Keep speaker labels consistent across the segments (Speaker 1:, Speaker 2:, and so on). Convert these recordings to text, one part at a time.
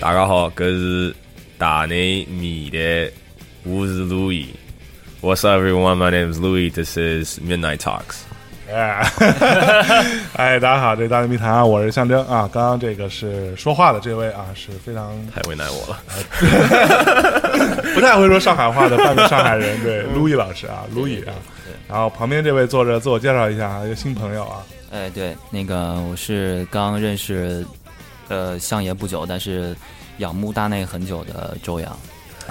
Speaker 1: 大家好，搿是大内密谈，我是 Louis。What's up, everyone? My name is Louis. This is Midnight Talks.
Speaker 2: 哎，哎，大家好，这是大内密谈啊，我是象征啊。刚刚这个是说话的这位啊，是非常
Speaker 1: 太为难我了，
Speaker 2: 不太会说上海话的半个上海人，对，路易老师啊，路易啊。然后旁边这位坐着，自我介绍一下啊，一个新朋友啊，
Speaker 3: 哎，对，那个我是刚认识，呃，相爷不久，但是仰慕大内很久的周洋。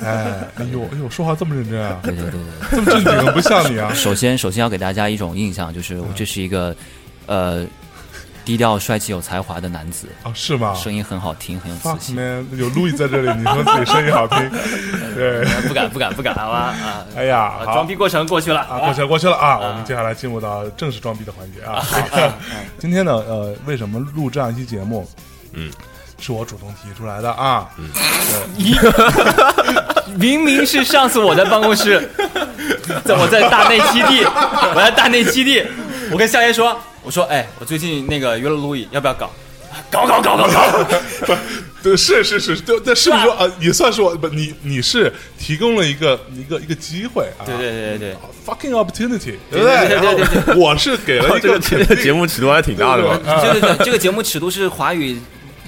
Speaker 2: 哎，哎呦，哎呦，说话这么认真啊，
Speaker 3: 对对对对
Speaker 2: 这么正经，不像你啊
Speaker 3: 对。。首先，首先要给大家一种印象，就是我这是一个，呃，低调、帅气、有才华的男子，
Speaker 2: 啊，是吗
Speaker 3: 声音很好听，很有磁
Speaker 2: ？Fuck
Speaker 3: 性。
Speaker 2: man，有路易在这里，你说自己声音好 听，对。
Speaker 3: 不敢不敢不敢好吧啊！
Speaker 2: 哎呀，好
Speaker 3: 装逼过程过去了
Speaker 2: 啊，过去了，过去了啊！我们接下来进入到正式装逼的环节啊。好 今天呢，呃，为什么录这样一期节目？
Speaker 1: 嗯，
Speaker 2: 是我主动提出来的啊。
Speaker 3: 明明是上次我在办公室，在我在大内基地，我在大内基地，我跟夏爷说，我说，哎，我最近那个约了路易，要不要搞？搞搞搞搞搞！
Speaker 2: 对，是是是，对，但是不是说啊，也算是我不，你你是提供了一个一个一个机会啊。
Speaker 3: 对对对对对，
Speaker 2: Fucking opportunity，对不
Speaker 3: 对对对对
Speaker 2: 然后我是给了一
Speaker 1: 哎这
Speaker 2: 个
Speaker 1: 个
Speaker 2: 肯
Speaker 1: 这个节
Speaker 2: 定，
Speaker 1: 目尺度还挺大的吧？
Speaker 3: 对对对，这个节目尺度是华语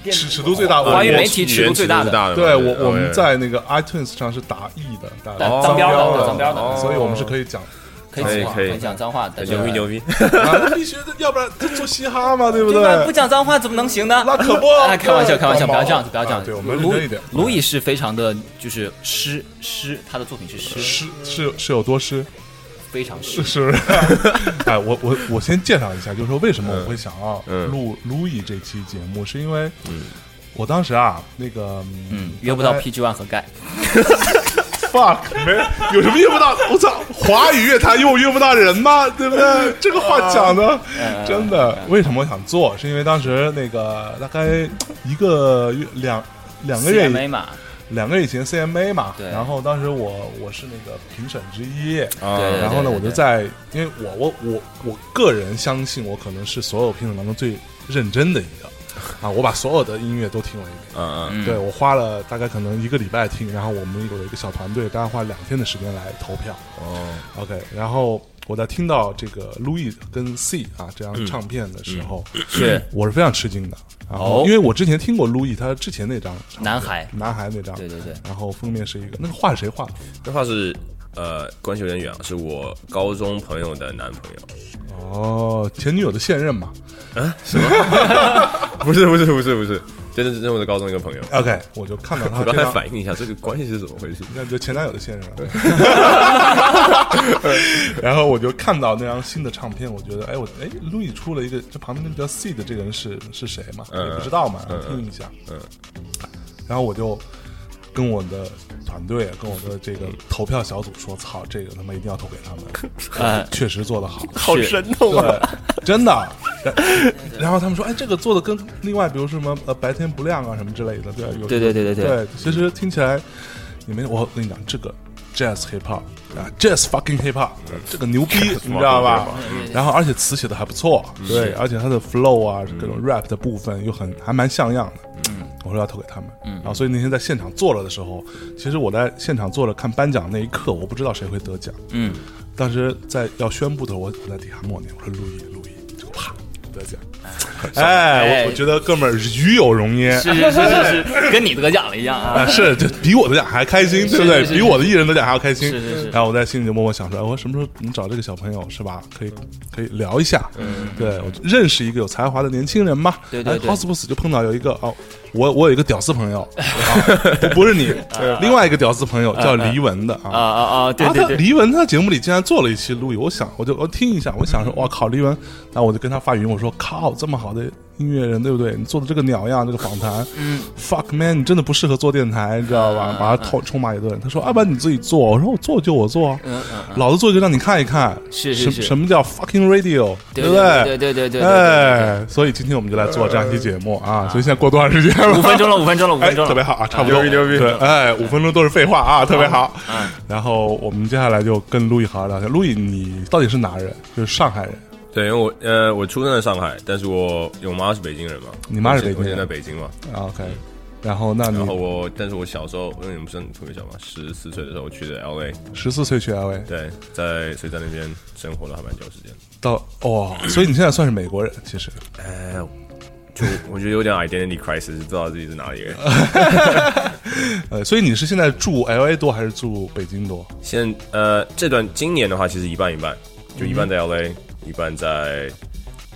Speaker 3: 电
Speaker 2: 尺尺度最大，
Speaker 3: 华语
Speaker 2: 哦我
Speaker 3: 媒体尺度最大的
Speaker 1: 语言尺大的嘛。
Speaker 2: 对我，我们
Speaker 1: OK
Speaker 2: 在那个 iTunes 上是打 E 的，打
Speaker 3: 打
Speaker 2: 脏
Speaker 3: 脏
Speaker 2: 标
Speaker 3: 标的
Speaker 2: 的，
Speaker 3: 打脏标的
Speaker 2: 哦所以我们是可以讲，
Speaker 3: 可以
Speaker 1: 可以可以
Speaker 3: 讲脏话，但是
Speaker 1: 牛逼牛逼，
Speaker 2: 啊必须的，要不然这做嘻哈嘛，对不
Speaker 3: 对吧？不
Speaker 2: 对？
Speaker 3: 讲脏话怎么能行呢？
Speaker 2: 那可不
Speaker 3: 哎，开玩笑，开玩笑，
Speaker 2: 干嘛
Speaker 3: 不要这样子，不要这样
Speaker 2: 啊
Speaker 3: 子。
Speaker 2: 对我们
Speaker 3: 卢
Speaker 2: 认真一点
Speaker 3: 卢以是非常的，就是诗诗，他的作品是诗，
Speaker 2: 是是是有多湿？
Speaker 3: 非常诗
Speaker 2: 是。是， 哎，我我我先介绍一下，就是说为什么我会想要
Speaker 1: 嗯
Speaker 2: 录路易这期节目，是因为我当时啊，那个
Speaker 3: 嗯，约不到
Speaker 2: 大概
Speaker 3: PG One 和盖，
Speaker 2: fuck 没有什么约不到，我操，华语乐坛又约不到人吗？对不对？这个话讲的真的，为什么我想做？是因为当时那个大概一个月两两个月
Speaker 3: CMA
Speaker 2: 以
Speaker 3: 嘛，
Speaker 2: 两个月以前 CMA 嘛，
Speaker 3: 对
Speaker 2: 然后当时我我是那个评审之一，
Speaker 3: 对
Speaker 1: 啊
Speaker 2: 然后呢，
Speaker 3: 对
Speaker 2: 我就在，因为我我我我个人相信，我可能是所有评审当中最认真的一 个啊！我把所有的音乐都听了一遍，
Speaker 1: 嗯嗯，
Speaker 3: 嗯
Speaker 2: 对我花了大概可能一个礼拜听，然后我们有一个小团队，大概花两天的时间来投票。
Speaker 1: 哦，
Speaker 2: OK，然后我在听到这个 Louis 跟 C 啊这
Speaker 3: 嗯
Speaker 2: 张唱片的时候，
Speaker 3: 是
Speaker 2: 我是非常吃惊的。然后，
Speaker 3: 嗯哦
Speaker 2: 因为我之前听过 Louis 他之前那张唱片
Speaker 3: 男孩
Speaker 2: 男孩那张，
Speaker 3: 对对对
Speaker 2: 然后封面是一个那个画是谁画的？
Speaker 1: 那话是呃，关系有点远啊，是我高中朋友的男朋友。
Speaker 2: 哦，前女友的现任嘛。
Speaker 1: 不是不是不是不是，哦真的是我的高中一个朋友。
Speaker 2: OK，我就看到他
Speaker 1: 我刚
Speaker 2: 这
Speaker 1: 才
Speaker 2: 张
Speaker 1: 反应一下，这个关系是怎么回事？
Speaker 2: 那就前男友的现任了。 然后我就看到那张新的唱片，我觉得，哎，我哎，路易出了一个，这旁边那个叫 C 的这个人是是谁嘛？
Speaker 1: 嗯
Speaker 2: 也不知道嘛，然后听一下。嗯。然后我就跟我的团队，跟我的这个投票小组说：“操，这个他妈一定要投给 他们，
Speaker 3: 呃，
Speaker 2: 确实做得好。”
Speaker 1: 好神痛啊！
Speaker 2: 对，真的。 然然后他们说：“哎，这个做的跟另外，比如说什么呃白天不亮啊什么之类的，对，有
Speaker 3: 对对对对
Speaker 2: 对，其实听起来也没。我跟你讲，这个 jazz hip hop 啊，jazz fucking hip hop，这个牛逼， 你知道吧
Speaker 1: hip hop，？
Speaker 2: 然后而且词写的还不错，
Speaker 3: 嗯
Speaker 2: 对，而且它的 flow 啊，各种 rap 的部分又很还蛮像样的。
Speaker 3: 嗯
Speaker 2: 我说要投给他们，然后所以那天在现场坐了的时候，其实我在现场坐着看颁奖那一刻，我不知道谁会得奖。
Speaker 3: 嗯，
Speaker 2: 当时在要宣布的时候，我我在底下默念，我说陆毅，陆毅，就啪得奖。哎，
Speaker 3: 哎
Speaker 2: 我我觉得哥们儿与有荣焉，
Speaker 3: 是是是是是，跟你得奖了一样啊
Speaker 2: 啊，！是，就比我得奖还开心，对不对？
Speaker 3: 是是
Speaker 2: 比我的艺人得奖还要开心。
Speaker 3: 是是是
Speaker 2: 然后我在心里就默默想说，哎，我什么时候能找这个小朋友是吧？可以
Speaker 3: 嗯
Speaker 2: 可以聊一下，对我认识一个有才华的年轻人嘛。
Speaker 3: 对对对
Speaker 2: 哎，好死不死就碰到有一个哦，我我有一个屌丝朋 友，啊、不不是你，另外一个屌丝朋友叫黎文的
Speaker 3: 啊啊啊！对
Speaker 2: 啊，
Speaker 3: 对
Speaker 2: 他
Speaker 3: 对，
Speaker 2: 黎文他节目里竟然做了一
Speaker 3: 嗯
Speaker 2: 期录影，我想我就我听一下，我想说，哇靠，黎文，那我就跟他发语音，我说靠，这么好的音乐人，对不对？你做的这个鸟样，这个访谈，嗯，fuck man，你真的不适合做电台，你知道
Speaker 3: 嗯
Speaker 2: 吧？把他痛臭骂一顿。他说：“啊要不然你自己做。”我说：“我做就我做，啊
Speaker 3: 嗯嗯，
Speaker 2: 老子做就让你看一看，
Speaker 3: 是是
Speaker 2: 什
Speaker 3: 是
Speaker 2: 什么叫 fucking radio，
Speaker 3: 对
Speaker 2: 不
Speaker 3: 对对对对对对对，
Speaker 2: 哎，所以今天我们就来做这样一期节目啊！所以现在过多长时间了？
Speaker 3: 五分钟了，五分钟了，五
Speaker 2: 哎，
Speaker 3: 分钟
Speaker 2: 特别
Speaker 3: 了，
Speaker 2: 好啊，差不多，
Speaker 1: 牛逼牛逼
Speaker 2: 对，哎，五分钟都是废话啊，特别好
Speaker 3: 嗯。
Speaker 2: 然后我们接下来就跟路易好好聊天。路易，你到底是哪人？就是上海人，
Speaker 1: 对，因为我呃，我出生在上海，但是我因为我妈是北京人嘛，
Speaker 2: 你妈是
Speaker 1: 我
Speaker 2: 北
Speaker 1: 现
Speaker 2: 京人
Speaker 1: 我现在在北京嘛。
Speaker 2: 啊 OK。然后，那
Speaker 1: 然后
Speaker 2: 你
Speaker 1: 我，但是我小时候，因为你们真的特别小嘛，十四岁的时候我去的 L A，
Speaker 2: 十四岁去 LA
Speaker 1: 对，在所以在那边生活了还蛮久时间。
Speaker 2: 到哦，所以你现在算是美国人，其实
Speaker 1: 哎，
Speaker 2: 呃
Speaker 1: 就我觉得有点 identity crisis，不知道自己是哪里人。
Speaker 2: 呃，所以你是现在住 LA 多还是住北京多？
Speaker 1: 现呃，这段今年的话，其实一半一半，就一半
Speaker 2: 嗯
Speaker 1: 在 L A，、一半在。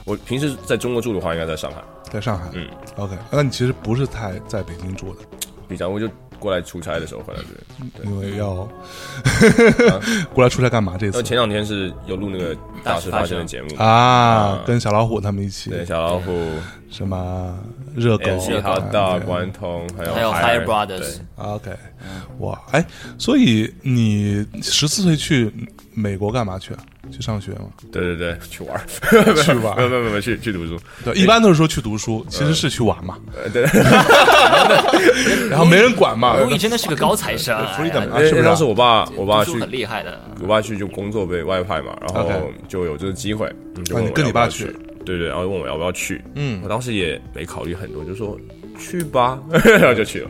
Speaker 1: 我平时在中国住的话，应该在上海。
Speaker 2: 在上海，
Speaker 1: 嗯
Speaker 2: ，OK。那你其实不是太在北京住的，
Speaker 1: 比较我就过来出差的时候回来这边。对，
Speaker 2: 因为
Speaker 1: 啊
Speaker 2: 要 过来出差干嘛？这
Speaker 1: 然后
Speaker 2: 次
Speaker 1: 前两天是有录那个大事发生的节目，
Speaker 2: 啊，跟小老虎他们一起，
Speaker 1: 对，小老虎、
Speaker 2: 什么热狗、啊
Speaker 1: MC 好大、关通，还有
Speaker 3: 还有 Higher
Speaker 1: 海
Speaker 3: Brothers，
Speaker 2: OK，哇，哎，所以你十四岁去美国干嘛去啊？去上学吗？
Speaker 1: 对对对，去玩儿，
Speaker 2: 去玩
Speaker 1: 没有没有没有去去读书，
Speaker 2: 对，一般都是说去读书，其实是去玩嘛，
Speaker 1: 呃对，
Speaker 2: 然后没人管嘛。
Speaker 3: 陆毅真的是个高材生啊，
Speaker 2: freedom 啊，
Speaker 1: 因
Speaker 2: 是
Speaker 1: 为因
Speaker 2: 不
Speaker 1: 为
Speaker 2: 是
Speaker 1: 当
Speaker 2: 啊
Speaker 1: 时？我爸我爸
Speaker 3: 读
Speaker 1: 去
Speaker 3: 书很厉害的，
Speaker 1: 我爸去就工作被外派嘛，然后
Speaker 2: OK
Speaker 1: 就有这个机会，嗯
Speaker 2: 啊
Speaker 1: 就问
Speaker 2: 你
Speaker 1: 我
Speaker 2: 跟你
Speaker 1: 要不要
Speaker 2: 爸
Speaker 1: 去
Speaker 2: 去，
Speaker 1: 对对，然后问我要不要去，
Speaker 2: 嗯
Speaker 1: 我当时也没考虑很多，就说去 吧，然后就去了，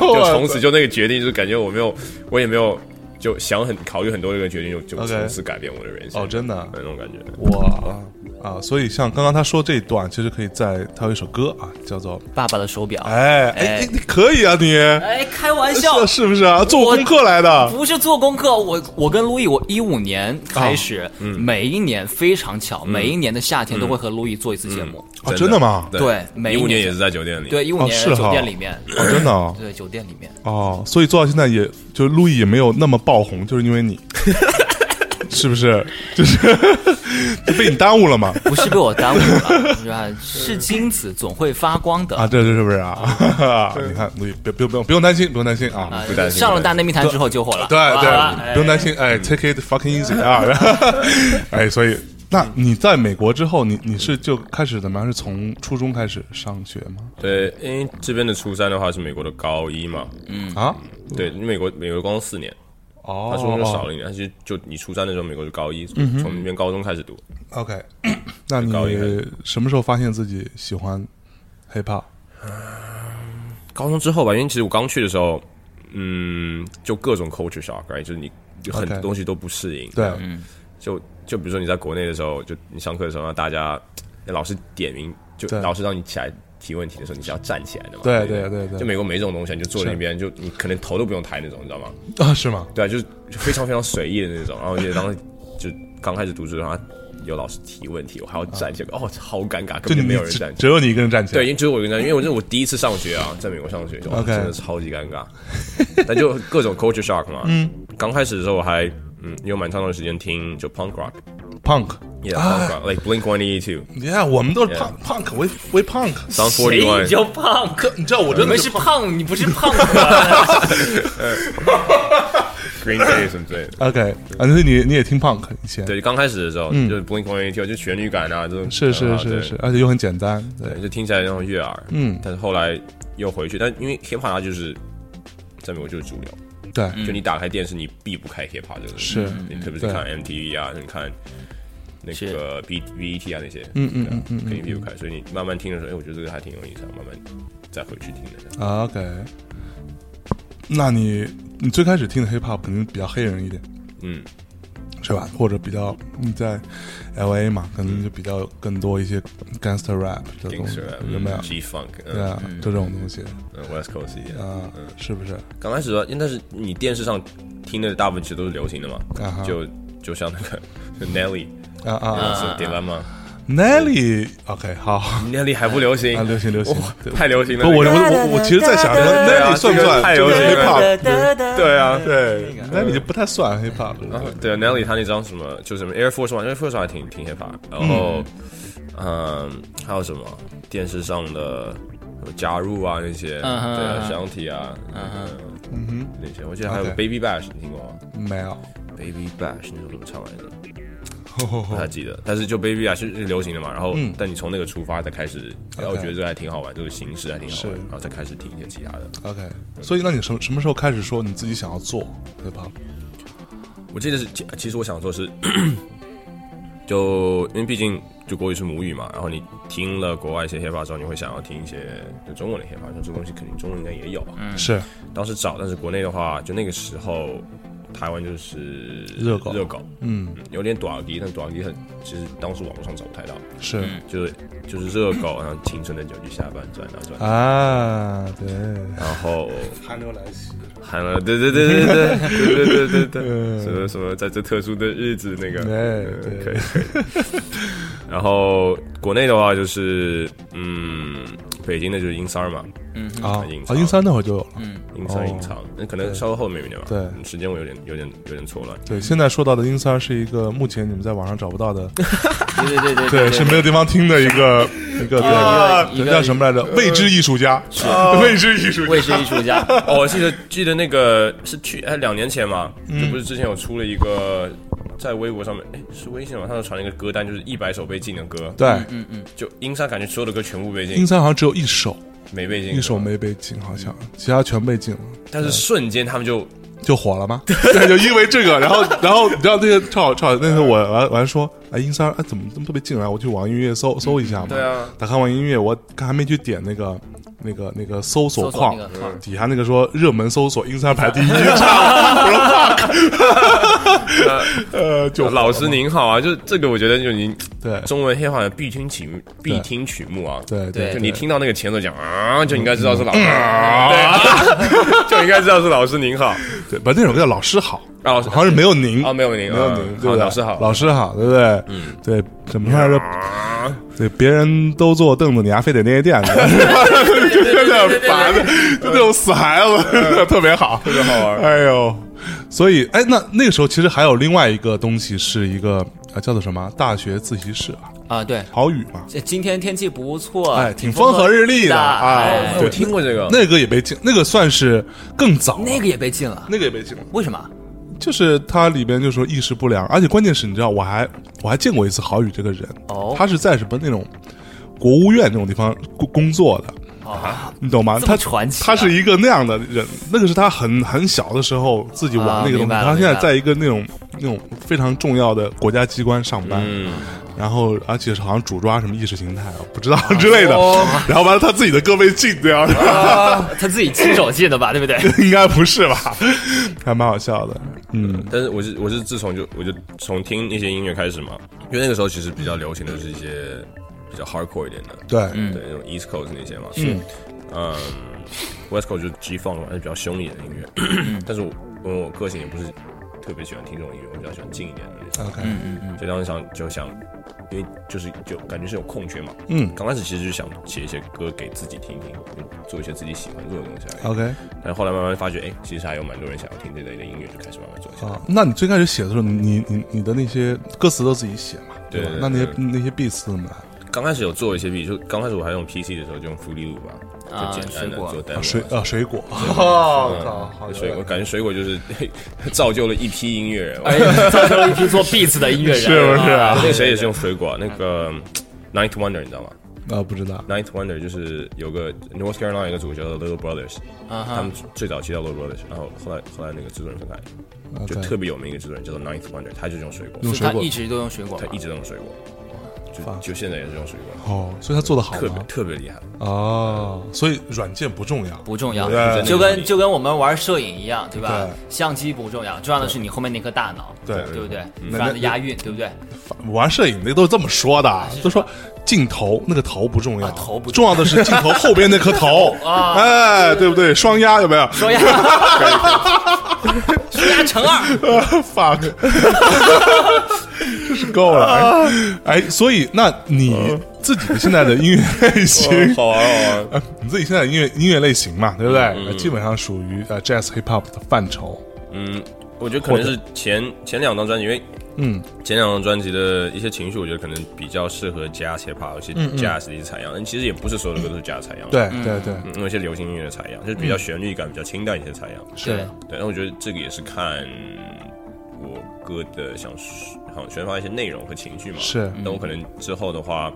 Speaker 1: 就从此就那个决定，就是感觉我没有，我也没有就想很考虑很多这个决定，就就
Speaker 2: OK
Speaker 1: 从此改变我的人生，
Speaker 2: 哦真的啊
Speaker 1: 对那种感觉，
Speaker 2: 哇啊！所以像刚刚他说这一段，其实可以在他有一首歌啊，叫做
Speaker 3: 爸爸的手表，
Speaker 2: 哎哎，你你可以啊，你
Speaker 3: 哎，开玩笑
Speaker 2: 是，是不是啊？做功课来的，
Speaker 3: 不是做功课，我我跟路易，我一五年开始，
Speaker 2: 啊嗯
Speaker 3: 每一年非常巧，每一年的夏天都会和路易做一次节目。
Speaker 2: 哦真的吗
Speaker 3: 对每一
Speaker 1: 一五年
Speaker 3: 年
Speaker 1: 也是在酒店里，
Speaker 3: 对，一五
Speaker 2: 哦
Speaker 3: 年
Speaker 2: 是哈
Speaker 3: 酒店里面，
Speaker 2: 哦真的哦
Speaker 3: 对酒店里面，
Speaker 2: 哦，所以做到现在也，就是路易也没有那么爆红，就是因为 你，是不是？就是 就被你耽误了嘛？
Speaker 3: 不是被我耽误了，是吧？是金子总会发光的
Speaker 2: 啊，。这这是不是啊？ 你看，路易，别不用不用不用担心，不用担心啊。
Speaker 3: 啊
Speaker 1: 不担心
Speaker 3: 上了大内密谈之后就火了，
Speaker 2: 对
Speaker 3: 好吧
Speaker 2: 对，不用担心，哎，take it fucking easy 啊！ 哎，所以，那你在美国之后，你你是就开始怎么样？是从初中开始上学吗？
Speaker 1: 对，因为这边的初三的话是美国的高一嘛，
Speaker 3: 嗯
Speaker 2: 啊？
Speaker 1: 对，美国美国光四年，
Speaker 2: 哦，
Speaker 1: 嗯他初中就少了一年，他其实就你初三的时候美国就高一，从那边高中开始读，
Speaker 2: OK，那你
Speaker 1: 高一开
Speaker 2: 什么时候发现自己喜欢 hip hop？
Speaker 1: 高中之后吧，因为其实我刚去的时候，嗯，就各种 culture shock，right，就是你就很
Speaker 2: OK
Speaker 1: 多东西都不适应。
Speaker 2: 对，
Speaker 1: 就就比如说你在国内的时候，就你上课的时候，让大家哎老师点名，就
Speaker 2: 对
Speaker 1: 老师让你起来提问题的时候，你是要站起来的嘛？
Speaker 2: 对
Speaker 1: 对
Speaker 2: 对对对
Speaker 1: 就美国没这种东西，你就坐在那边，就你可能头都不用抬那种，你知道吗？
Speaker 2: 啊，是吗？
Speaker 1: 对啊，就是就非常非常随意的那种。然后我记得当时就刚开始读书，然后有老师提问题，我还要站起来，哦，超尴尬，
Speaker 2: 就
Speaker 1: 根
Speaker 2: 你
Speaker 1: 本没有
Speaker 2: 你
Speaker 1: 人
Speaker 2: 只
Speaker 1: 站起来。
Speaker 2: 只有你一个人站起来。
Speaker 1: 对，因为只有我一个人，因为我这是我第一次上学啊，在美国上学，就哇
Speaker 2: OK
Speaker 1: 真的超级尴尬。 但就各种 culture shock 嘛。嗯。刚开始的时候我还嗯有蛮长的时间听就 punk rock，yeah
Speaker 2: ，punk。啊
Speaker 1: punk rock，like Blink One Eighty Two，
Speaker 2: 你看，我们都是 punk punk，我我 punk。
Speaker 1: Sound
Speaker 3: 谁
Speaker 1: Forty
Speaker 3: 你
Speaker 1: One。
Speaker 3: 就胖哥，
Speaker 2: 你知道我
Speaker 3: 你
Speaker 2: 真的
Speaker 3: 们
Speaker 2: 是
Speaker 3: 是胖，你不是胖哥，
Speaker 1: Green Day 什么之类 的，
Speaker 2: OK 啊，所以你你也听 punk 以前？，
Speaker 1: 对，刚开始的时候就是 Blink One Eighty Two，就旋律感啊，这种
Speaker 2: 嗯是是
Speaker 1: 啊
Speaker 2: 是
Speaker 1: 对
Speaker 2: 是，而且又很简单。对
Speaker 1: 对，就听起来那种悦耳，嗯，但是后来又回去，但因为 hip hop 它就是在美国就是主流，
Speaker 2: 对，
Speaker 1: 就你打开电视，你避不开 hip hop 这个东西，
Speaker 2: 是
Speaker 1: 你特别是
Speaker 2: 对
Speaker 1: 看 MTV 啊，你看那个
Speaker 3: 是
Speaker 1: B V T 啊那些，嗯嗯嗯嗯，肯定避不开，所以你慢慢听的时候，哎，我觉得这个还挺有意思，啊，慢慢再回去听的。
Speaker 2: 啊 OK。那你你最开始听的 hip hop 肯定比较黑人一点，
Speaker 1: 嗯，
Speaker 2: 是吧？或者比较你在 LA 嘛，可能就比较有更多一些 gangster rap 的东西
Speaker 1: Gangster，啊，
Speaker 2: 有没有？
Speaker 1: G Funk，
Speaker 2: 对
Speaker 1: 嗯
Speaker 2: 啊，就这种东西
Speaker 1: 嗯，West Coast 一点，
Speaker 2: 啊，是不是？
Speaker 1: 刚开始的话，因为但是你电视上听的大部分其实都是流行的嘛
Speaker 2: 啊哈，
Speaker 1: 就就像那个 Nelly，
Speaker 2: 啊啊啊
Speaker 1: 是 Dilemma。嗯
Speaker 2: ，Nelly，OK，好。
Speaker 1: 那里还不流行
Speaker 2: 啊流行流行
Speaker 1: 哇
Speaker 2: 对
Speaker 1: 太流行了。
Speaker 2: 不，我
Speaker 1: 那
Speaker 2: 我
Speaker 1: 个
Speaker 2: 我我其实在想说
Speaker 1: 对啊
Speaker 2: ，Nelly 算不
Speaker 1: 这个
Speaker 2: 算
Speaker 1: 太
Speaker 2: 就是
Speaker 1: 有名
Speaker 2: hip
Speaker 1: 了
Speaker 2: hop？
Speaker 1: 对啊，
Speaker 2: 对，Nelly 就不太算 hip hop 了。
Speaker 1: 对 Nelly 他那张什么就什么 Air Force One，Air Force One 还挺挺 hip hop，然后嗯，还有什么电视上的什么加入啊那些，
Speaker 3: 嗯哼
Speaker 1: 对
Speaker 3: 嗯
Speaker 1: 啊，
Speaker 3: 哼
Speaker 1: 箱体啊，
Speaker 2: 嗯哼，
Speaker 1: 那些，我记得还有
Speaker 2: OK
Speaker 1: Baby Bash，你听过吗
Speaker 2: 没有，
Speaker 1: ？Baby Bash 那首怎么唱来着？不
Speaker 2: 哎
Speaker 1: 太记得，但是就 Baby Bash 是流行的嘛，然后但你从那个出发再开始，然后我
Speaker 2: OK
Speaker 1: 觉得这个还挺好玩，这个形式还挺好玩
Speaker 2: 是，
Speaker 1: 然后再开始听一些其他的。
Speaker 2: OK，所以那你什么什么时候开始说你自己想要做，对吧？
Speaker 1: 我记得是，其其实我想说是，就因为毕竟就国语是母语嘛，然后你听了国外一些 hiphop 之后，你会想要听一些就中文的 hiphop，像这东西肯定中文应该也有。嗯，
Speaker 2: 是
Speaker 1: 当时找，但是国内的话，就那个时候台湾就是
Speaker 2: 热狗
Speaker 1: 热狗，
Speaker 2: 嗯，
Speaker 1: 有点短耳笛，但短耳笛很，其实当时网络上找不太到，
Speaker 2: 是、
Speaker 1: 就是就是热狗，然后青春的酒去下半转，然后转，
Speaker 2: 啊，对，
Speaker 1: 然后。
Speaker 2: 寒流来袭，
Speaker 1: 喊了，对对对对对对对对对对，什么什么，在这特殊的日子那个，嗯
Speaker 2: 对对
Speaker 1: 可以可以。 然后国内的话就是，嗯，北京的就是英三儿嘛，
Speaker 2: 啊
Speaker 1: 隐藏
Speaker 2: 啊，英三那会儿就有了，
Speaker 1: 英三
Speaker 2: 哦
Speaker 1: 儿隐藏，那可能稍微后面一点吧，
Speaker 2: 对
Speaker 1: 嗯时间我有点有点有点错乱。
Speaker 2: 对，现在说到的英三是一个目前你们在网上找不到的，
Speaker 3: 对对对对
Speaker 2: 对，是没有地方听的一 个一个呃嗯
Speaker 3: 啊
Speaker 2: 对，
Speaker 3: 一个
Speaker 2: 叫什么来着？未知艺术家，未知艺术
Speaker 3: 我
Speaker 2: 家
Speaker 3: 也是艺术家，
Speaker 1: 哦，我记得记得那个是去哎两年前嘛，
Speaker 2: 嗯
Speaker 1: 就不是之前有出了一个。在微博上面，哎，是微信吗？他就传了一个歌单，就是一百首被禁的歌，
Speaker 2: 对，
Speaker 1: 就英三感觉所有的歌全部被禁
Speaker 2: 英，三好像只有一首，
Speaker 1: 没被禁，
Speaker 2: 一首。没被禁，好像其他全被禁了。
Speaker 1: 但是瞬间他们就
Speaker 2: 就火了吗？ 对，就因为这个，然后，然后你知道那个超好超好，那次我完完说，哎，英三，哎，怎么这么特别进来？我去网易音乐
Speaker 3: 嗯
Speaker 2: 搜搜一下嘛。
Speaker 1: 对啊，
Speaker 2: 打开网易音乐，我还没去点那个那个那个搜索框
Speaker 3: 搜索那个嗯框
Speaker 2: 底下那个说热门搜索英三排 第一，我说
Speaker 3: 嗯
Speaker 2: fuck，呃， 就火了
Speaker 1: 老师您好啊，就是这个，我觉得就是您
Speaker 2: 对
Speaker 1: 中文黑话的必听曲目必听曲目啊。
Speaker 2: 对对，嗯
Speaker 1: 就你听到那个前奏讲啊，就应该知道是老师，啊， 就应该知道是老师您好
Speaker 2: 对，把那首歌叫老师好，
Speaker 1: 啊老师
Speaker 2: 好像是没有您
Speaker 3: 哦
Speaker 1: 啊，没有您，
Speaker 2: 没有
Speaker 1: 啊
Speaker 2: 您，对
Speaker 1: 好
Speaker 2: 不对？
Speaker 1: 老师好，
Speaker 2: 老师好，对不对？嗯，对，怎么来着？
Speaker 1: 啊，
Speaker 2: 对，别人都坐凳子，你还非得捏垫子，就有点烦的，就那种死孩子，特别好，特别
Speaker 1: 好玩
Speaker 2: 哎呦，所以，哎，那那个时候其实还有另外一个东西，是一个啊，叫做什么？大学自习室啊，
Speaker 3: 啊，对，
Speaker 2: 好雨嘛，
Speaker 3: 这今天天气不错，
Speaker 2: 哎，挺
Speaker 3: 风
Speaker 2: 风和日丽的
Speaker 3: 的
Speaker 2: 啊。
Speaker 3: 哎
Speaker 2: 对
Speaker 1: 我听过这个，
Speaker 2: 那个也被禁，那个算是更早，
Speaker 3: 那个也被禁了，
Speaker 2: 那个也被禁了。
Speaker 3: 为什么？
Speaker 2: 就是它里边就说意识不良，而且关键是你知道，我还我还见过一次郝宇这个人，
Speaker 3: 哦
Speaker 2: 他是在什么那种国务院那种地方工工作的，
Speaker 3: 哦，
Speaker 2: 你懂吗？
Speaker 3: 这么
Speaker 2: 他
Speaker 3: 传奇啊
Speaker 2: 他是一个那样的人，那个是他很很小的时候自己玩
Speaker 3: 啊
Speaker 2: 那个东
Speaker 3: 明
Speaker 2: 西，
Speaker 3: 白了
Speaker 2: 他现在
Speaker 3: 明白了
Speaker 2: 在一个那种那种非常重要的国家机关上班，
Speaker 1: 嗯，
Speaker 2: 然后而且是好像主抓什么意识形态，我不知道之类的，
Speaker 3: 哦
Speaker 2: 然后完了他自己的歌被禁掉，
Speaker 3: 他自己亲手进的吧，对不对？
Speaker 2: 应该不是吧？还蛮好笑的，嗯，
Speaker 1: 但是我是我是自从就我就从听一些音乐开始嘛，因为那个时候其实比较流行的就是一些比较 hardcore 一点的，
Speaker 2: 对，
Speaker 1: 对，那种 East Coast 那些嘛，是，嗯，West Coast 就是 G Funk 嘛，还是比较凶一点的音
Speaker 2: 嗯
Speaker 1: 乐，但是我因为我个性也不是特别喜欢听这种音乐，我比较喜欢静一点的那
Speaker 3: 嗯
Speaker 1: 种，
Speaker 2: OK，
Speaker 1: 所以当时想就想，因为就是就感觉是有空缺嘛，
Speaker 2: 嗯
Speaker 1: 刚开始其实就想写一些歌给自己听听，嗯做一些自己喜欢做的东西而已，
Speaker 2: ，OK。
Speaker 1: 但是后来慢慢发觉，哎，其实还有蛮多人想要听这类的音乐，就开始慢慢做起来。
Speaker 2: 啊，那你最开始写的时候，你你你的那些歌词都自己写嘛，
Speaker 1: 对
Speaker 2: 吧？
Speaker 1: 对
Speaker 2: 那那些
Speaker 1: 对
Speaker 2: 那些 beats 怎么来？
Speaker 1: 刚开始有做一些 B，就刚开始我还用 PC 的时候就用 Fruity Loop 吧，
Speaker 3: 啊
Speaker 1: 就简单的
Speaker 3: 水果
Speaker 1: 做 demo
Speaker 2: 啊
Speaker 1: 啊
Speaker 2: 水啊水果，
Speaker 1: 嗯水果，感觉水果就是 嘿造就了一批音乐人。哎，
Speaker 3: 造就了一批做 beats 的音乐人，
Speaker 2: 是不是啊
Speaker 1: 那个谁也是用水果啊，
Speaker 3: 嗯
Speaker 1: 那个 Night Wonder 你知道吗
Speaker 2: 啊不知道
Speaker 1: ？Night Wonder 就是有个 North Carolina 有个组叫 Little Brothers，他
Speaker 2: 啊
Speaker 1: 们最早期叫 Little Brothers，然后后来后来那个制作人分开，
Speaker 2: ，OK，
Speaker 1: 就特别有名一个制作人叫做 Night Wonder，他就是用水果，
Speaker 2: 用水
Speaker 3: 他
Speaker 2: 果
Speaker 3: 一直都用水果
Speaker 1: 他
Speaker 3: 嘛，
Speaker 1: 一直都用水果，就就现在也是用水果，
Speaker 2: 哦，所以他做的好
Speaker 1: 特别
Speaker 2: 吗？
Speaker 1: 特别厉害。
Speaker 2: 哦，所以软件不重要，
Speaker 3: 不重要
Speaker 2: 对，
Speaker 3: 就跟就跟我们玩摄影一样，对吧
Speaker 2: 对？
Speaker 3: 相机不重要，重要的是你后面那颗大脑，
Speaker 2: 对
Speaker 3: 对不对？
Speaker 2: 那
Speaker 3: 非常的押韵，对不对？
Speaker 2: 玩摄影那都是这么说的，都说镜头那个头不重要，
Speaker 3: 啊头不
Speaker 2: 重
Speaker 3: 重
Speaker 2: 要的是镜头后边那颗 头，
Speaker 1: 啊
Speaker 2: 哎，对不对？双压有没 有？
Speaker 3: 说呀，说呀乘二，
Speaker 2: fuck，真是够了。哎，所以那
Speaker 1: 嗯
Speaker 2: 你自己的现在的音乐类型
Speaker 1: 哦，好玩好玩，
Speaker 2: 呃你自己现
Speaker 3: 嗯
Speaker 2: 在的音乐音乐类型嘛，对不对？呃基本上属于呃 jazz hip hop 的范畴。
Speaker 1: 嗯，我觉得可能是前前两张专辑，因为
Speaker 2: 嗯
Speaker 1: 前两张专辑的一些情绪，我觉得可能比较适合加 hip hop，有些
Speaker 2: 嗯嗯
Speaker 1: 加实力采样，但其实也不是所有的歌都是加采样，
Speaker 2: 对对对，
Speaker 1: 嗯，有些流行音乐的采样，就是比较旋律感比较清淡一些的采样，
Speaker 3: 对，
Speaker 1: 对，那我觉得这个也是看我歌的想想宣发一些内容和情绪嘛。
Speaker 2: 是
Speaker 1: 那我可能之后的话，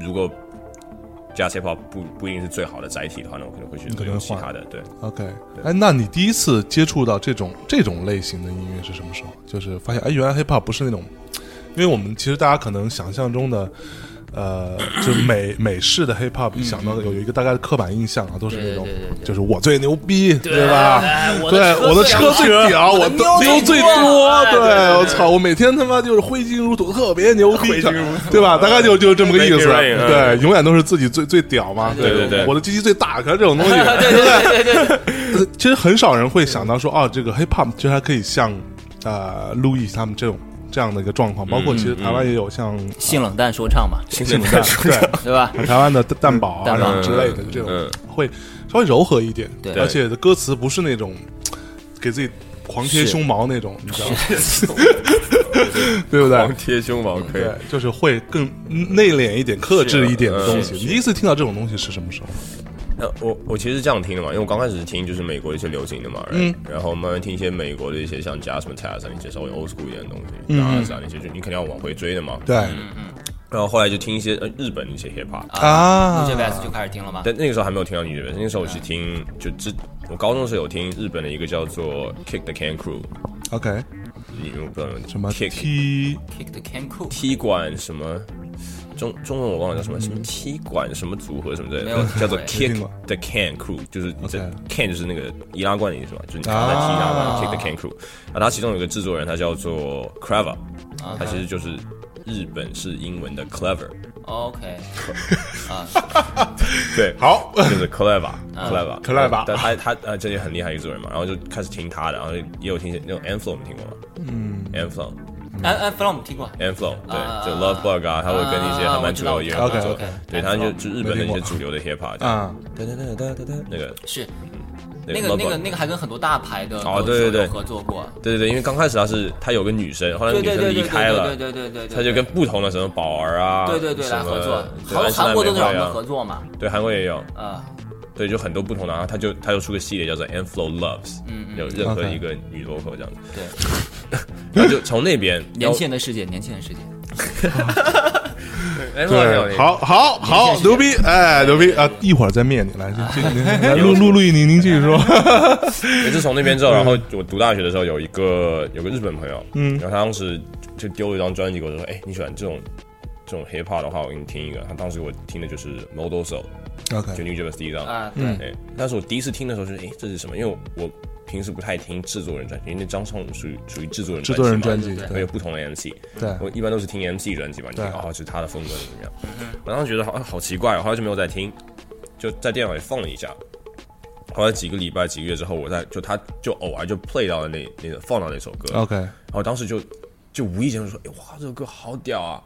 Speaker 1: 如果加 hip hop 不不一定是最好的载体的话，那我可能会去
Speaker 2: 你可能
Speaker 1: 用
Speaker 2: 会
Speaker 1: 其
Speaker 2: 换
Speaker 1: 他的。对，
Speaker 2: OK，
Speaker 1: 对
Speaker 2: 哎，那你第一次接触到这种这种类型的音乐是什么时候？就是发现，哎，原来 hip hop 不是那种，因为我们其实大家可能想象中的，呃，就美美式的 hip hop，想到的有有一个大概的刻板印象啊，都是那种
Speaker 3: 嗯对对对，对
Speaker 2: 就是我最牛逼，对吧？
Speaker 3: 我
Speaker 2: 对，我的车最屌，我
Speaker 3: 妞
Speaker 2: 的妞最
Speaker 3: 最
Speaker 2: 多
Speaker 3: 多，
Speaker 2: 对我操，我每天他妈就是挥金如土，特别牛逼，
Speaker 1: 挥金如土
Speaker 2: 对吧？大概就就这么个意思，
Speaker 1: Make it rain，嗯
Speaker 2: 对，永远都是自己最最屌嘛，
Speaker 1: 对对对
Speaker 2: 我的鸡鸡最大，可能这种东西，
Speaker 3: 对对对对对，
Speaker 2: 呃其实很少人会想到说，哦，这个 hip hop 其实还可以像呃路易他们这种这样的一个状况，包括其
Speaker 1: 嗯
Speaker 2: 实台湾也有 像
Speaker 3: 性冷淡说唱嘛，
Speaker 1: 性冷淡
Speaker 2: 对
Speaker 3: 对吧？
Speaker 2: 台湾的蛋蛋堡啊，
Speaker 3: 蛋堡
Speaker 2: 然后之类的这种
Speaker 1: 嗯，
Speaker 2: 会稍微柔和一点，
Speaker 3: 对
Speaker 2: 而且的歌词不是那种给自己狂贴胸毛那种，你知道吗？对不对
Speaker 1: 狂？贴胸毛可以
Speaker 2: 对。，就是会更内敛一点、克制一点的东西。
Speaker 3: 是
Speaker 2: 你第一次听到这种东西是什么时候？
Speaker 1: 那我我其实是这样听的嘛，因为我刚开始是听就是美国的一些流行的嘛，
Speaker 2: 嗯，
Speaker 1: 然后慢慢听一些美国的一些像 Jazz m a t a s 啊，那些稍微 old school 一点的东西 d a n 啊那些，就你肯定要往回追的嘛。
Speaker 2: 嗯对
Speaker 1: 然后后来就听一些呃日本的一些 hip hop，
Speaker 2: 啊
Speaker 3: j b s 就开始听了吗？
Speaker 1: 但那个时候还没有听到你这边，那个时候我是听
Speaker 3: 嗯
Speaker 1: 就之我高中的时候有听日本的一个叫做 Kick the Can Crew，
Speaker 2: ，OK，
Speaker 1: 你我不知道有没有
Speaker 2: 什么
Speaker 1: Kick
Speaker 2: T
Speaker 3: Kick the Can Cool，
Speaker 1: 踢馆什么。中中文我忘了叫什么，什么踢馆什么组合什么之类
Speaker 3: 没有
Speaker 1: 的，叫做
Speaker 3: 没
Speaker 2: 嗯听
Speaker 1: Kick
Speaker 2: 过
Speaker 1: the Can Crew，就是这
Speaker 2: OK
Speaker 1: Can 就是那个易拉罐的意思嘛，就是你卡在易拉罐、
Speaker 2: 啊
Speaker 1: Kick the Can Crew。然后他其中有一个制作人，他叫做 Clever，他
Speaker 3: 啊
Speaker 1: 其实就是日本式英文的 Clever，
Speaker 3: OK，
Speaker 1: 对，
Speaker 2: 好，
Speaker 1: 就是
Speaker 3: 嗯
Speaker 1: Clever，Clever，
Speaker 2: Clever
Speaker 1: 但他他呃这也很厉害一个制作人嘛，然后就开始听他的，然后也有听一些那种 a n f l o w 你听过吗？嗯 a n f l o w
Speaker 3: 哎哎，From 听过，
Speaker 1: a n f l o w 对，
Speaker 3: 啊
Speaker 1: 就 Love Bug 啊，他会跟一些
Speaker 3: 啊
Speaker 1: 还蛮主流的音乐合
Speaker 2: 我
Speaker 1: 作
Speaker 2: 知
Speaker 3: 道我知道，
Speaker 1: 对，
Speaker 3: OK，
Speaker 1: 他就
Speaker 3: Anflowne
Speaker 1: 就日本的一些主流的 hip hop 这样
Speaker 2: 啊，
Speaker 1: 哒哒哒哒哒哒那个
Speaker 3: 是
Speaker 1: 那
Speaker 3: 那个
Speaker 1: Love
Speaker 3: 那个
Speaker 1: Bug
Speaker 3: 那个还跟很多大牌的
Speaker 1: 哦对对对
Speaker 3: 歌手有合作过，
Speaker 1: 对对对，因为刚开始他是他有个女生，后来
Speaker 3: 对
Speaker 1: 女
Speaker 3: 对
Speaker 1: 生
Speaker 3: 对
Speaker 1: 离
Speaker 3: 对
Speaker 1: 开
Speaker 3: 对对
Speaker 1: 了，
Speaker 3: 对对对对，
Speaker 1: 他就跟不同的什么宝儿啊，
Speaker 3: 对对对
Speaker 1: 什
Speaker 3: 来
Speaker 1: 么
Speaker 3: 合
Speaker 1: 对
Speaker 3: 作，
Speaker 1: 安
Speaker 3: 韩
Speaker 1: 室奈
Speaker 3: 韩国都
Speaker 1: 美
Speaker 3: 找
Speaker 1: 惠
Speaker 3: 他
Speaker 1: 啊
Speaker 3: 们合作嘛，
Speaker 1: 对韩国也有，
Speaker 3: 啊，
Speaker 1: 对，就很多不同的，然后他就他就出个系列叫做 a n f l o w Loves，嗯，有任何
Speaker 2: OK
Speaker 1: 一个女 local 这样子，
Speaker 3: 对，
Speaker 1: 然后就从那边
Speaker 3: 年轻人的世界，年轻人的世界，
Speaker 1: 哎，
Speaker 2: 对，好好好，牛逼，哎，牛逼啊！一会儿再灭你，来，这这来录录录音，您您继续说。
Speaker 1: 也是从那边之后，然后我读大学的时候有一个有个日本朋友，嗯，然后他当时就丢了一张专辑给我，就说：“哎，你喜欢这种这种 hip hop 的话，我给你听一个。”他当时我听的就是 Model Soul，就
Speaker 2: OK，
Speaker 1: New Japan 第一张
Speaker 3: 啊对
Speaker 2: 嗯
Speaker 1: 对，但是我第一次听的时候就是，哎，这是什么？因为我我平时不太听制作人专辑，因为那张唱属于属于制作人
Speaker 2: 制作人专
Speaker 1: 专辑
Speaker 2: 辑，
Speaker 1: 嘛会
Speaker 2: 对
Speaker 1: 有不同的 MC，
Speaker 2: 对
Speaker 1: 我一般都是听 MC 专辑嘛，你
Speaker 2: 对
Speaker 1: 听哦，就是他的风格怎么样？我当时觉得好像好奇怪哦，后来就没有再听，就在电脑里放了一下。后来几个礼拜、几个月之后，我在就他就偶尔就 play 到了那那个放到那首歌
Speaker 2: ，OK，
Speaker 1: 然后当时就就无意间就说：“哎，哇，这首歌好屌啊！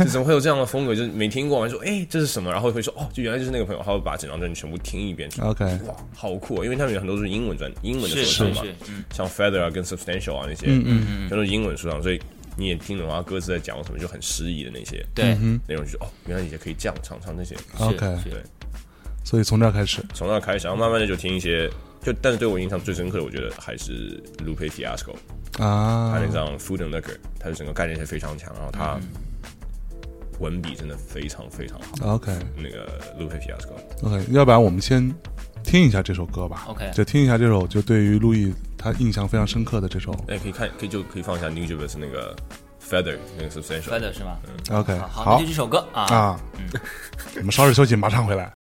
Speaker 1: 就怎么会有这样的风格？就是没听过。”然后说：“哎，这是什么？”然后会说：“哦，就原来就是那个朋友。”他会把整张专辑全部听一遍。就
Speaker 2: OK
Speaker 1: 哇，好酷、啊！因为他们有很多都是英文专英文的
Speaker 3: 是
Speaker 1: 说唱
Speaker 3: 是
Speaker 1: 嘛
Speaker 3: 是，，嗯
Speaker 1: 像 Feather 啊、跟 Substantial 啊那些，嗯嗯嗯，全都是英文说唱，所以你也听懂他歌词在讲什么，就很诗意的那些
Speaker 3: 对
Speaker 1: 内容，就是哦，原来以前可以这样唱唱那些。
Speaker 2: OK
Speaker 3: 是
Speaker 1: 对
Speaker 3: 是，
Speaker 2: 所以从这儿开始，
Speaker 1: 从那开始，然后慢慢的就听一些，就但是对我印象最深刻的，我觉得还是 Lupe Fiasco。
Speaker 2: 啊
Speaker 1: 他那张《Food and Liquor》，他的整个概念是非常强，然后他文笔真的非常非常好。
Speaker 2: ，OK
Speaker 1: 那个 Lupe Fiasco，
Speaker 2: OK，要不然我们先听一下这首歌吧
Speaker 3: OK
Speaker 2: 就听一下这首，就对于路易他印象非常深刻的这首
Speaker 1: 哎，可以看，可以就可以放一下 New j e r s 那个 Feather 那个 Substantial。
Speaker 3: ，Feather 是吗？
Speaker 2: ，OK，
Speaker 3: 好，那就这首歌啊，
Speaker 2: 啊， 我们稍事休息，马上回来。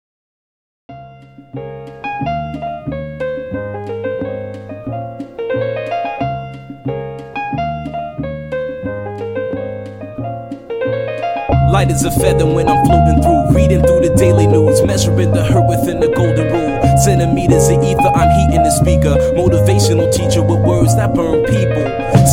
Speaker 4: Light as a feather when I'm floating through, reading through the daily news, measuring the hurt within the golden rule. Centimeters of ether, I'm heating the speaker. Motivational teacher with words that burn people.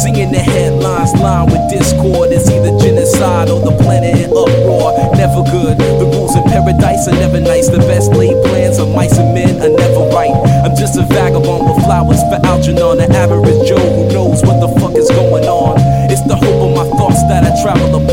Speaker 4: Seeing the headlines lined with discord, it's either genocide or the planet in uproar. Never good. The rules in paradise are never nice. The best laid plans of mice and men are never right. I'm just a vagabond with flowers for Algernon, an average Joe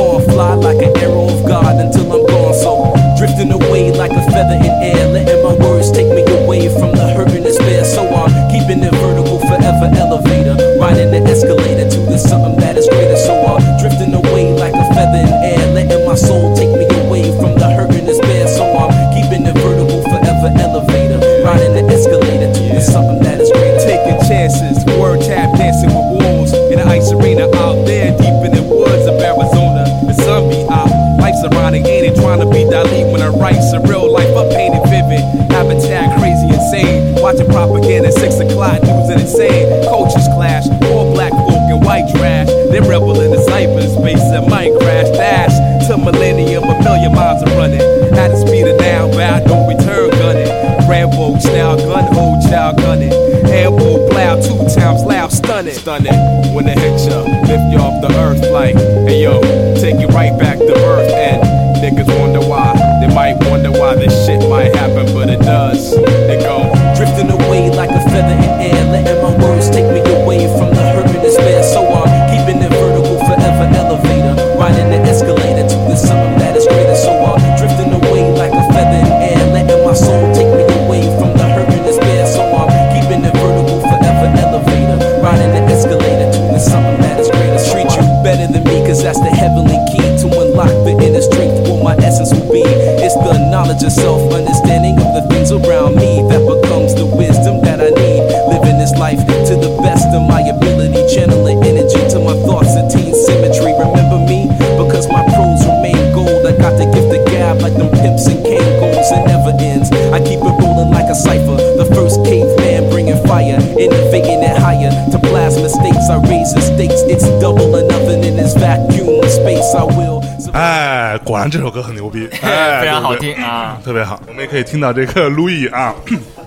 Speaker 4: who fly like an arrow of God until I'm gone. So drifting away like a feather in air, letting my words take me away from the hurt and despair. So I'm keeping it vertical forever, elevator, riding the escalator to the something that is greater. So I'm drifting away like a feather in air, letting my soul take me away from the hurt and despair. So I'm keeping it vertical forever, elevator, riding the escalator to the something that is greater.
Speaker 5: Taking chances, word tap dancing with wolves in an ice arena out there, deep in the woods of Arizona. The sun be out. Life's ironic, ain't it? Trying to be Dali when I write surreal life. I paint it vivid. Habitat crazy, insane. Watching propaganda, six o'clock news and insane. Cultures clash, all black folk and white trash. They rebel in the cyberspace and might crash. Dash to millennium, a million miles of running. At the speed of now, but I don't return gunning. Rambo style gun, old child gunning. Ambo plow two times loud, stunning. Stunning. When they hit ya, lift you off the earth like, hey yo, take you right back to earth. And niggas wonder why. They might wonder why this shit might happen, but it does. They go,
Speaker 4: Drifting away like a feather in air, letting my words take me away from the hurt and despair. So I'm keeping it vertical forever, elevator, riding the escalator to the something that is greater. So I'm drifting away like a feather in air, letting my soul take me away from the hurt and despair. So I'm keeping it vertical forever, elevator, riding the escalator to the something that is greater. So Treat you better than me, cause that's the heavenly key to unlock the inner strength. What my essence will be, it's the knowledge of self, understanding of the things around me that becomes the wisdom that I need. Living this life to the best of my ability, channeling energy to my thoughts and teen symmetry. Remember me because my pros remain gold. I got the gift of gab like them pimps and Kangos. It never ends. I keep it rolling like a cipher. The first caveman bringing fire, innovating it higher to blast mistakes. I raise the stakes. It's double or nothing in this vacuum of space. I will.
Speaker 2: 哎，果然这首歌很牛逼，哎，
Speaker 3: 非常好
Speaker 2: 对不对
Speaker 3: 听啊！
Speaker 2: 特别好，我们也可以听到这个 路易啊。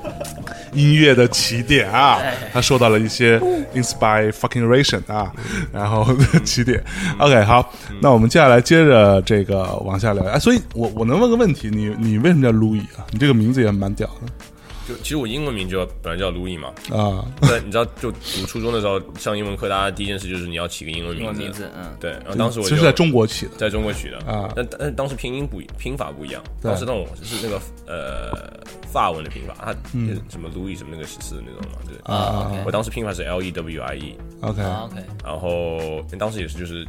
Speaker 2: 音乐的起点啊，他受到了一些 inspire fucking ration 啊，然后起点。OK，好，那我们接下来接着这个往下聊。哎，所以我我能问个问题，你你为什么叫 Louis 啊？你这个名字也蛮屌
Speaker 1: 就其实我英文名就本来叫 Louis 嘛，
Speaker 2: 的啊。
Speaker 1: 但你知道，就读初中的时候上英文课，大家第一件事就是你要起个英文名
Speaker 3: 文
Speaker 1: 字。
Speaker 3: 名字嗯
Speaker 1: 对，然后当时我
Speaker 2: 其
Speaker 1: 就
Speaker 2: 实在中国起的，
Speaker 1: 在中国取的
Speaker 2: 啊
Speaker 1: 但但是当时拼音不一拼法不一样，当时那种是那个呃法文的拼法，它
Speaker 2: 嗯
Speaker 1: 什么 Louis 什么那个十四那种嘛，对。
Speaker 3: 啊
Speaker 1: 我当时拼法是 L E W I E，
Speaker 2: OK，
Speaker 3: ，OK，
Speaker 1: 然后当时也是就是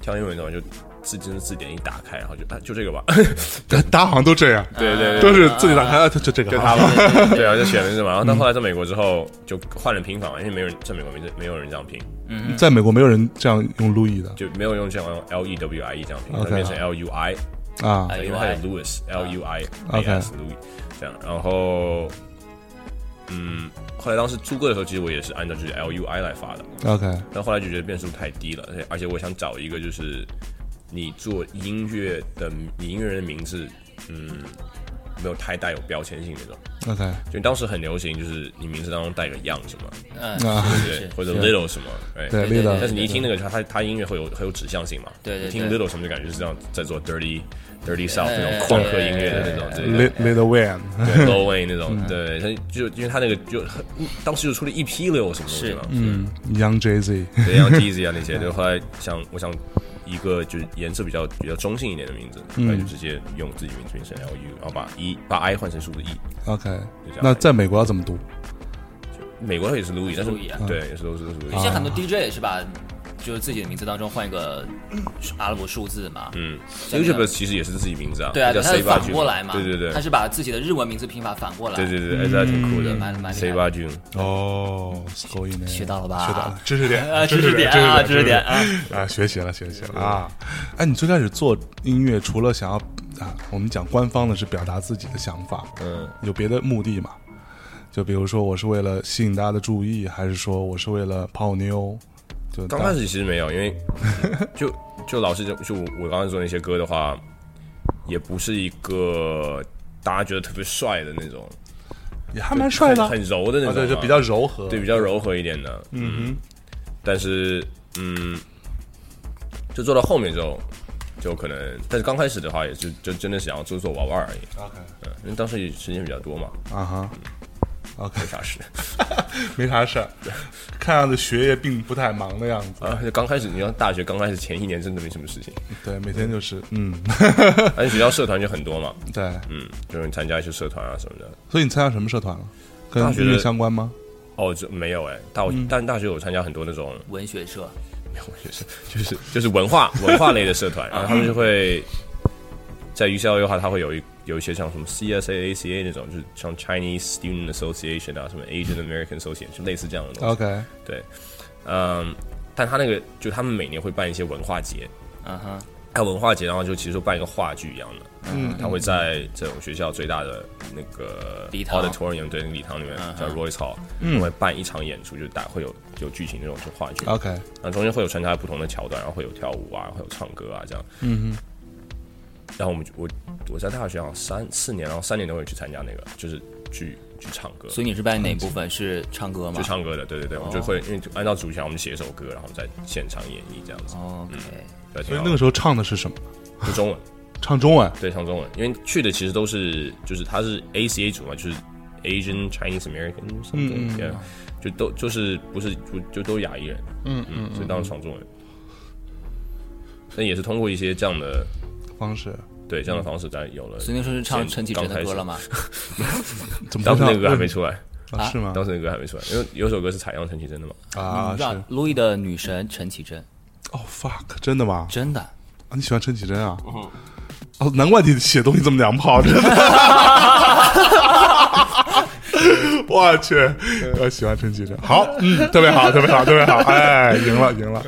Speaker 1: 挑英文的嘛，就字真的字典一打开，然后就啊就这个吧，
Speaker 2: 大家好像都这样，
Speaker 1: 对对
Speaker 2: 都是自己打开，啊就就这个，
Speaker 1: 就他 了，对啊，就选了这嘛。然后
Speaker 2: 嗯
Speaker 1: 但后来在美国之后就换了拼法嘛，因为没有人在美国没没有人这样拼，
Speaker 3: 嗯
Speaker 2: 在美国没有人这样用 Louis 的
Speaker 1: 就没有用这样用 L E W I E 这样拼，它
Speaker 2: OK
Speaker 1: 变成 L U I，
Speaker 2: 啊
Speaker 3: 哎
Speaker 1: 因为它有 Louis L U I A
Speaker 2: OK
Speaker 1: S Louis 这样。然后，嗯，后来当时出歌的时候，其实我也是按照就是 L U I 来发的，
Speaker 2: ？OK，
Speaker 1: 但后来就觉得变数太低了，而且而且我想找一个就是你做音乐的你音乐人的名字，嗯，没有太带有标签性那种。
Speaker 2: OK，
Speaker 1: 就当时很流行，就是你名字当中带个 Young 什么，
Speaker 3: 嗯，
Speaker 2: 啊，
Speaker 1: 对，或者 Little 什么，哎，
Speaker 2: 对
Speaker 3: 对
Speaker 2: Little
Speaker 1: 但是你一听那个，它它它音乐会有很有指向性嘛？
Speaker 3: 对对
Speaker 1: 你听
Speaker 3: 对哎
Speaker 1: Little 什么就感觉是这样在做 Dirty Dirty South 那种旷课音乐的那种，对
Speaker 2: Lit- Little Wayne，
Speaker 1: 对 Low Way 那
Speaker 2: 嗯
Speaker 1: 种，对，它就因为它那个就很当时就出了一批 Little 什么东西嘛，
Speaker 2: 嗯，Young Jay Z，
Speaker 1: 对，像 Dizzy 啊那些，对，后来想我想一个就是颜色比较比较中性一点的名字，后
Speaker 2: 嗯
Speaker 1: 来就直接用自己名字变成 L U，然后把 E 把 I 换成数字 E，
Speaker 2: OK，
Speaker 1: 这样
Speaker 2: 那在美国要怎么读？
Speaker 1: 美国也是 Louis，但是
Speaker 3: Louis 啊
Speaker 1: 对，也是都是都是 Louis，
Speaker 3: 有些很多 DJ 是吧？就是自己的名字当中换一个阿拉伯数字嘛。
Speaker 1: 嗯
Speaker 3: 像那个
Speaker 1: ，YouTube 其实也是自己名字啊，
Speaker 3: 对啊，
Speaker 1: 叫
Speaker 3: 对，他是
Speaker 1: C 八
Speaker 3: 反
Speaker 1: Jun，
Speaker 3: 过来嘛。
Speaker 1: 对对对
Speaker 3: 他，是把自己的日文名字拼法反过来。
Speaker 1: 对对对，哎还是还挺酷的
Speaker 3: 嗯蛮蛮厉害的
Speaker 1: C 八 Jun，
Speaker 2: 哦，s c o 一年
Speaker 3: 学到了吧
Speaker 2: 学到了，知识点
Speaker 3: 啊知识点啊知识点啊
Speaker 2: 啊，学习了，学习了啊！哎，你最开始做音乐，除了想要啊，我们讲官方的是表达自己的想法，
Speaker 1: 嗯，
Speaker 2: 有别的目的吗？就比如说，我是为了吸引大家的注意，还是说我是为了泡妞？就
Speaker 1: 刚
Speaker 2: 大
Speaker 1: 开始其实没有，因为就就老是就就我我刚才做那些歌的话，也不是一个大家觉得特别帅的那种，
Speaker 2: 也还蛮帅的
Speaker 1: 很，很柔的那
Speaker 2: 啊，
Speaker 1: 种嘛，
Speaker 2: 对，就比较柔和，
Speaker 1: 对比较柔和一点的，嗯，但是嗯，就做到后面之后，就可能，但是刚开始的话，也是就真的是想要做做玩玩而已，
Speaker 2: ，OK，
Speaker 1: 嗯，因为当时也时间比较多嘛，
Speaker 2: 啊哈， OK
Speaker 1: 没啥事
Speaker 2: 没啥 事儿，看样子学业并不太忙的样子。
Speaker 1: 啊。就刚开始，你知道大学刚开始前一年真的没什么事情，
Speaker 2: 对，每天就是嗯，
Speaker 1: 而且学校社团就很多嘛，
Speaker 2: 对。
Speaker 1: 嗯，就是你参加一些社团啊什么的。
Speaker 2: 所以你参加什么社团了？跟
Speaker 1: 大学
Speaker 2: 音乐
Speaker 1: 的
Speaker 2: 相关吗？
Speaker 1: 哦，这没有哎，大我但大学有参加很多那种
Speaker 3: 文学社，
Speaker 1: 就是就是就是文化文化类的社团，然后他们就会在 UCLA 的话，它会有一有一些像什么 CSA、ACA 那种，就是像 Chinese Student Association 啊，什么 Asian American Association，就类似这样的东西。
Speaker 2: OK，
Speaker 1: 对，嗯，但他那个就他们每年会办一些文化节，
Speaker 3: 嗯哼，
Speaker 1: 他文化节，然后就其实就办一个话剧一样的，嗯，他会在这种学校最大的那个
Speaker 3: 礼堂
Speaker 1: auditorium 对那个礼堂里面叫 Royce Hall，嗯，会办一场演出，就打会有有剧情那种就话剧
Speaker 2: OK
Speaker 1: 然后中间会有穿插不同的桥段，然后会有跳舞啊，会有唱歌啊这样，嗯然后我们就我我在大学好像三四年，然后三年都会去参加那个，就是去去唱歌，
Speaker 3: 所以哦你是扮演哪部分？是唱歌吗
Speaker 1: 就唱歌的，对对对，我们就会因为就按照主题，我们写一首歌，然后在现场演绎这样子，
Speaker 3: 哦？OK，
Speaker 2: 所
Speaker 1: 对，挺
Speaker 2: 以
Speaker 1: 好
Speaker 2: 那个
Speaker 1: 的，
Speaker 2: 时候唱的是什么？
Speaker 1: 就中文。
Speaker 2: 唱中文。
Speaker 1: 对，唱中文，因为去的其实都是就是他是 ACA 组嘛，就是 Asian Chinese American something，、
Speaker 2: 嗯
Speaker 1: yeah，就都就是不是就就都亚裔人，嗯嗯，所以当时唱中文，但也是通过一些这样的
Speaker 2: 方式
Speaker 1: 对这样的方式，咱有了。
Speaker 3: 所以那时候是唱陈绮贞
Speaker 1: 刚开始
Speaker 3: 的歌了吗？
Speaker 2: 怎么
Speaker 1: 当
Speaker 2: 会
Speaker 1: 时
Speaker 2: 唱？
Speaker 1: 那个歌还没出来，
Speaker 2: 啊是吗？
Speaker 1: 当时那个歌还没出来，因为有首歌是采样陈绮贞的嘛，
Speaker 2: 啊，是
Speaker 3: 让路易的女神陈绮贞，
Speaker 2: 哦，fuck，真的吗？
Speaker 3: 真的。
Speaker 2: 啊，你喜欢陈绮贞啊？哦，难怪你写东西这么娘炮，真 的。我去，我喜欢陈绮贞，好，嗯，特别好，特别好，特别好，哎，赢了，赢了。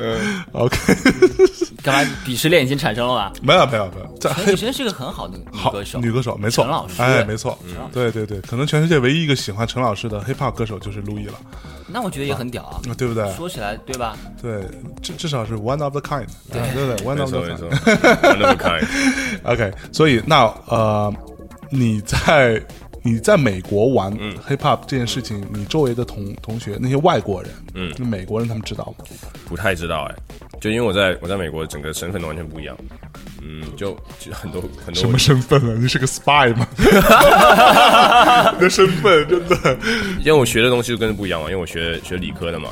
Speaker 2: OK，
Speaker 1: 嗯
Speaker 3: 干嘛？鄙视链已经产生了吧？
Speaker 2: 没有，没有，没有，这
Speaker 3: 陈绮贞是个很好的女
Speaker 2: 好
Speaker 3: 歌手，
Speaker 2: 女歌手，没错，
Speaker 3: 陈老师
Speaker 2: 哎，没错
Speaker 3: 陈老，师
Speaker 2: 对对对，可能全世界唯一一个喜欢陈老师的 hip hop 歌手就是陆毅了，
Speaker 3: 那我觉得也很屌啊，
Speaker 2: 啊对不对？
Speaker 3: 说起来对吧？
Speaker 2: 对，至至少是 one of the kind，啊对对对，one
Speaker 1: 没
Speaker 2: of the
Speaker 1: 错没
Speaker 2: kind
Speaker 1: 错。，One of a Kind，
Speaker 2: OK，所以那呃，你在 你在美国玩 hip hop 这件事情，你周围的同同学那些外国人，嗯，那美国人他们知道吗？
Speaker 1: 不太知道哎、就因为我在我在美国整个身份都完全不一样，嗯，就就很多很多
Speaker 2: 什么身份啊？你是个 spy 吗？你的身份真的？
Speaker 1: 因为我学的东西就跟着不一样嘛，因为我学学理科的嘛，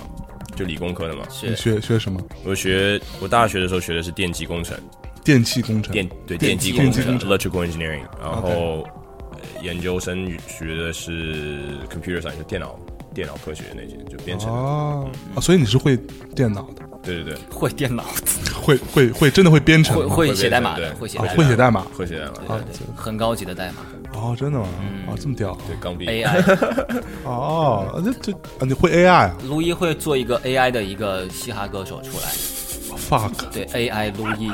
Speaker 1: 就理工科的嘛。
Speaker 3: 是
Speaker 2: 你学学什么？
Speaker 1: 我学我大学的时候学的是电机工程，
Speaker 2: 电气工程。
Speaker 1: 电对
Speaker 2: 电
Speaker 1: 电
Speaker 2: 机
Speaker 1: 机
Speaker 2: 工
Speaker 1: 工程
Speaker 2: 程
Speaker 1: （electrical engineering），然后呃研究生学的是 computer science，就电脑电脑科学那些，就编程。
Speaker 2: 哦、啊，所以你是会电脑的，
Speaker 1: 对对对，
Speaker 3: 会电脑，
Speaker 2: 会会会真的会编程
Speaker 3: 会
Speaker 2: 吗，
Speaker 3: 会写代码
Speaker 1: 对
Speaker 3: 的，
Speaker 1: 对
Speaker 3: 会写
Speaker 2: 哦
Speaker 3: 代码
Speaker 2: 会写代码。
Speaker 1: 会写代码，
Speaker 3: 对对对，很高级的代码
Speaker 2: 哦，真的吗？哦，这么屌。
Speaker 1: 对刚毕业。
Speaker 3: AI。
Speaker 2: 哦，这这啊，你会 AI 啊
Speaker 3: 陆一会做一个 AI 的一个嘻哈歌手出来，
Speaker 2: ？fuck，
Speaker 3: 对 AI 陆一，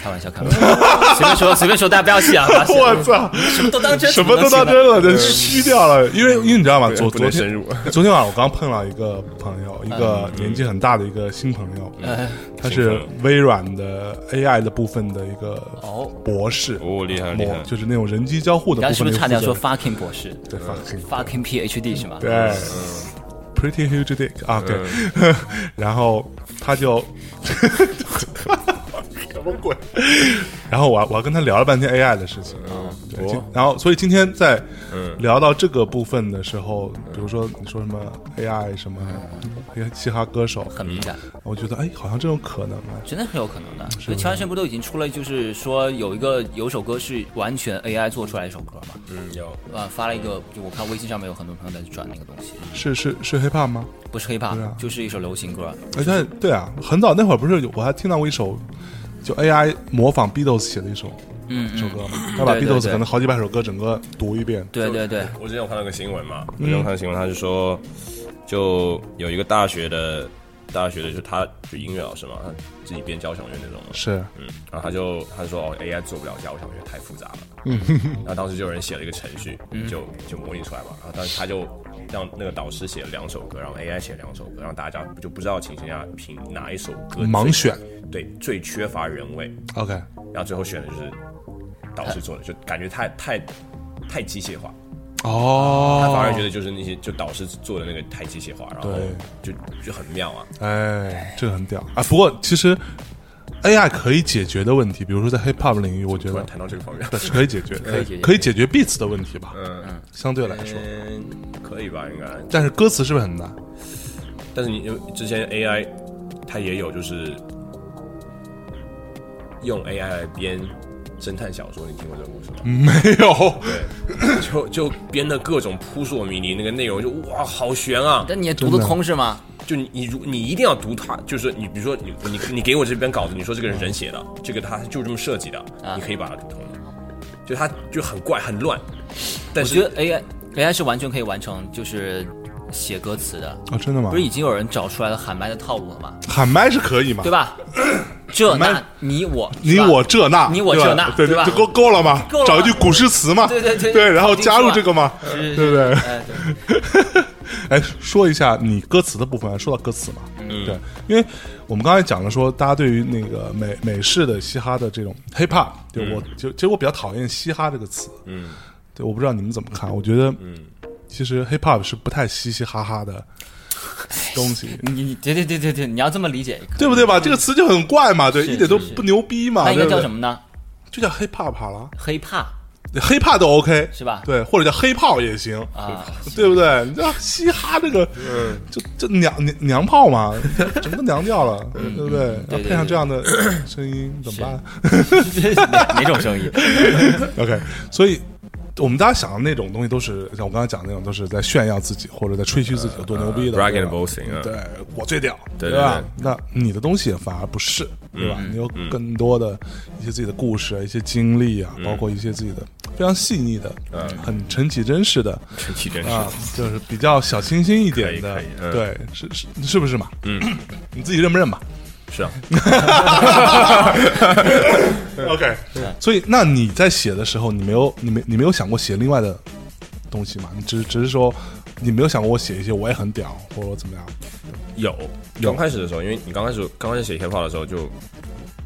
Speaker 3: 开玩笑，开玩笑，随便说随便说，大家不要信啊！不要信
Speaker 2: 我操！
Speaker 3: 什么都当真，
Speaker 2: 什么都当
Speaker 3: 怎能信
Speaker 2: 真了，这虚掉了。因为因为你知道吗？
Speaker 1: 对
Speaker 2: 昨
Speaker 1: 不
Speaker 2: 昨
Speaker 1: 能
Speaker 2: 天
Speaker 1: 深入
Speaker 2: 昨天晚上我刚碰到一个朋友，一个年纪很大的一个新朋友，他是微软的 AI 的部分的一个
Speaker 3: 哦
Speaker 2: 博士，
Speaker 1: 哦厉害
Speaker 2: 模
Speaker 1: 厉害
Speaker 2: 就是那种人机交互的
Speaker 3: 呢？刚
Speaker 2: 部
Speaker 3: 是
Speaker 2: 分
Speaker 3: 不
Speaker 2: 的一
Speaker 3: 是
Speaker 2: 个负
Speaker 3: 差
Speaker 2: 责
Speaker 3: 点
Speaker 2: 人。
Speaker 3: 说 fucking 博士
Speaker 2: 对 fucking
Speaker 3: ，fucking PhD 是吗？
Speaker 2: 对，pretty huge dick 啊，对， 然后他就什么鬼？然后我我跟他聊了半天 AI 的事情，
Speaker 1: 嗯哦
Speaker 2: 对，今然后所以今天在聊到这个部分的时候，比如说你说什么 AI 什么嗯嘻哈歌手，
Speaker 3: 很敏感，
Speaker 2: 我觉得哎，好像这种可能啊，
Speaker 3: 真的很有可能的。所以乔安神不都已经出了，就是说有一个有首歌是完全 AI 做出来一首歌嘛？
Speaker 1: 嗯，有
Speaker 3: 呃，发了一个，就我看微信上面有很多朋友在转那个东西，
Speaker 2: 是是是 hiphop 吗？
Speaker 3: 不是
Speaker 2: 啊
Speaker 3: hiphop，、就是一首流行歌。
Speaker 2: 而且对啊，很早那会儿不是有我还听到过一首，就 AI 模仿 Beatles 写的一首。嗯，首歌嘛，他把
Speaker 3: 对对
Speaker 2: Beatles
Speaker 3: 对
Speaker 2: 可能好几百首歌整个读一遍，
Speaker 3: 对对对，
Speaker 1: 我之前有看到个新闻嘛，我之前有看到新闻，他就说，就有一个大学的大学的，就他就音乐老师嘛，他自己编交响乐那种嘛，
Speaker 2: 是
Speaker 1: 嗯，然后他就他就说哦，AI 做不了交响乐太复杂了。
Speaker 2: 嗯
Speaker 1: 然后当时就有人写了一个程序，就就模拟出来嘛。然后但是他就让那个导师写了两首歌，然后 AI 写了两首歌，让大家就不知道请人家评哪一首歌最
Speaker 2: 盲选，
Speaker 1: 对，最缺乏人味。
Speaker 2: OK，
Speaker 1: 然后最后选的就是导师做的，就感觉太太太机械化。他反
Speaker 2: 哦，
Speaker 1: 而觉得就是那些就导师做的那个太机械化，然后就就很妙啊。
Speaker 2: 哎，这个很屌啊！不过其实 AI 可以解决的问题，比如说在 hip hop 领域，我觉
Speaker 1: 突
Speaker 2: 得
Speaker 1: 然谈到这个方面，
Speaker 2: 是可以解决的，可
Speaker 3: 以解决
Speaker 2: beats 的问题吧，
Speaker 1: 嗯，
Speaker 2: 相对来说。
Speaker 1: 嗯，可以吧？应该，
Speaker 2: 但是歌词是不是很难？
Speaker 1: 但是你有之前 AI，它也有就是用 AI 来编侦探小说，你听过这个故事吗？
Speaker 2: 没有，
Speaker 1: 对， 就就编的各种扑朔迷离，那个内容就哇，好悬啊！
Speaker 3: 但你也读得通是吗？
Speaker 1: 就你你如你一定要读它，就是你比如说你你你给我这篇稿子，你说这个是人写的，这个他就这么设计的，你可以把它读通的。就它就很怪很乱，但
Speaker 3: 我觉
Speaker 1: 是
Speaker 3: 得 AI AI 是完全可以完成，就是写歌词的。
Speaker 2: 哦，真的吗
Speaker 3: 不？是已经有人找出来了喊麦的套路了吗？
Speaker 2: 喊麦是可以嘛？
Speaker 3: 对吧？这
Speaker 2: 麦
Speaker 3: 那你我
Speaker 2: 你
Speaker 3: 是吧
Speaker 2: 我这那，
Speaker 3: 你我
Speaker 2: 对吧
Speaker 3: 这那
Speaker 2: 对
Speaker 3: 对吧
Speaker 2: 就够够了嘛
Speaker 3: 够了？吗
Speaker 2: 找一句古诗词嘛？
Speaker 3: 对对
Speaker 2: 对
Speaker 3: 对
Speaker 2: 然后
Speaker 3: 已经
Speaker 2: 加入
Speaker 3: 说了
Speaker 2: 这个嘛，
Speaker 3: 是
Speaker 2: 对不对？
Speaker 3: 哎对。
Speaker 2: 哎，说一下你歌词的部分，说到歌词嘛，对，因为我们刚才讲了说，大家对于那个美美式的嘻哈的这种 hip hop，就我就其实我比较讨厌嘻哈这个词，嗯，对，我不知道你们怎么看，我觉得，嗯，其实 hip hop 是不太嘻嘻哈哈的
Speaker 3: 哎
Speaker 2: 东西。
Speaker 3: 你你对对对对对，你要这么理解，
Speaker 2: 对不对吧？这个词就很怪嘛，对，
Speaker 3: 是
Speaker 2: 一点都
Speaker 3: 是是
Speaker 2: 不牛逼嘛，
Speaker 3: 那应该
Speaker 2: 对不
Speaker 3: 叫
Speaker 2: 啊对
Speaker 3: 什？么呢？
Speaker 2: 就叫 hip hop 好了，
Speaker 3: 黑怕
Speaker 2: 黑怕都 OK
Speaker 3: 是吧
Speaker 2: 对，或者叫黑炮也行，
Speaker 3: 啊，
Speaker 2: 对不对？你知道嘻哈这个，
Speaker 1: 嗯
Speaker 2: 就就娘娘娘炮嘛，整个娘掉了，
Speaker 1: 嗯
Speaker 2: 对不对？然后
Speaker 3: 对
Speaker 2: 配上这样的 声音怎么办
Speaker 3: 哪哪种生意？
Speaker 2: ？OK，所以我们大家想的那种东西都是像我刚才讲的那种，都是在炫耀自己或者在吹嘘自己有多牛逼的
Speaker 1: brag
Speaker 2: 对
Speaker 1: and
Speaker 2: 吧
Speaker 1: boasting 啊
Speaker 2: 对我最屌，
Speaker 1: 对嗯
Speaker 2: 吧？那你的东西反而不是，对吧？你有更多的一些自己的故事、啊，一些经历啊，
Speaker 1: 嗯
Speaker 2: 包括一些自己的非常细腻的、很陈绮贞式的。
Speaker 1: 神奇真是
Speaker 2: 啊，就是比较小清新一点的
Speaker 1: 可以可以，嗯
Speaker 2: 对，是是是不是嘛？嗯，你自己认不认吧
Speaker 1: 是啊，
Speaker 2: ？OK，所以那你在写的时候，你没有你没你没有想过写另外的东西嘛？你只只是说你没有想过我写一些我也很屌或者我怎么样？
Speaker 1: 有，刚开始的时候，因为你刚开始刚开始写 hiphop 的时候，就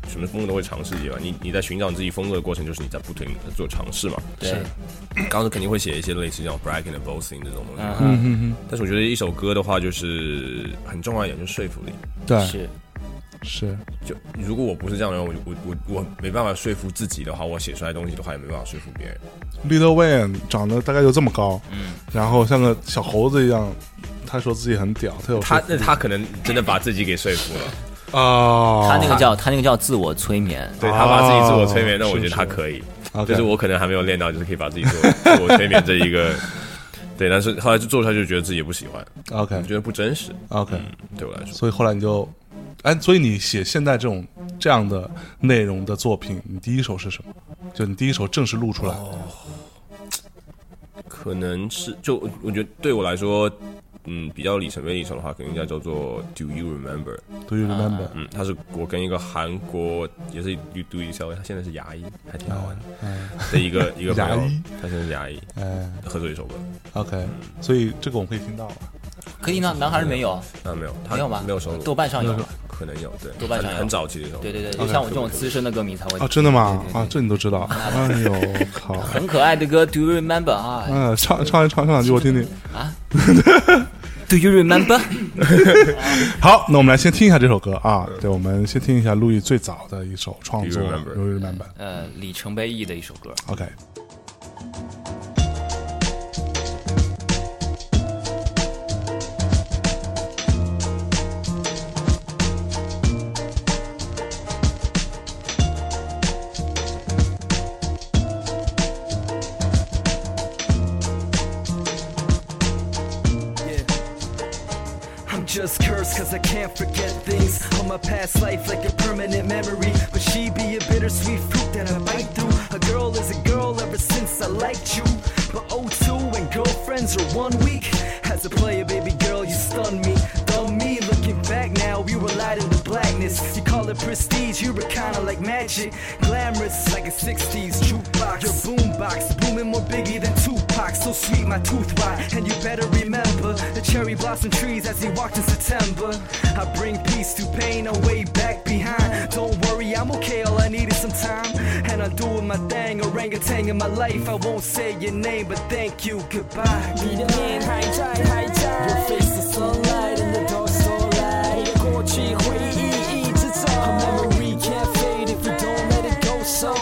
Speaker 1: 什么风格都会尝试一些吧。你你在寻找你自己风格的过程，就是你在不停的做尝试嘛。
Speaker 3: 对，
Speaker 1: 刚开始肯定会写一些类似这种 bragging and boasting 这种东西。
Speaker 3: 嗯啊
Speaker 1: 但是我觉得一首歌的话，就是很重要一点，就是说服力。
Speaker 2: 对，
Speaker 3: 是
Speaker 2: 是，
Speaker 1: 就如果我不是这样的人，我就我我我没办法说服自己的话，我写出来的东西的话，也没办法说服别人。
Speaker 2: Little Wayne 长得大概就这么高，嗯，然后像个小猴子一样，他说自己很屌，他有
Speaker 1: 他那他可能真的把自己给说服了，
Speaker 2: 啊，
Speaker 3: 他那个叫他那个叫自我催眠，
Speaker 1: 对他把自己自我催眠，那我
Speaker 2: 哦是
Speaker 1: 觉得他
Speaker 2: 是
Speaker 1: 可以。
Speaker 2: OK
Speaker 1: 就是我可能还没有练到，就是可以把自己做 自我催眠这一个。对，但是后来就做出来就觉得自己不喜欢，
Speaker 2: OK
Speaker 1: 觉得不真实。
Speaker 2: OK，
Speaker 1: 嗯，对我来说，
Speaker 2: 所以后来你就，哎，所以你写现在这种这样的内容的作品，你第一首是什么？就你第一首正式录出来，
Speaker 1: 可能是就我我觉得对我来说，嗯，比较里程碑一首的话，可能应该叫做《Do You Remember》。
Speaker 2: Do you remember？、
Speaker 1: 嗯，他是我跟一个韩国也是 Do Do 一小，他现在是牙医，还挺好玩的。的一个一个朋友
Speaker 2: 嗯牙医，
Speaker 1: 他现在是牙医，
Speaker 2: 哎
Speaker 1: 合作一首歌。
Speaker 2: ，OK，所以这个我们可以听到了。啊
Speaker 3: 可以呢，男孩儿没有，
Speaker 1: 啊，没有，他
Speaker 3: 没有吗？
Speaker 1: 没有收入，
Speaker 3: 豆瓣上有吗。
Speaker 1: 可能有，对，
Speaker 3: 豆瓣上
Speaker 1: 很
Speaker 3: 有
Speaker 1: 很早期的时候。
Speaker 3: 对对对，就像我这种资深的歌迷才
Speaker 2: 啊，
Speaker 3: 会。
Speaker 2: 真的吗？啊，这你都知道？哎呦，我靠！
Speaker 3: 很可爱的歌，Do you remember 啊
Speaker 2: 嗯，唱唱唱唱两句我听听。
Speaker 3: ？Do you remember？
Speaker 2: 好，那我们来先听一下这首歌啊。对，我们先听一下陆毅最早的一首创作
Speaker 1: Do you remember？
Speaker 2: Do you remember？
Speaker 3: 呃，里程碑意义的一首歌。
Speaker 2: OK，
Speaker 6: Yeah. I'm just cursed cause I can't forget things on my past life like a permanent memory. But she be a bittersweet fruit that I bite through. A girl is a girl ever since I liked you. But O2 and girlfriends are one week. As a player, baby girl, you stun me. Dumb me, looking back now, we were light in the blackness. You call it prestige, you were kinda like magic. Glamorous like a 60s jukebox. Your boombox, booming more biggie than Tupac. So sweet, my tooth rot. And you better remember the cherry blossom trees as he walked in September. I bring peace to pain, a way back behind. Don't worry, I'm okay, all I need is some time. And I'm doing my thing, orangutan in my life. I won't say your name, but thank you, goodbye.
Speaker 7: Be the man, high tide, high tide. Your face is sunlight in the dark starlight. 过去回忆一直在，A memory can't
Speaker 4: Uh,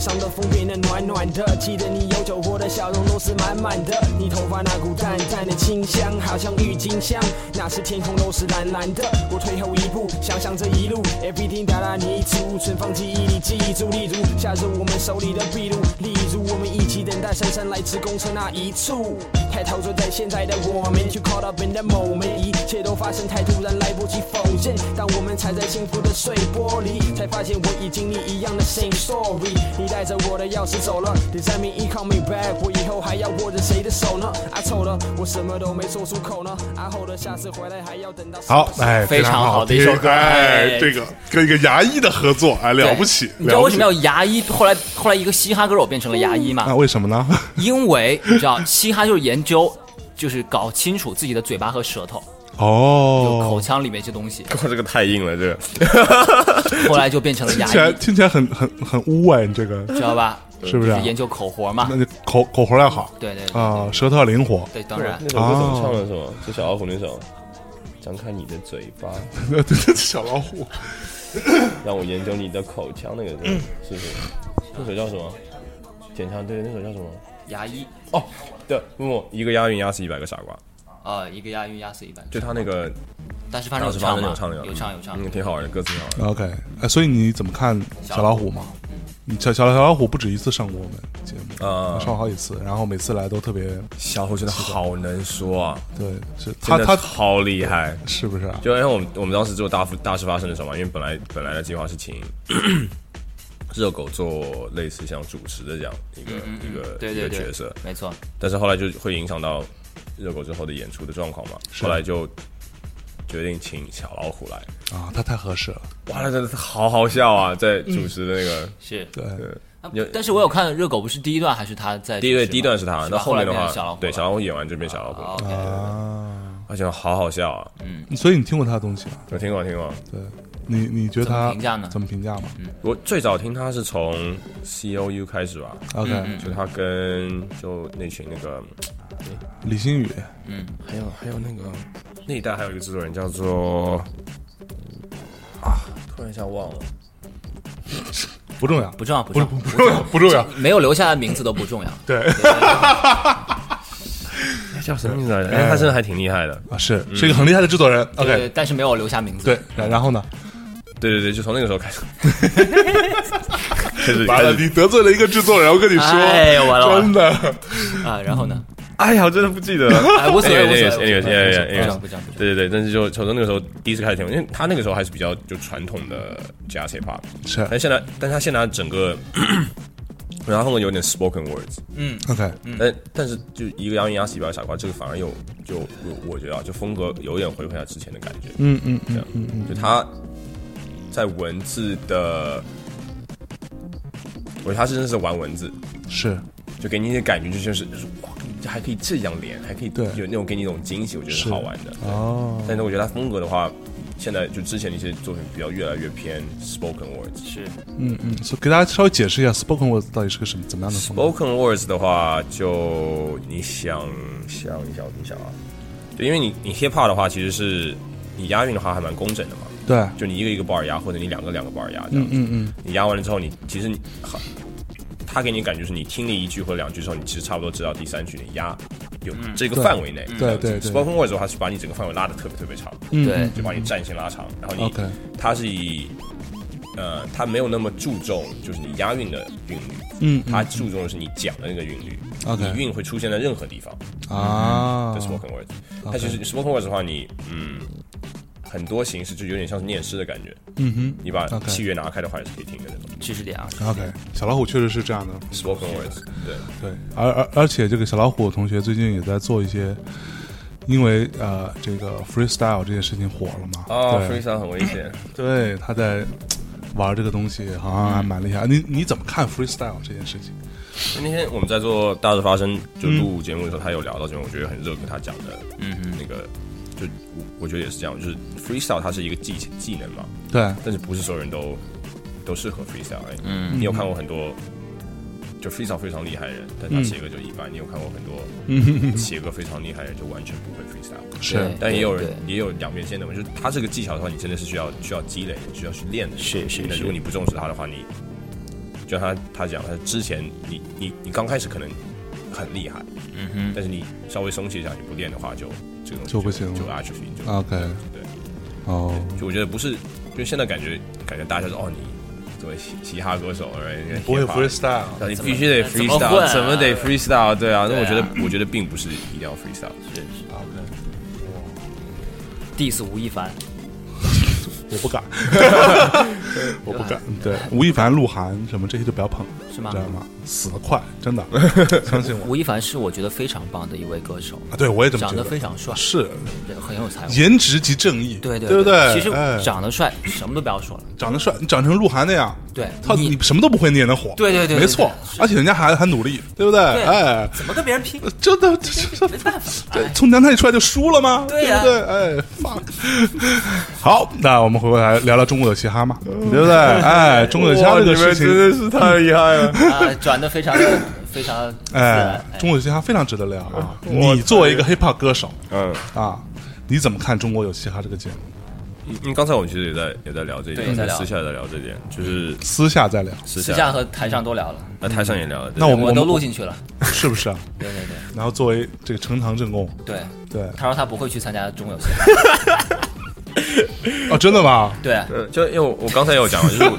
Speaker 7: 上的风变得暖暖的，记得你有酒窝的笑容都是满满的。你头发那股淡淡的清香，好像郁金香，那时天空都是蓝蓝的。我退后一步，想想这一路，everything 打打泥足，存放记忆里记住，例如夏日我们手里的壁炉，例如我们一起等待姗姗来迟公车那一处。太陶醉在现在的我们，too caught up in the moment，一切都发生太突然，来不及否认。当我们踩在幸福的碎玻璃，才发现我已经你一样的 same story。你带着我的钥匙走了，Does that mean you call me back？我以后还要握着谁的手呢？I told her，我什么都没说出口呢。I hold her，下次回来还要等到
Speaker 2: 好，哎，
Speaker 3: 非常好的一首歌
Speaker 2: 听哎，
Speaker 3: 哎
Speaker 2: 这个跟一个牙医的合作，哎，了不起，
Speaker 3: 你知道为什么
Speaker 2: 了
Speaker 3: 要牙医？后来后来一个嘻哈歌手变成了牙医
Speaker 2: 不起？啊，
Speaker 3: 吗？
Speaker 2: 为什么呢？
Speaker 3: 因为你知道，嘻哈就是研究，就是搞清楚自己的嘴巴和舌头、口
Speaker 2: 哦，
Speaker 3: 腔里面一些东西。
Speaker 1: 哇，这个太硬了，这个
Speaker 3: 后来就变成了牙
Speaker 2: 听起来
Speaker 3: 医，
Speaker 2: 听起来很很很污啊，你这 个
Speaker 3: 知道吧？
Speaker 2: 是不是
Speaker 3: 就
Speaker 2: 啊
Speaker 3: 是？研究口活嘛
Speaker 2: 那？你口口活要好，
Speaker 3: 对对对
Speaker 2: 啊，舌头要灵活，
Speaker 3: 对，当然
Speaker 1: 那首歌怎么唱的？什么？就小老虎那首。张开你的嘴巴，
Speaker 2: 小老虎，
Speaker 1: 让我研究你的口腔，那个歌是不是？那首叫什么？简唱对，那首叫什么？
Speaker 3: 牙医，
Speaker 1: 哦，对，木木一个押韵压死一百个傻瓜，
Speaker 3: 呃，一个押韵压死一百个，
Speaker 1: 就他那个
Speaker 3: 但是发
Speaker 1: 当
Speaker 3: 生
Speaker 1: 时
Speaker 3: 有
Speaker 1: 发
Speaker 3: 唱
Speaker 1: 生
Speaker 3: 吗
Speaker 1: 有唱那？个，
Speaker 3: 有唱有唱
Speaker 1: 嗯，，挺好玩的，歌词挺好玩的。
Speaker 2: OK，哎，所以你怎么看小老虎嘛？你小小小老虎不止一次上过我们节目，
Speaker 1: 啊
Speaker 2: 上过好几次，然后每次来都特别
Speaker 1: 小虎真的好能说啊，
Speaker 2: 对，是
Speaker 1: 真
Speaker 2: 他
Speaker 1: 的
Speaker 2: 他
Speaker 1: 好厉害。
Speaker 2: 是不是啊？
Speaker 1: 就因为我们我们当时做大事大事发生的时候嘛，因为本来本来的计划是 请热狗做类似像主持的这样一个一个
Speaker 3: 对
Speaker 1: 一个
Speaker 3: 对
Speaker 1: 角
Speaker 3: 对
Speaker 1: 色，，
Speaker 3: 没错，
Speaker 1: 但是后来就会影响到热狗之后的演出的状况嘛，后来就决定请小老虎来。
Speaker 2: 啊，他太合适了，
Speaker 1: 哇，那真的是好好笑啊！在主持的那个，
Speaker 3: 是。
Speaker 2: 对，
Speaker 3: 啊
Speaker 1: 有
Speaker 3: 但是我有看热狗，不是第一段还是他在
Speaker 1: 第一
Speaker 3: 主
Speaker 1: 对
Speaker 3: 持吗
Speaker 1: 第一段是他，
Speaker 3: 吧
Speaker 1: 那后面的
Speaker 3: 变
Speaker 1: 话
Speaker 3: 成小老虎，
Speaker 1: 对小
Speaker 3: 老
Speaker 1: 老虎演完就变小老虎，
Speaker 3: 虎，
Speaker 2: 啊，
Speaker 1: 而且好好笑啊！
Speaker 2: 所以你听过他的东西吗？
Speaker 1: 我听过听过，
Speaker 2: 对，你你觉得他
Speaker 3: 怎么评价呢嗯
Speaker 2: 怎么评价嘛
Speaker 1: 我最早听他是从 C O U 开始吧，
Speaker 3: 嗯
Speaker 2: ？OK，
Speaker 1: 就他跟就那群那个，
Speaker 2: 李星宇
Speaker 1: 还有还有那个那一代还有一个制作人叫做啊，突然一下忘了，
Speaker 2: 不重要，
Speaker 3: 不重要，不
Speaker 2: 不
Speaker 3: 重
Speaker 2: 不
Speaker 3: 要，
Speaker 2: 重要，不重要，
Speaker 3: 没有留下的名字都不重要。
Speaker 2: 对
Speaker 1: 哎叫什么名字来着？哎，他真的还挺厉害的。
Speaker 2: 啊，是是一个很厉害的制作人
Speaker 3: 对
Speaker 2: ，OK，
Speaker 3: 对呃但是没有留下名字。哎
Speaker 2: 对，然然后呢？
Speaker 1: 对对对，就从那个时候开 始，开始
Speaker 2: 完
Speaker 1: 开
Speaker 2: 了，
Speaker 1: 始
Speaker 2: 你得罪了一个制作人，我跟你
Speaker 3: 哎
Speaker 2: 说，
Speaker 3: 完了完
Speaker 2: 真
Speaker 3: 了
Speaker 2: 的，
Speaker 3: 啊！然后呢？
Speaker 1: 哎呀，我真的不记得了。
Speaker 3: 哎，无 所谓，无所谓
Speaker 1: Anyways,
Speaker 3: 无所谓，
Speaker 1: anyways,
Speaker 3: 不重要
Speaker 1: yeah, yeah,
Speaker 3: 不重
Speaker 1: anyways
Speaker 3: 要不重要，不重要。
Speaker 1: 对对对，但是就从那个时候第一次开始听，因为他那个时候还是比较就传统的 jazz hip hop，
Speaker 2: 是
Speaker 1: 但现在，但他现在整个， 然后后面有点 spoken words，
Speaker 2: OK，
Speaker 3: 嗯
Speaker 1: 但但是就一个杨颖、阿喜、白傻瓜，这个反而有就我我觉得啊，就风格有点回馈他之前的感觉，
Speaker 2: 嗯嗯
Speaker 1: 这
Speaker 2: 嗯
Speaker 1: 样，就他在文字的，我觉得他真的是玩文字，
Speaker 2: 嗯是
Speaker 1: 就给你一些感觉，就就是就是哇，这还可以这样连，还可以
Speaker 2: 对
Speaker 1: 有那种给你一种惊喜，我觉得
Speaker 2: 是
Speaker 1: 是好玩的。
Speaker 2: 哦，
Speaker 1: 但是我觉得他风格的话，现在就之前的一些作品比较越来越偏 spoken words。
Speaker 3: 是
Speaker 2: 嗯嗯，所以给大家稍微解释一下 spoken word 到底是个什么怎么样的风格？
Speaker 1: spoken words 的话，就你想想一下，我你想啊，对，因为你你 hip hop 的话，其实是你押韵的话还蛮工整的嘛，
Speaker 2: 对，
Speaker 1: 就你一个一个 bar 押，或者你两个两个 bar 押这
Speaker 2: 嗯
Speaker 1: 样子。
Speaker 2: 嗯嗯，
Speaker 1: 你押完了之后，你其实你很，他给你感觉是你听了一句或者两句之后，你其实差不多知道第三句你押有这个范围内。
Speaker 2: 嗯对对对对嗯
Speaker 1: Spoken word 的话是把你整个范围拉的特别特别长，
Speaker 3: 对
Speaker 1: 就把你战线拉长，然后你
Speaker 2: OK
Speaker 1: 它是以。呃，它没有那么注重就是你押韵的韵律，
Speaker 2: 嗯
Speaker 1: 它注重的是你讲的那个韵律。
Speaker 2: OK
Speaker 1: 你韵会出现在任何地方，
Speaker 2: 啊
Speaker 1: 在 spoken word。它其实 spoken word 的话，你嗯，很多形式就有点像是念诗的感觉。嗯哼，你把
Speaker 2: OK 嗯
Speaker 1: 契约拿开的话，也是可以听的那种。
Speaker 3: 知识点啊，
Speaker 2: ，OK，小老虎确实是这样的，
Speaker 1: spoken words，对，
Speaker 2: 对，而而而且这个小老虎同学最近也在做一些，因为呃这个 freestyle 这件事情火了嘛，
Speaker 1: 啊，
Speaker 2: 对
Speaker 1: 非常很危险。
Speaker 2: 对，他在玩这个东西，好像还蛮厉害。啊你你怎么看 freestyle 这件事情？
Speaker 1: 那天我们在做《大事发生》就录节目的时候，他有聊到这种，我觉得很热，跟他讲的，嗯那个就我我觉得也是这样，就是 freestyle 它是一个技技能嘛，
Speaker 2: 对，
Speaker 1: 但是不是所有人都都适合 freestyle、哎，嗯，你有看过很多就 freestyle 非常厉害的人，但他写歌就一般；你有看过很 多写歌非常厉害的人，就完全不会 freestyle。
Speaker 2: 是
Speaker 3: 对
Speaker 1: 但也有人
Speaker 3: 对
Speaker 1: 也有两面性的嘛，就是它这个技巧的话，你真的是需要需要积累，需要去练的。是是，那如果你不重视它的话，你就像他他讲，他之前你你你刚开始可能很厉害，嗯哼，但是你稍微松懈一下，你不练的话就，这个东西
Speaker 2: 就不行了啊
Speaker 1: 就 atrophy 就
Speaker 2: ，OK，
Speaker 1: 对，
Speaker 2: 哦，
Speaker 1: 就我觉得不是，因为现在感觉感觉大家说哦，你作为嘻嘻哈歌手，而
Speaker 2: 嗯不会 freestyle，啊
Speaker 1: 对你必须得
Speaker 3: 怎么
Speaker 1: freestyle，
Speaker 3: 混啊
Speaker 1: 怎么得 freestyle？对啊，那我
Speaker 3: 对啊
Speaker 1: 觉得我觉得并不是一定要 freestyle，
Speaker 3: diss 吴亦凡，
Speaker 2: 我不 敢，我不敢。对，吴亦凡、鹿晗什么这些就不要碰，
Speaker 3: 是吗
Speaker 2: 知道吗？死得快，真 的，相信我。
Speaker 3: 吴亦凡是我觉得非常棒的一位歌手，
Speaker 2: 啊，对我也这么
Speaker 3: 长
Speaker 2: 觉
Speaker 3: 得非常帅，
Speaker 2: 是
Speaker 3: 对，很有才华。
Speaker 2: 颜值即正义，
Speaker 3: 对
Speaker 2: 对
Speaker 3: 对
Speaker 2: 不对？
Speaker 3: 其实
Speaker 2: 哎
Speaker 3: 长得帅什么都不要说了，
Speaker 2: 长得帅，你长成鹿晗那样，
Speaker 3: 对
Speaker 2: 他
Speaker 3: 你
Speaker 2: 你什么都不会，你也能火，
Speaker 3: 对对对对
Speaker 2: 没错。而且人家还还努力，对不对？哎，
Speaker 3: 怎么跟别 人拼？
Speaker 2: 真的，这这
Speaker 3: 没办法，
Speaker 2: 对，从南泰里出来就输了吗？
Speaker 3: 对呀
Speaker 2: 不对？哎，fuck。好，那我们回过来聊聊中国有嘻哈嘛，对不对？哎，中国有嘻哈这个事情，
Speaker 1: 是太厉害了。
Speaker 3: 啊，转的非常非常自
Speaker 2: 哎
Speaker 3: 然，，
Speaker 2: 中国有嘻哈非常值得聊啊。你作为一个 hiphop 歌手
Speaker 1: 嗯，
Speaker 2: 啊，你怎么看中国有嘻哈这个节目？
Speaker 1: 因嗯为刚才我们其实也在也在聊这一点，
Speaker 3: 对
Speaker 1: 在
Speaker 3: 在聊
Speaker 1: 私下也在聊这一点，就是
Speaker 2: 私下再聊，
Speaker 1: 私
Speaker 3: 私下和台上都聊了，
Speaker 1: 那台上也聊了。
Speaker 2: 嗯那我们
Speaker 3: 我都录进去了。
Speaker 2: 是不是啊？
Speaker 3: 对对对
Speaker 2: 然后作为这个呈堂证供，
Speaker 3: 对，
Speaker 2: 对，
Speaker 3: 他说他不会去参加中国有嘻哈。
Speaker 2: 哦，真的吗？
Speaker 3: 对，
Speaker 1: 对呃就因为我我刚才有讲嘛，就是我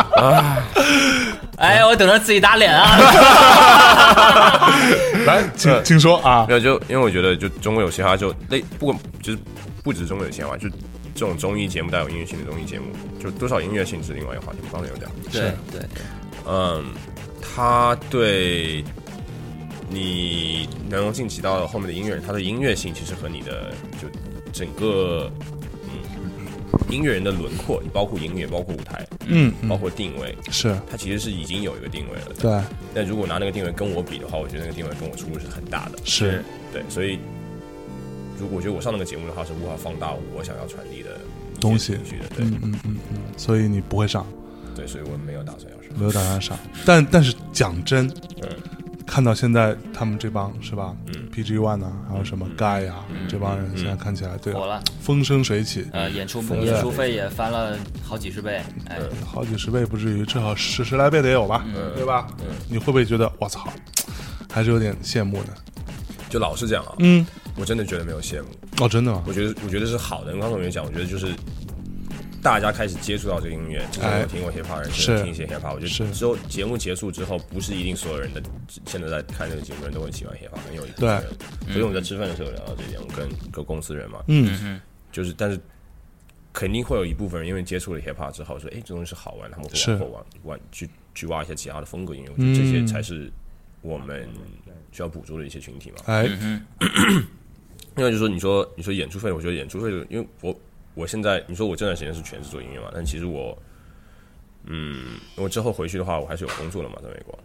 Speaker 3: 哎，我等着自己打 脸啊！
Speaker 2: 来，请请说啊
Speaker 1: 没，有，就因为我觉得，就中国有嘻哈就类，不管就是不止中国有嘻哈嘛，就这种综艺节目带有音乐性的综艺节目，就多少音乐性是另外一个话题。我刚才有讲，
Speaker 3: 对对，
Speaker 1: 嗯，它对你能够晋级到后面的音乐人，他的音乐性其实和你的就整个嗯音乐人的轮廓，包括音乐，包括舞台，
Speaker 2: 嗯，嗯
Speaker 1: 包括定位，
Speaker 2: 是
Speaker 1: 它其实是已经有一个定位了。
Speaker 2: 对，
Speaker 1: 但如果拿那个定位跟我比的话，我觉得那个定位跟我出入是很大的。
Speaker 2: 是
Speaker 1: 对，所以如果我觉得我上那个节目的话，是无法放大我想要传递的一些
Speaker 2: 东西
Speaker 1: 情绪的，对、
Speaker 2: 嗯嗯嗯嗯，所以你不会上，
Speaker 1: 对，所以我没有打算要上。
Speaker 2: 没有打算上，但但是讲真，
Speaker 1: 嗯
Speaker 2: 看到现在他们这帮是吧，
Speaker 1: 嗯
Speaker 2: ，PG One 呐，还有什么 Guy 啊，这帮人现在看起来对啊
Speaker 3: 火了
Speaker 2: 风生水起，
Speaker 3: 呃，演出
Speaker 2: 对
Speaker 3: 演出费也翻了好几十倍，哎，
Speaker 1: 嗯
Speaker 2: 好几十倍不至于，至少十十来倍得有吧，对吧？
Speaker 1: 嗯
Speaker 2: 你会不会觉得我操，还是有点羡慕的？
Speaker 1: 就老是这样啊，
Speaker 2: 嗯，
Speaker 1: 我真的觉得没有羡慕，
Speaker 2: 哦，真的吗
Speaker 1: 我？觉得我觉得是好的。刚才我也讲，我觉得就是。大家开始接触到这个音乐，之前
Speaker 2: 哎
Speaker 1: 我听过 hiphop 人，
Speaker 2: 是
Speaker 1: 现在听一些 hiphop，我觉
Speaker 2: 是
Speaker 1: 得之后节目结束之后，不是一定所有人的现在在看这个节目的人都会喜欢 hiphop，很有一部分人。所以我们在吃饭的时候有聊到这一点，我跟跟公司人嘛，
Speaker 2: 嗯，
Speaker 1: 就是但是肯定会有一部分人因为接触了 hip hop 之后说，哎，这东西是好玩，他们
Speaker 2: 是嗯
Speaker 1: 会往后玩玩去去挖一些其他的风格音乐，我觉得这些才是我们需要捕捉的一些群体嘛。
Speaker 2: 哎，
Speaker 1: 另外就是说，你说你说演出费，我觉得演出费，因为我我现在你说我这段时间是全职做音乐嘛，但其实我。嗯，我之后回去的话，我还是有工作的嘛，在美国，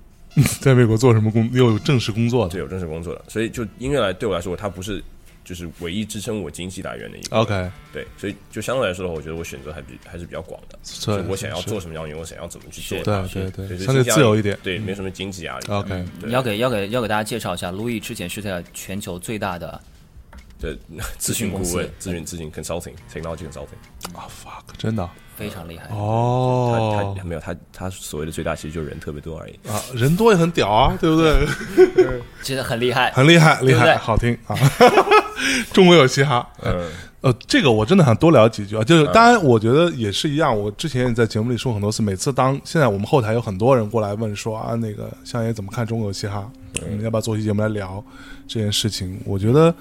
Speaker 2: 在美国做什么工？又有正式工作的
Speaker 1: 对，有正式工作的，所以就音乐来对我来说，它不是就是唯一支撑我经济来源的一个
Speaker 2: ？OK，
Speaker 1: 对，所以就相对来说的话，我觉得我选择还比还是比较广的，
Speaker 2: 所以
Speaker 1: 就我想要
Speaker 2: 是
Speaker 1: 做什么样的音乐，我想要怎么去做
Speaker 2: 对
Speaker 1: 它，
Speaker 2: 对对
Speaker 1: 对，
Speaker 2: 相对自由一点
Speaker 1: 对，没什么嗯经济压力。
Speaker 2: OK
Speaker 1: 对
Speaker 3: 你要给要给要给大家介绍一下，路易之前是在全球最大的，
Speaker 1: 对 咨询顾问、咨询咨询 consulting、technology consulting，
Speaker 2: 啊，fuck，真的
Speaker 3: 非常厉害。
Speaker 1: 他
Speaker 2: 哦
Speaker 1: 他没有他他所谓的最大，其实就是人特别多而已。
Speaker 2: 啊，人多也很屌啊，对不对？
Speaker 3: 真的很厉害。
Speaker 2: 很厉害，厉
Speaker 3: 对不对
Speaker 2: 害，好听啊！ 中国有嘻哈，
Speaker 1: 嗯，
Speaker 2: 呃，这个我真的想多聊几句啊。
Speaker 3: 嗯
Speaker 2: 就是当然，我觉得也是一样。我之前也在节目里说很多次，每次当现在我们后台有很多人过来问说啊，那个相爷怎么看中国有嘻哈？
Speaker 3: 嗯
Speaker 2: 我们要不要做期节目来聊这件事情？我觉得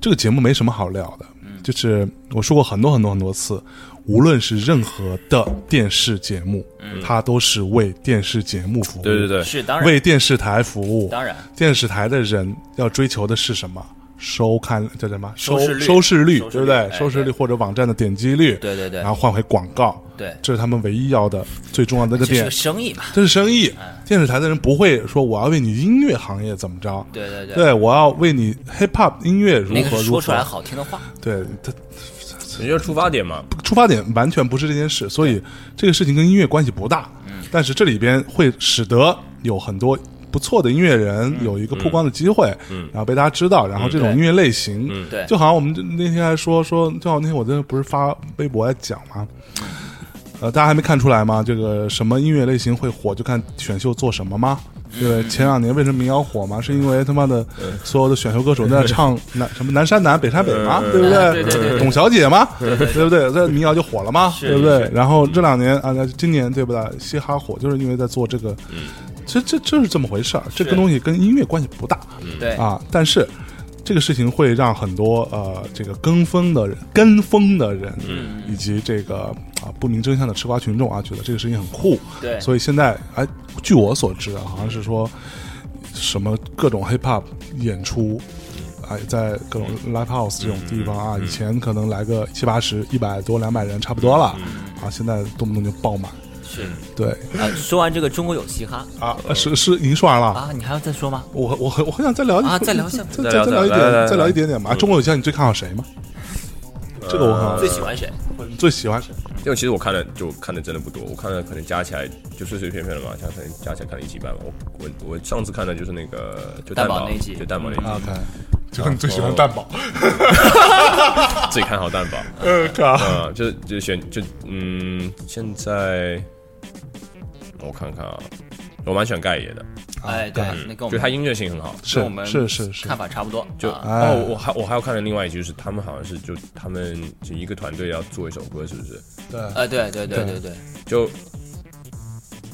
Speaker 2: 这个节目没什么好聊的，
Speaker 3: 嗯
Speaker 2: 就是我说过很多很多很多次，无论是任何的电视节目，
Speaker 3: 嗯
Speaker 2: 它都是为电视节目服务，
Speaker 1: 对对对，
Speaker 3: 是当然
Speaker 2: 为电视台服务，
Speaker 3: 当然，
Speaker 2: 电视台的人要追求的是什么？收看叫什么？收
Speaker 3: 收视率
Speaker 2: 收视率，
Speaker 3: 收视率
Speaker 2: 对不对？
Speaker 3: 哎
Speaker 2: 收视率或者网站的点击率，
Speaker 3: 对对对
Speaker 2: 然后换回广告，
Speaker 3: 对
Speaker 2: 这是他们唯一要的最重要的一个
Speaker 3: 这是哎
Speaker 2: 点
Speaker 3: 个。生意嘛。
Speaker 2: 这是生意，电视台的人不会说我要为你音乐行业怎么着，
Speaker 3: 对对
Speaker 2: 对
Speaker 3: 对
Speaker 2: 我要为你 hip hop 音乐如
Speaker 3: 那个
Speaker 2: 何
Speaker 3: 是
Speaker 2: 如
Speaker 3: 说出来
Speaker 2: 何，
Speaker 3: 好听的话，
Speaker 2: 对他
Speaker 1: 你就是出发点嘛，
Speaker 2: 出发点完全不是这件事，所以这个事情跟音乐关系不大。
Speaker 8: 嗯
Speaker 2: 但是这里边会使得有很多不错的音乐人
Speaker 8: 嗯
Speaker 2: 有一个曝光的机会，然后被大家知道，然后这种音乐类型，
Speaker 8: 嗯
Speaker 3: 对
Speaker 8: 嗯
Speaker 2: 就好像我们那天还说说，就好像那天我真的不是发微博来讲吗？呃，大家还没看出来吗？这个什么音乐类型会火，就看选秀做什么吗？
Speaker 8: 嗯
Speaker 2: 对不对？前两年为什么民谣火嘛？是因为他妈的所有的选秀歌手都在唱南什么南山南北山北嘛，对不对？
Speaker 8: 嗯对对对对
Speaker 2: 董小姐嘛，对不对？这民谣就火了嘛，对不对？然后这两年啊，那今年对不对？嘻哈火就是因为在做这个，这这这是这么回事儿，这跟东西跟音乐关系不大，
Speaker 1: 嗯
Speaker 3: 哎
Speaker 8: 对，
Speaker 2: 啊，但是这个事情会让很多呃这个跟风的人、跟风的人，以及这个啊不明真相的吃瓜群众啊，觉得这个事情很酷。
Speaker 8: 对
Speaker 2: 所以现在哎，据我所知啊，好像是说什么各种 hip hop 演出。哎，在各种 live house 这种地方啊，以前可能来个七八十、一百多、两百人差不多了，啊，现在动不动就爆满。
Speaker 3: 是
Speaker 2: 对
Speaker 3: 呃，说完这个中国有嘻哈
Speaker 2: 啊，是是，已经说完了
Speaker 3: 啊，你还要再说吗？
Speaker 2: 我我很我很想再聊一
Speaker 3: 啊再聊一下
Speaker 2: 再再再聊一
Speaker 1: 再聊再聊
Speaker 2: 点，再聊一呃点点嘛。中国有嘻哈，你最看好谁吗？这个我很
Speaker 1: 呃
Speaker 2: 好
Speaker 3: 最喜欢谁？
Speaker 2: 你最喜欢谁？
Speaker 1: 因为其实我看的就看的真的不多，我看的可能加起来就碎碎片片了嘛，加可能加起来看了一集半吧。我我我上次看的就是那个就
Speaker 3: 蛋
Speaker 1: 蛋
Speaker 3: 堡
Speaker 1: 堡
Speaker 3: 那一集
Speaker 1: 就蛋堡
Speaker 2: 嗯
Speaker 1: 那一集，
Speaker 2: 看，啊就你最喜欢蛋堡。
Speaker 1: 自己看好蛋堡，
Speaker 2: 呃， 靠，
Speaker 1: 啊，就是就选就嗯，现在我看看啊，我蛮喜欢盖爷的，
Speaker 3: 哎，对，那跟我
Speaker 1: 啊嗯就
Speaker 3: 们
Speaker 1: 他音乐性很好。
Speaker 2: 是
Speaker 3: 跟我们
Speaker 2: 是是是
Speaker 3: 看，法差不多，
Speaker 1: 就
Speaker 3: 啊
Speaker 2: 哎
Speaker 1: 哦，我还我还要看的另外一集就是他们好像是就他们就一个团队要做一首歌，是不是？
Speaker 2: 对，
Speaker 3: 呃，对对对对对，
Speaker 1: 就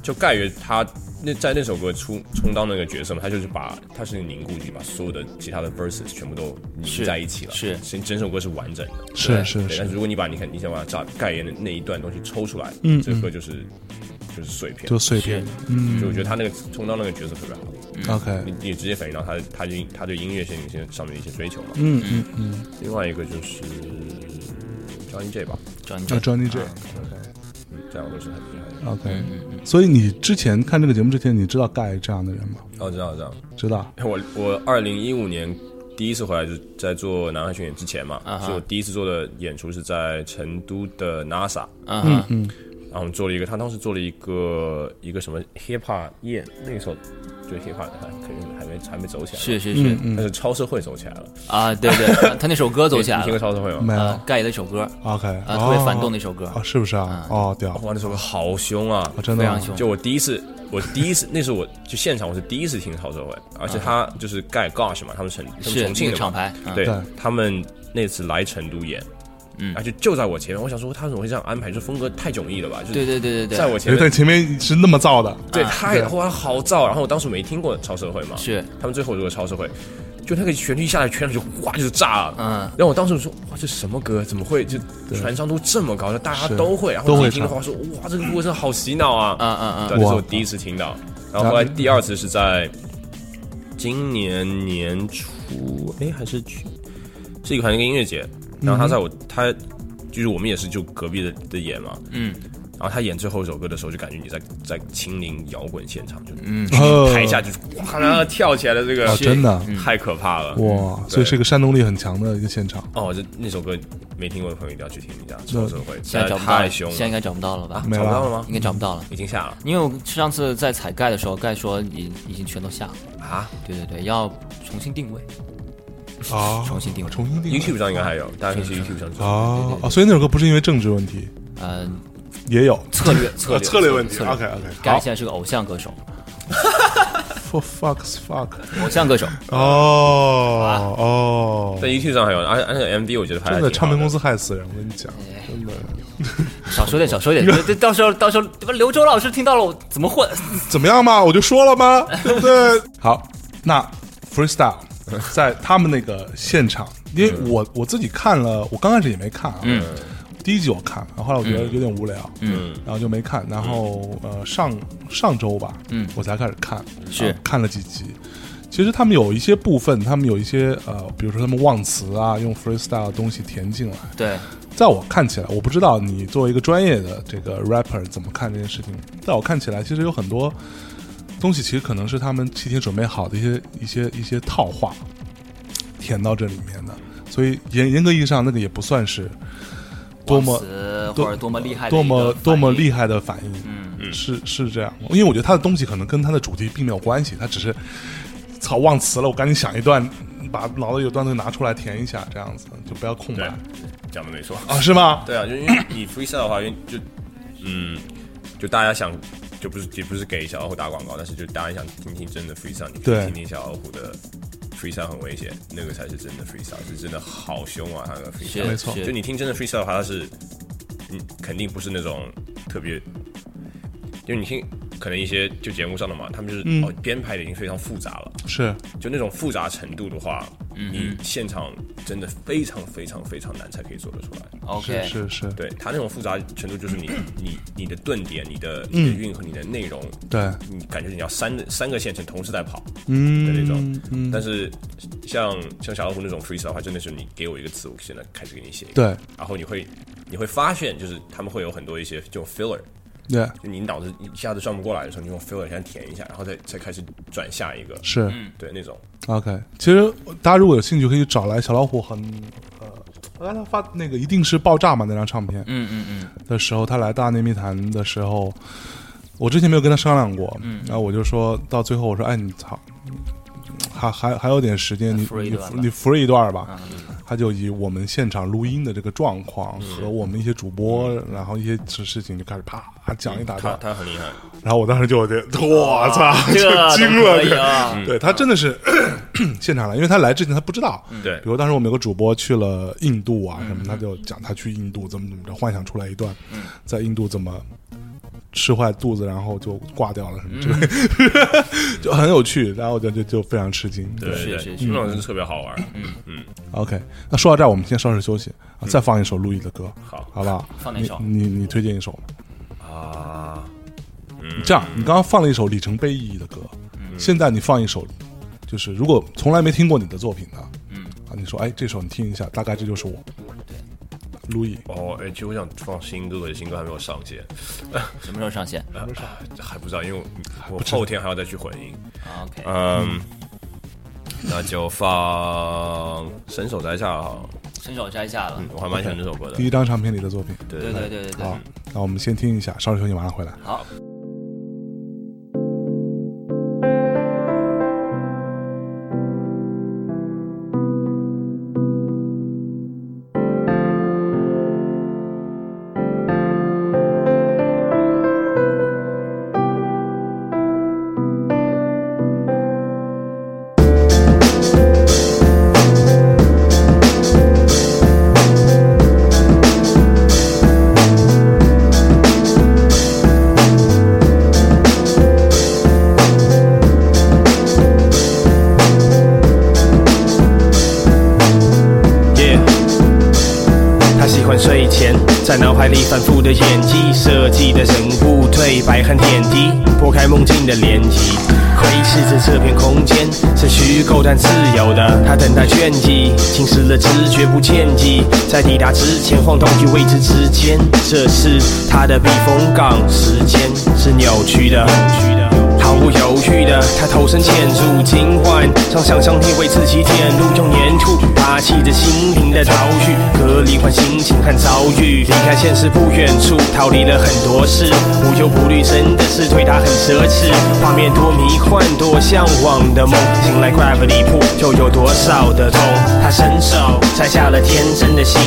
Speaker 1: 就盖爷他那在那首歌出充当那个角色嘛，他就是把他是凝固体，把所有的其他的 verses 全部都
Speaker 3: 是
Speaker 1: 凝在一起了，
Speaker 3: 是
Speaker 1: 整整首歌是完整的。
Speaker 2: 是是
Speaker 1: 对，但
Speaker 2: 是，
Speaker 1: 是如果你把你看你想把炸盖爷的那一段东西抽出来，
Speaker 2: 嗯
Speaker 1: 这个歌就是就是碎片，
Speaker 2: 就碎片。嗯
Speaker 1: 就我觉得他那个充当那个角色特别好，你
Speaker 3: 嗯
Speaker 2: ，OK，
Speaker 1: 你直接反映到他他对他对音乐性一些上面的一些追求嘛。
Speaker 2: 嗯嗯嗯，
Speaker 1: 另外一个就是 Johnny J 吧，
Speaker 3: 叫你
Speaker 2: 叫啊 Johnny J。
Speaker 1: 嗯，这样都是很厉害
Speaker 3: 嗯
Speaker 1: 的。
Speaker 2: OK，所以你之前看这个节目之前，你知道盖这样的人吗？
Speaker 1: 哦，知道知道，
Speaker 2: 知道。
Speaker 1: 我我二零一五年第一次回来就是在做南海巡演之前嘛，
Speaker 3: 啊
Speaker 1: 所以我第一次做的演出是在成都的 NASA，
Speaker 3: 嗯嗯，
Speaker 1: 然后我们做了一个，他当时做了一个一个什么 hip hop 夜，那个时候就 hip hop 还肯定还没还没走起来，
Speaker 3: 是，是
Speaker 2: 嗯
Speaker 3: 是
Speaker 1: 但是超社会走起来了，
Speaker 3: 啊，对对，他那首歌走起
Speaker 1: 你
Speaker 3: 来
Speaker 1: 听过
Speaker 3: 了，
Speaker 1: 超社会吗？
Speaker 2: 没有
Speaker 3: 呃，盖爷的一首歌，
Speaker 2: ，OK，
Speaker 3: 啊，特别
Speaker 2: 哦
Speaker 3: 反动的一首歌，嗯
Speaker 2: 啊，是不是啊？哦，屌，
Speaker 1: 哇，那首歌好凶啊！
Speaker 2: 啊真的
Speaker 3: 非
Speaker 2: 啊
Speaker 3: 常凶
Speaker 1: 就我第一次，我第一次，那是我就现场，我是第一次听超社会，而且他就是盖 Gosh 嘛，他们成他们
Speaker 3: 啊是
Speaker 1: 重
Speaker 3: 那
Speaker 1: 庆
Speaker 3: 个
Speaker 1: 的
Speaker 3: 厂
Speaker 1: 嘛，
Speaker 3: 牌，嗯
Speaker 1: 对
Speaker 2: 对
Speaker 1: 啊他们那次来成都演，嗯，而且就在我前面，我想说他怎么会这样安排？这风格太迥异了吧？就是
Speaker 3: 对对对对对，
Speaker 1: 在我前
Speaker 2: 对，
Speaker 1: 面，
Speaker 2: 前面是那么造 的，
Speaker 1: 对，太哇好燥。然后我当时没听过超社会嘛，
Speaker 3: 是
Speaker 1: 他们最后如果超社会，就那个旋律一下来，全场就哇就是炸了，
Speaker 3: 嗯
Speaker 1: 然后我当时我说哇这什么歌？怎么会就传唱度这么高？就大家
Speaker 2: 是
Speaker 1: 都会，然
Speaker 2: 都
Speaker 1: 后自
Speaker 2: 会
Speaker 1: 己听的
Speaker 2: 唱
Speaker 1: 话说哇这个歌真的好洗脑啊，
Speaker 3: 嗯嗯嗯，
Speaker 1: 对，这是
Speaker 2: 哇
Speaker 1: 我第一次听到。然后后来第二次是在今年年初，哎，还是去是一个好像一个音乐节，然后他在我、他就是我们也是就隔壁的的演嘛，
Speaker 3: 嗯，
Speaker 1: 然后他演最后一首歌的时候，就感觉你在在亲临摇滚现场，就
Speaker 3: 嗯
Speaker 2: 呃
Speaker 1: 台下就是哇，然后跳起来的这个，
Speaker 2: 哦真的
Speaker 1: 太可怕
Speaker 2: 啊
Speaker 1: 了。
Speaker 2: 哇，所以是一个煽动力很强的一个现场。
Speaker 1: 哦，这那首歌没听过的朋友一定要去听一下，
Speaker 2: 那
Speaker 1: 超社会
Speaker 3: 现在
Speaker 1: 实
Speaker 3: 找
Speaker 1: 在
Speaker 3: 不到
Speaker 1: 太
Speaker 3: 了，
Speaker 1: 凶
Speaker 3: 现在应
Speaker 1: 了，
Speaker 3: 该找不到了吧？
Speaker 2: 没
Speaker 1: 找不到了吗
Speaker 3: 应？该找不到了。
Speaker 1: 已经下了
Speaker 3: 因为我上次在采盖的时候，盖说已已经全都下了，
Speaker 1: 啊
Speaker 3: 对对对，要重新定位，
Speaker 2: 啊，
Speaker 3: 重新定位
Speaker 2: 重新定
Speaker 1: ！YouTube 上应该还有，大家可以去 YouTube 上找。
Speaker 2: 啊啊！所以那首歌不是因为政治问题，
Speaker 3: 嗯、
Speaker 2: 也有
Speaker 3: 策 略策略
Speaker 2: 策略问题。
Speaker 3: 策略
Speaker 2: OK OK，
Speaker 3: 盖
Speaker 2: 好
Speaker 3: 现在是个偶像歌手，
Speaker 2: ，For fucks fuck。
Speaker 3: 偶像歌手，
Speaker 2: 哦哦，
Speaker 1: 在 YouTube 上还有，而且而且 MV 我觉得拍得
Speaker 2: 真的
Speaker 1: 挺好
Speaker 2: 唱片公司害死人，我跟你讲，真的。
Speaker 3: 少说点 少说点，这这到时候到时候这不刘洲老师听到了我怎么混？
Speaker 2: 怎么样嘛？我就说了 嘛，对不对？好，那 freestyle 在他们那个现场，因为我我自己看了，我刚开始也没看啊。嗯第一集我看，然后后来我觉得有点无聊，嗯，然后就没看。然后呃，上上周吧，嗯，我才开始看，
Speaker 3: 是
Speaker 2: 然后看了几集。其实他们有一些部分，他们有一些呃，比如说他们忘词啊，用 freestyle 的东西填进来。
Speaker 3: 对，
Speaker 2: 在我看起来，我不知道你作为一个专业的这个 rapper 怎么看这件事情。在我看起来，其实有很多东西，其实可能是他们提前准备好的一些一些一些套话，填到这里面的。所以严严格意义上，那个也不算是多么
Speaker 3: 忘词或者多么厉害的一
Speaker 2: 多
Speaker 3: 个
Speaker 2: 么
Speaker 3: 反应
Speaker 2: 多么厉害的反应，嗯，是是这样，因为我觉得他的东西可能跟他的主题并没有关系，他只是操忘词了，我赶紧想一段，把脑子有段子拿出来填一下，这样子就不要空白
Speaker 1: 对，讲的没错。
Speaker 2: 啊，是吗？
Speaker 1: 对啊，就因为你 freestyle 的话，因为就就大家想，就不是也不是给小老虎打广告，但是就大家想听听真的 freestyle，你可
Speaker 2: 对
Speaker 1: 以听听小老虎的 freestyle 很危险，那个才是真的 freestyle，是真的好凶啊，他的 freestyle，
Speaker 2: 没错
Speaker 1: 就你听真的 freestyle 的话，它是，嗯，肯定不是那种特别，因为你听可能一些就节目上的嘛，他们就是、
Speaker 2: 嗯
Speaker 1: 哦编排的已经非常复杂了，
Speaker 2: 是
Speaker 1: 就那种复杂程度的话，你现场真的非常非常非常难才可以做得出来。
Speaker 2: 是
Speaker 3: OK，
Speaker 2: 是是，
Speaker 1: 对它那种复杂程度，就是你你你的顿点、你的你的韵和你的内容，
Speaker 2: 对，
Speaker 1: 你感觉你要三三个线程同时在跑的
Speaker 2: 嗯
Speaker 1: 那种。但是像像小老虎那种 freestyle 的话，真的是你给我一个词，我现在开始给你写一个。
Speaker 2: 对，
Speaker 1: 然后你会你会发现，就是他们会有很多一些这种 filler，
Speaker 2: 对，
Speaker 1: 就你脑子一下子转不过来的时候，你用 filler 先填一下，然后再再开始转下一个。
Speaker 2: 是。
Speaker 1: 对那种
Speaker 2: OK，其实大家如果有兴趣，可以找来小老虎很呃，我刚才发那个一定是爆炸嘛那张唱片，嗯嗯嗯，的时候他来大内密谈的时候，我之前没有跟他商量过，嗯，然后我就说到最后我说，哎你操，还还还有点时间，你
Speaker 3: free 一
Speaker 2: 你
Speaker 3: 段吧
Speaker 2: 你 free 一段吧。他就以我们现场录音的这个状况和我们一些主播，然后一些事情就开始啪讲一大
Speaker 1: 他
Speaker 2: 段，
Speaker 1: 他很厉害，
Speaker 2: 然后我当时就有点，我操，就
Speaker 3: 啊都
Speaker 2: 惊了，
Speaker 3: 可以
Speaker 2: 就
Speaker 3: 啊
Speaker 2: 对他真的是 现场来，因为他来之前他不知道。
Speaker 3: 嗯
Speaker 1: 对
Speaker 2: 比如当时我们有个主播去了印度啊什么，他就讲他去印度怎么怎么着，幻想出来一段，
Speaker 3: 嗯
Speaker 2: 在印度怎么吃坏肚子，然后就挂掉了什么之类的，
Speaker 3: 嗯
Speaker 2: 就很有趣。然后我就就就非常吃惊。
Speaker 1: 对对
Speaker 3: 是
Speaker 1: 对，
Speaker 3: 是
Speaker 1: 那种真的特别好玩。嗯嗯，
Speaker 2: OK，那说到这儿，我们先稍事休息，啊再放一首陆毅的歌，
Speaker 1: 好
Speaker 2: 好不好？
Speaker 3: 嗯放哪首
Speaker 2: 你你你推荐一首吧。
Speaker 1: 啊，
Speaker 2: 这样，你刚刚放了一首里程碑意义的歌，现在你放一首，就是如果从来没听过你的作品的，嗯，啊，你说，哎，这首你听一下，大概这就是我，对，路易，
Speaker 1: 哦，哎，其实我想放新歌，可是新歌还没有上线，
Speaker 3: 什么时候上线
Speaker 1: 呃还不知道，因为我我后天还要再去混音。
Speaker 3: 啊？OK，
Speaker 1: 嗯，那就放《神手摘下》好了，
Speaker 3: 伸手摘下了
Speaker 1: 嗯。我还蛮喜欢这首歌的
Speaker 2: 第。一张唱片里的作品，
Speaker 1: 对
Speaker 3: 对对对对对
Speaker 2: 好，，那我们先听一下，稍事休息，马上回来。
Speaker 3: 好。
Speaker 9: Yeah 他喜欢睡前在脑海里反复的演绎设计的人物对白和点滴，拨开梦境的涟漪，窥视着这片空间是虚构但自由的。他等待倦意，侵蚀了知觉不见底，在抵达之前晃动于未知之间，这是他的避风港。时间是扭曲的。毫不犹豫的，他投身潜入今晚，让想象力为自己点路，用黏土爬起着心灵的逃狱，隔离换心情和遭遇，离开现实不远处，逃离了很多事，无忧无虑真的是对他很奢侈，画面多迷幻，多向往的梦，醒来快不离谱，就有多少的痛，他伸手摘下了天真的心，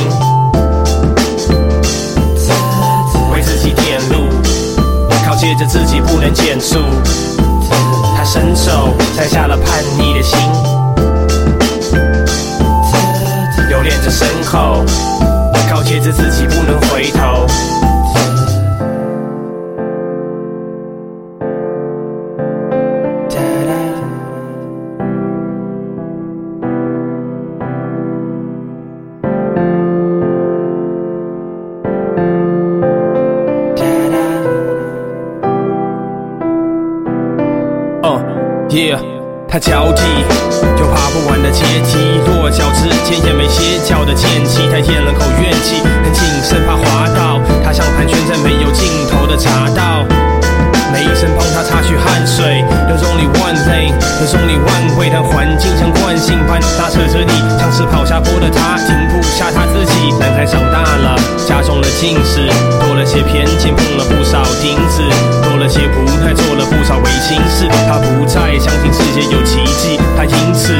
Speaker 9: 为自己点路。靠借着自己不能减速。他伸手摘下了叛逆的心，留恋着身后，靠借着自己不能回头。嗯，Yeah，他脚底有爬不完的阶梯，落脚之间也没歇脚的间隙，他咽了口怨气，很谨慎怕滑倒，他像盘旋在没有尽头的茶道。每一声帮他擦去汗水，There's only one thing, There's only one way。但环境像惯性般拉扯着你，像是跑下坡的他停不下他自己。男孩长大了，加重了近视，多了些偏见，碰了不少钉子，多了些无奈，做了不少违心事。他不再相信世界有奇迹，他因此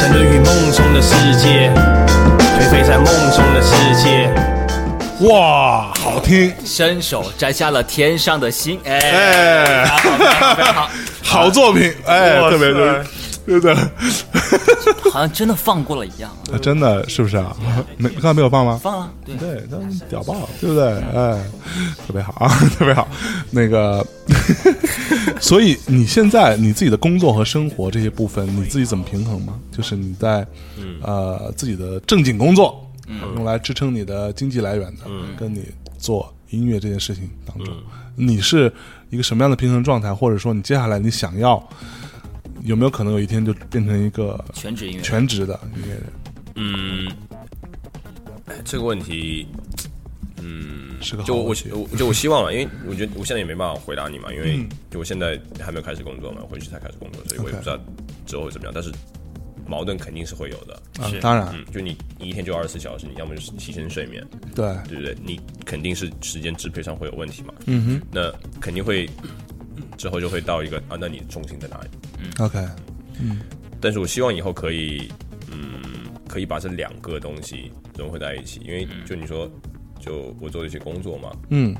Speaker 9: 沉沦于梦中的世界，颓废在梦中的世界。
Speaker 2: 哇，好听，
Speaker 3: 伸手摘下了天上的星，哎，
Speaker 2: 哎，好作品，哎，特别对，对的，
Speaker 3: 好像真的放过了一样、
Speaker 2: 啊
Speaker 3: 啊，
Speaker 2: 真的是不是啊？没刚才没有放吗？
Speaker 3: 放了，对，
Speaker 2: 对，他们屌爆了，对不 对？哎，特别好啊， 特别好。那个， 所以你现在你自己的工作和生活这些部分，你自己怎么平衡吗？就是你在、
Speaker 1: 嗯
Speaker 2: 呃自己的正经工作、用来支撑你的经济来源的，
Speaker 1: 嗯
Speaker 2: 跟你做音乐这件事情当中，你是一个什么样的平衡状态？或者说你接下来你想要有没有可能有一天就变成一个
Speaker 3: 全职音乐人，
Speaker 2: 全职的音乐人？
Speaker 1: 嗯，哎这个问题
Speaker 2: 是个好
Speaker 1: 就我
Speaker 2: 问题
Speaker 1: 我就我希望了，因为我觉得我现在也没办法回答你嘛，因为就我现在还没有开始工作嘛，回去才开始工作，所以我也
Speaker 2: OK
Speaker 1: 不知道之后会怎么样，但是矛盾肯定是会有的。
Speaker 2: 啊，当然
Speaker 1: 嗯，就你你一天就二十四小时，你要么就是提升睡眠，
Speaker 2: 对。
Speaker 1: 对不对？你肯定是时间支配上会有问题嘛。嗯哼，那肯定会之后就会到一个啊，那你重心在哪里？
Speaker 2: OK，
Speaker 1: 但是我希望以后可以，嗯，可以把这两个东西融合在一起，因为就你说，就我做的一些工作嘛，
Speaker 2: 嗯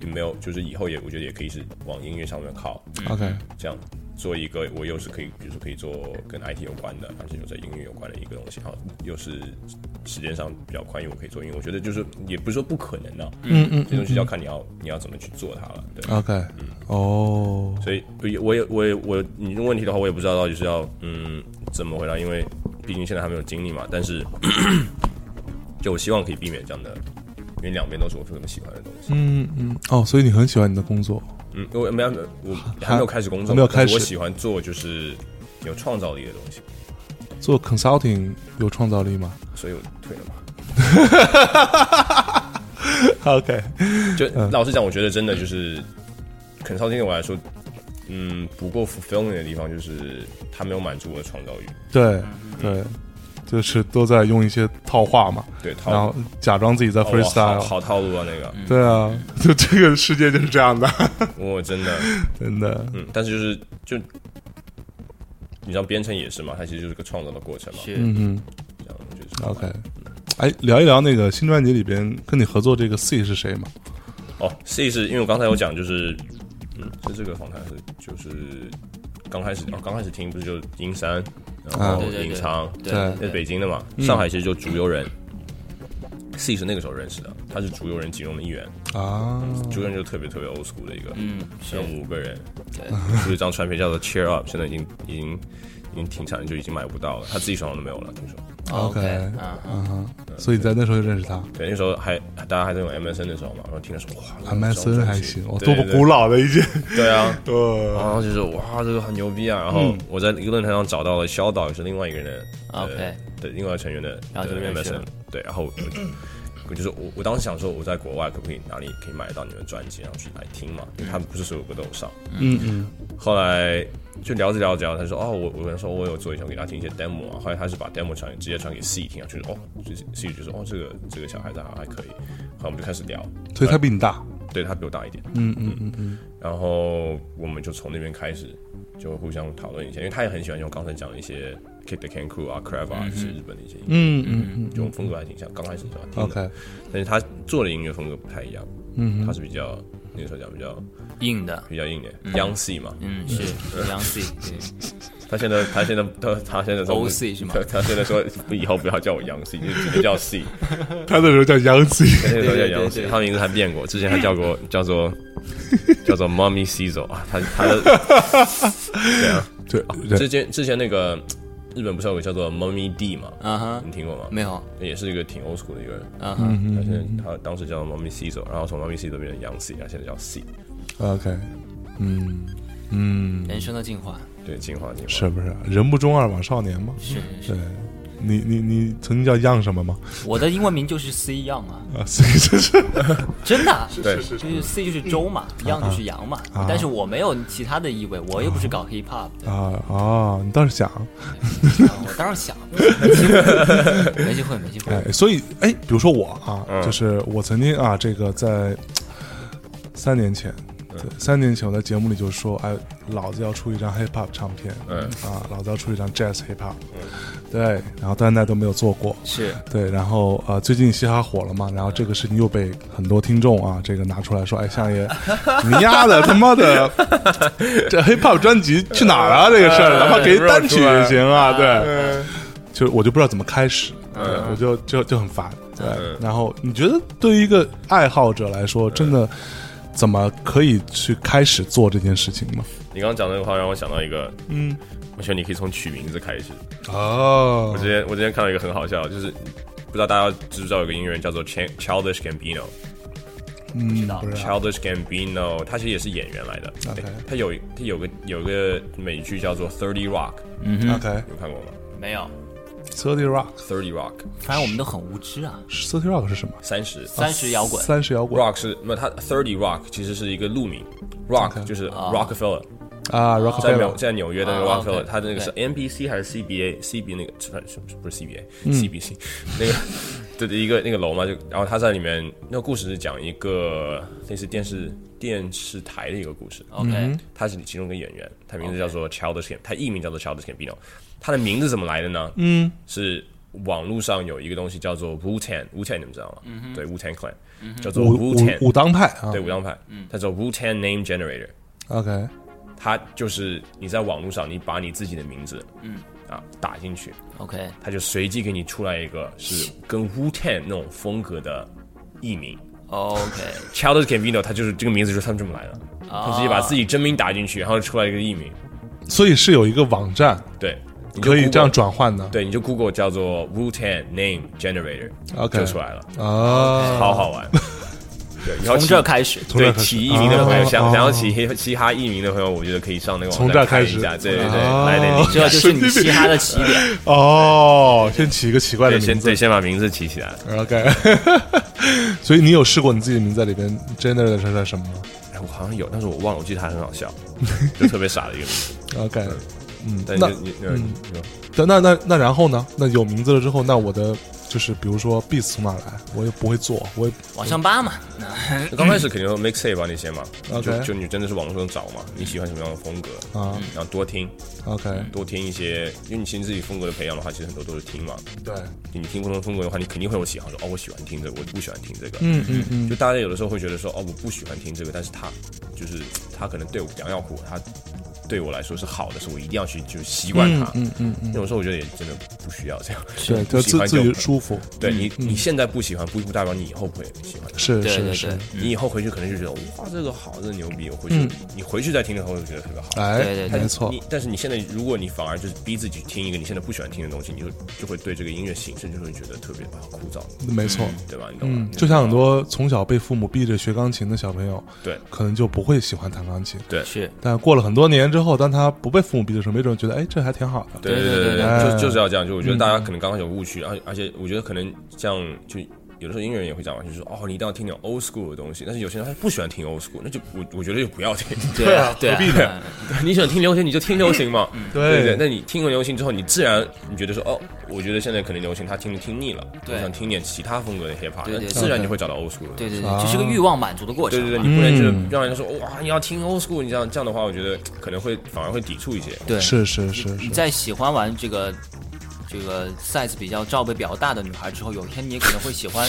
Speaker 1: 也没有，就是以后也我觉得也可以是往音乐上面靠，
Speaker 2: ，OK，
Speaker 1: 这样做一个我又是可以，比如说可以做跟 IT 有关的，而且又在音乐有关的一个东西，然后又是时间上比较宽裕，我可以做音乐，我觉得就是也不是说不可能啊，嗯嗯，这东西要看你要你要怎么去做它了，对。
Speaker 2: 嗯 OK，哦，
Speaker 1: 所以我也我也我也我你这个问题的话，我也不知道到底是要嗯怎么回答，因为毕竟现在还没有经历嘛。但是 就我希望可以避免这样的，因为两边都是我非常喜欢的东西。
Speaker 2: 嗯嗯，哦，所以你很喜欢你的工作，
Speaker 1: 嗯，我没有我还没有开始工作，
Speaker 2: 还没有开始
Speaker 1: 但是我喜欢做就是有创造力的东西，
Speaker 2: 做 consulting 有创造力吗
Speaker 1: 所以我退了嘛。
Speaker 2: ？OK，
Speaker 1: 就
Speaker 2: 嗯
Speaker 1: 老实讲，我觉得真的就是肯超听对我来说，嗯，不够 fulfilling 的地方就是它没有满足我的创造欲。
Speaker 2: 对对，就是都在用一些套话嘛，
Speaker 1: 对，套
Speaker 2: 然后假装自己在
Speaker 1: 哦好
Speaker 2: freestyle，
Speaker 1: 好嗯套路啊，那个，
Speaker 2: 对啊， 就这个世界就是这样的，
Speaker 1: 我真的。
Speaker 2: 真的，
Speaker 1: 嗯，但是就是就，你知道编程也是嘛，它其实就是个创造的过程嘛。
Speaker 3: 是
Speaker 2: 嗯
Speaker 1: 这样我觉得是
Speaker 2: 哼，OK。哎，聊一聊那个新专辑里边跟你合作这个 C 是谁嘛？
Speaker 1: 哦，C 是因为我刚才有讲，就是嗯，是这个访谈还是就是刚开始哦，刚开始听不是就英山，然
Speaker 2: 啊
Speaker 1: 后
Speaker 2: 对
Speaker 3: 对对
Speaker 1: 隐藏，
Speaker 3: 对
Speaker 1: 在
Speaker 2: 对
Speaker 1: 北京的嘛，上海其实就竹游人。C 是那个时候认识的，他是竹游人其中的一员，
Speaker 2: 啊，
Speaker 1: 竹游人就特别特别 old school 的一个，
Speaker 3: 嗯，
Speaker 1: 像五个人，出一张传片叫做 Cheer Up，现在已经已经已经停产了，就已经买不到了，他自己手上都没有了，听说。
Speaker 2: OK，嗯
Speaker 3: 啊，
Speaker 2: 所以在那时候就认识他
Speaker 1: 对，那时候还大家还在用 MSN 的时候嘛，然后听的时候哇
Speaker 2: ，MSN 还行，我多么
Speaker 1: 不
Speaker 2: 古老的已 经，
Speaker 1: 对啊，
Speaker 2: 呃，
Speaker 1: 然后就是哇，这个很牛逼啊！然后我在一个论坛上找到了肖导，也是另外一个人的
Speaker 3: OK
Speaker 1: 呃对，另外一个成员的
Speaker 3: 然后就
Speaker 1: 的
Speaker 3: 认识
Speaker 1: MSN
Speaker 3: 了
Speaker 1: 对，然后我就我就是我我当时想说我在国外可不可以哪里可以买到你们专辑，然后去来听嘛，因为他们不是所有歌都有上，
Speaker 2: 嗯嗯，
Speaker 1: 后来就聊着聊着聊着，他说哦，我我跟他说我有做一首给他听一些 demo 啊，后来他是把 demo 传直接传给 C 听啊，就是哦就是，C 就说哦这个这个小孩子还还可以，然后我们就开始聊，
Speaker 2: 所以他比你大，
Speaker 1: 对他比我大一点，
Speaker 2: 嗯嗯嗯嗯，
Speaker 1: 然后我们就从那边开始就互相讨论一下，因为他也很喜欢用刚才讲的一些 Kick the Can Crew 啊、Crave 啊，这些日本的一些音乐，
Speaker 2: 嗯嗯嗯
Speaker 1: 这种风格还挺像，刚开始的时候听的
Speaker 2: ，OK，
Speaker 1: 但是他做的音乐风格不太一样，
Speaker 2: 嗯
Speaker 1: 他是比较那个时候讲比较
Speaker 3: 硬的，
Speaker 1: 比较硬点，Young C 嘛，
Speaker 3: 嗯，是 杨 C，
Speaker 1: 他现在他现在他他现在说
Speaker 3: OC 是吗
Speaker 1: 他他现在说以后不要叫我杨 C，就直接叫 C。
Speaker 2: 他那时候叫杨子，
Speaker 1: 那个时候叫
Speaker 3: 对对
Speaker 1: 杨
Speaker 3: 对
Speaker 1: C，
Speaker 3: 对
Speaker 1: 他名字还变过，之前还叫过叫做叫做 Mommy Cizo 啊，他他的对啊，
Speaker 2: 对，
Speaker 1: 之前之前那个日本不是有个叫做 Mommy D 嘛？
Speaker 3: 啊哈
Speaker 1: 你，听过吗？
Speaker 3: 没有，
Speaker 1: 也是一个挺 old school 的一个人，
Speaker 3: 啊
Speaker 2: 嗯
Speaker 1: 他
Speaker 3: 哈，
Speaker 1: 现在他当时叫 Mommy Cizo，然后从 Mommy Cizo 变成杨 C，然后现在叫 C，
Speaker 2: OK，嗯嗯，
Speaker 3: 人生的进化，
Speaker 1: 对，进化进化。
Speaker 2: 是不是人不中二枉少年嘛？
Speaker 3: 是是
Speaker 2: 对，你你你曾经叫样什么吗？
Speaker 3: 我的英文名就是 C 样啊，
Speaker 2: 啊，所以这是
Speaker 3: 真的啊，
Speaker 1: 对
Speaker 3: 就是 C 就是周嘛，
Speaker 2: 嗯
Speaker 3: 样就是羊嘛，但是我没有其他的意味，我又不是搞 hip hop 的，
Speaker 2: 啊啊哦，你倒是想，
Speaker 3: 啊我当然想， 没机会，没机会，没机会，
Speaker 2: 哎，所以哎，嗯比如说我啊，就是我曾经啊，这个在三年前对，三年前我在节目里就说，哎，老子要出一张 hip hop 唱片，
Speaker 1: 嗯
Speaker 2: 啊，老子要出一张 jazz hip hop，对，然后到现在都没有做过，
Speaker 3: 是
Speaker 2: 对，然后呃，最近嘻哈火了嘛，然后这个事情又被很多听众啊，这个拿出来说，哎，相爷，你丫的他妈的， 这 hip hop 专辑去哪儿啊？这个事儿，哪怕给单曲也行啊，对，就我就不知道怎么开始，对我就就就很烦，对，然后你觉得对于一个爱好者来说，真的怎么可以去开始做这件事情吗？
Speaker 1: 你刚刚讲那个话让我想到一个，嗯，我觉得你可以从取名字开始。
Speaker 2: 哦
Speaker 1: 我之前我之前看到一个很好笑，就是不知道大家知不知道有个音乐人叫做 Ch- Childish Gambino。
Speaker 2: 嗯，不知道
Speaker 1: Childish Gambino，他其实也是演员来的。
Speaker 2: OK
Speaker 1: 诶他有一他有个有个美剧叫做《Thirty Rock》，有
Speaker 2: 嗯
Speaker 1: 看过吗
Speaker 3: 没有，
Speaker 2: ，OK，Thirty Rock，Thirty
Speaker 1: ？Thirty Rock
Speaker 3: 反正我们都很无知啊。
Speaker 2: Rock 是什么？
Speaker 1: 三十
Speaker 2: 哦
Speaker 3: 三十摇滚，
Speaker 2: 三十摇滚
Speaker 1: Rock 是那他 Thirty Rock 其实是一个路名，Rock 就是 Rockefeller，
Speaker 2: 啊，Rock
Speaker 1: 哦
Speaker 2: f
Speaker 1: 在哦
Speaker 2: e
Speaker 1: 纽
Speaker 2: l
Speaker 1: 在纽约的那个
Speaker 3: 啊
Speaker 1: Rockefeller，
Speaker 3: ，OK，
Speaker 1: 他的那个是 NBC 还是 CBA？CB 那个是是不是 CBA？CBC 那个对对一个那个楼嘛，就然后他在里面那个故事是讲一个类似电视电视台的一个故事。
Speaker 2: 嗯
Speaker 3: OK，
Speaker 1: 他是其中一个演员，他名字叫做 Childish，Gam- 他艺名叫做 Childish Gambino。他的名字怎么来的呢？嗯，是网络上有一个东西叫做 Wu Tan，Wu Tan 你们知道吗？嗯、对，Wu Tan Clan、叫做
Speaker 2: 武
Speaker 1: Wu 嗯
Speaker 2: 武
Speaker 1: Tan，
Speaker 2: 武当派啊
Speaker 1: 对武当派，它叫 Wu Tan Name Generator。
Speaker 2: ，OK，
Speaker 1: 它就是你在网络上，你把你自己的名字，嗯，啊打进去，
Speaker 3: OK，
Speaker 1: 它就随机给你出来一个是跟 Wu Tan 那种风格的艺名。
Speaker 3: OK，
Speaker 1: Childish Gambino，他就是这个名字就是他们这么来的，
Speaker 3: 啊
Speaker 1: 他直接把自己真名打进去，然后出来一个艺名。
Speaker 2: 所以是有一个网站
Speaker 1: 对，你就
Speaker 2: 可以
Speaker 1: Google-
Speaker 2: 这样转换的，
Speaker 1: 对，你就 Google 叫做 Wu Tan Name Generator，
Speaker 2: OK
Speaker 1: 就出来了，
Speaker 2: 啊，
Speaker 1: 好好玩。 对，以后
Speaker 3: 从
Speaker 1: 起
Speaker 3: 这开始，
Speaker 2: 从这
Speaker 1: 对
Speaker 2: 开始
Speaker 1: 起艺名的朋友，
Speaker 2: 哦
Speaker 1: 想想要
Speaker 2: 哦
Speaker 1: 起黑嘻哈艺名的朋友，我觉得可以上那个
Speaker 2: 从
Speaker 1: 网
Speaker 2: 这儿
Speaker 1: 站
Speaker 2: 开
Speaker 1: 看
Speaker 2: 始
Speaker 1: 一下。对对对，
Speaker 2: 哦
Speaker 1: 来点名字。
Speaker 3: 这就是你嘻哈的起点。
Speaker 2: 哦，先起一个奇怪的
Speaker 1: 对，先
Speaker 2: 名字
Speaker 1: 对，先把名字起起来。
Speaker 2: ，OK，所以你有试过你自己的名字在里边 generate 出来什么吗
Speaker 1: 哎，我好像有，但是我忘了，我记得还很好 笑，就特别傻的一个名字。
Speaker 2: ？OK，嗯，
Speaker 1: 但
Speaker 2: 那
Speaker 1: 就你你你说
Speaker 2: 但那那那然后呢？那有名字了之后，那我的就是比如说 beats 从哪来，我也不会做，我也
Speaker 3: 往上扒嘛，
Speaker 1: 那刚开始肯定会 mixtape 吧那些嘛，就
Speaker 2: OK
Speaker 1: 就你真的是网络上找嘛，你喜欢什么样的风格，
Speaker 2: 啊
Speaker 1: 然后多听
Speaker 2: OK，
Speaker 1: 多听一些，因为你其实自己风格的培养的话，其实很多都是听嘛。
Speaker 2: 对，
Speaker 1: 你听不同的风格的话，你肯定会有喜好，说哦，我喜欢听这个，我不喜欢听这个。
Speaker 2: 嗯嗯嗯，
Speaker 1: 就大家有的时候会觉得说，哦，我不喜欢听这个，但是他就是他可能对我良药苦口，他对我来说是好的，是我一定要去就习惯它。
Speaker 2: 嗯嗯嗯，
Speaker 1: 那种时候我觉得也真的不需要这样。
Speaker 2: 对，
Speaker 1: 不
Speaker 2: 就
Speaker 1: 喜
Speaker 2: 自
Speaker 1: 欢
Speaker 2: 自己
Speaker 1: 就
Speaker 2: 舒服，
Speaker 1: 对你，你现在不喜欢，不不代表你以后不会喜欢。
Speaker 2: 嗯是
Speaker 3: 对
Speaker 2: 是
Speaker 3: 对
Speaker 2: 是
Speaker 3: 对，
Speaker 1: 你以后回去可能就觉得哇，这个好，这个牛逼。我回去，你回去再听的时候就觉得特别好。
Speaker 2: 哎
Speaker 3: 对对，对
Speaker 2: 嗯没错
Speaker 1: 你，但是你现在，如果你反而就是逼自己听一个你现在不喜欢听的东西，你就就会对这个音乐形式就会觉得特别啊枯燥，
Speaker 2: 没错。
Speaker 1: 对吧？你懂吗
Speaker 2: 嗯，？就像很多从小被父母逼着学钢琴的小朋友，
Speaker 1: 对
Speaker 2: 可能就不会喜欢弹钢琴。
Speaker 1: 对
Speaker 3: 是
Speaker 2: 但过了很多年之后，当他不被父母逼的时候，没准觉得，哎，这还挺好的。
Speaker 1: 对
Speaker 3: 对
Speaker 1: 对
Speaker 3: 对嗯
Speaker 2: 对
Speaker 1: 就就是要这样。就我觉得大家可能刚开始有误区，而而且我觉得可能像就有的时候音乐人也会讲嘛，就是说哦，你一定要听那种 old school 的东西。但是有些人他不喜欢听 old school，那就我我觉得就不要听。
Speaker 3: 对啊，对啊，嗯
Speaker 1: 你喜欢听流行，你就听流行嘛。
Speaker 2: 对
Speaker 1: 对对，那你听了流行之后，你自然你觉得说哦，我觉得现在可能流行他听着听腻了，
Speaker 3: 对
Speaker 1: 我想听点其他风格的 hip hop，
Speaker 3: 对
Speaker 1: 那
Speaker 3: 对对
Speaker 1: 自然你会找到 old school 的。
Speaker 3: 对对
Speaker 2: 啊
Speaker 3: 嗯对，这是个欲望满足的过
Speaker 1: 对
Speaker 3: 程
Speaker 1: 对对，
Speaker 3: 嘛。
Speaker 1: 你不能就是让人家说哇，你要听 old school，你这样这样的话，我觉得可能会反而会抵触一些。
Speaker 3: 对，
Speaker 2: 是是是
Speaker 3: 嗯你
Speaker 2: 是，
Speaker 3: 在喜欢完这个这个 size 比较罩杯比较大的女孩之后，有一天你也可能会喜欢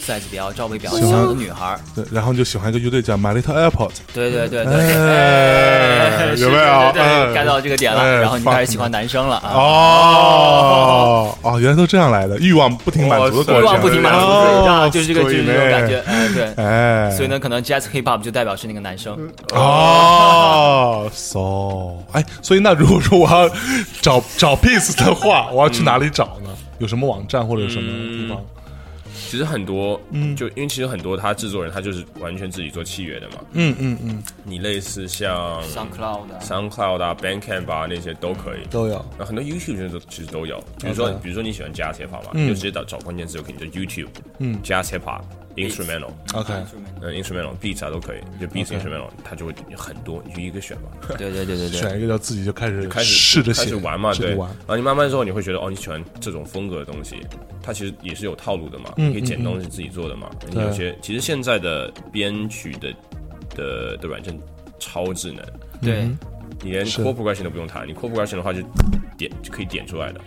Speaker 3: size 比较罩杯比较小的女孩。
Speaker 2: 对，然后你就喜欢一个乐队叫 My Little Airport，
Speaker 3: 对对对对
Speaker 2: 哎，
Speaker 3: 对，
Speaker 2: 有没有？
Speaker 3: 对对对，
Speaker 2: 哎
Speaker 3: get 到这个点
Speaker 2: 哎哦
Speaker 3: 了，然后你开始喜欢
Speaker 2: fuck
Speaker 3: 男生了啊。
Speaker 2: 哦哦，原来都这样来的，欲望不停满足的过程，
Speaker 3: 哦欲望不停满足，对
Speaker 2: 哦
Speaker 3: 啊，就是这个，就是这种感觉，。
Speaker 2: 对
Speaker 3: 哎，对，
Speaker 2: 哎，
Speaker 3: 所以呢，可能 jazz hip hop 就代表是那个男生，
Speaker 1: 嗯
Speaker 2: 哦，so，哎，所以那如果说我要找找 piece 的话，我要
Speaker 1: 嗯
Speaker 2: 去哪里找呢？有什么网站或者有什么地方？
Speaker 1: 其实很多，
Speaker 2: 嗯
Speaker 1: 就因为其实很多他制作人他就是完全自己做契约的嘛。
Speaker 2: 嗯嗯嗯，
Speaker 1: 你类似像
Speaker 3: 像 cloud 啊
Speaker 1: SoundCloud 啊、Bandcamp 啊那些都可以。
Speaker 2: 都有。
Speaker 1: 那很多 YouTube 其实都其实都有，比如说
Speaker 2: OK
Speaker 1: 比如说你喜欢 Jazz Hip Hop 嘛，
Speaker 2: 嗯
Speaker 1: 你就直接找找关键字就可以，你就 YouTube，嗯，Jazz Hip Hop Instrumental，
Speaker 2: OK，
Speaker 1: 嗯，Instrumental Beats 啊都可以，就 Beats Instrumental，它就会有很多，你就一个选嘛，
Speaker 3: 对对对对对，
Speaker 2: 选一个叫自己就开始
Speaker 1: 开始
Speaker 2: 试着
Speaker 1: 开
Speaker 2: 写
Speaker 1: 始玩嘛，
Speaker 2: 试
Speaker 1: 对，
Speaker 2: 着玩
Speaker 1: 然后你慢慢之后你会觉得哦，你喜欢这种风格的东西，它其实也是有
Speaker 2: 嗯
Speaker 1: 套路的嘛，你可以捡东西自己做的嘛，你有些其实现在的编曲的的的软件超智能，
Speaker 3: 对，
Speaker 2: 嗯
Speaker 1: 你连
Speaker 2: 是
Speaker 1: core progression 都不用弹，你 core progression 的话就点就可以点出来的，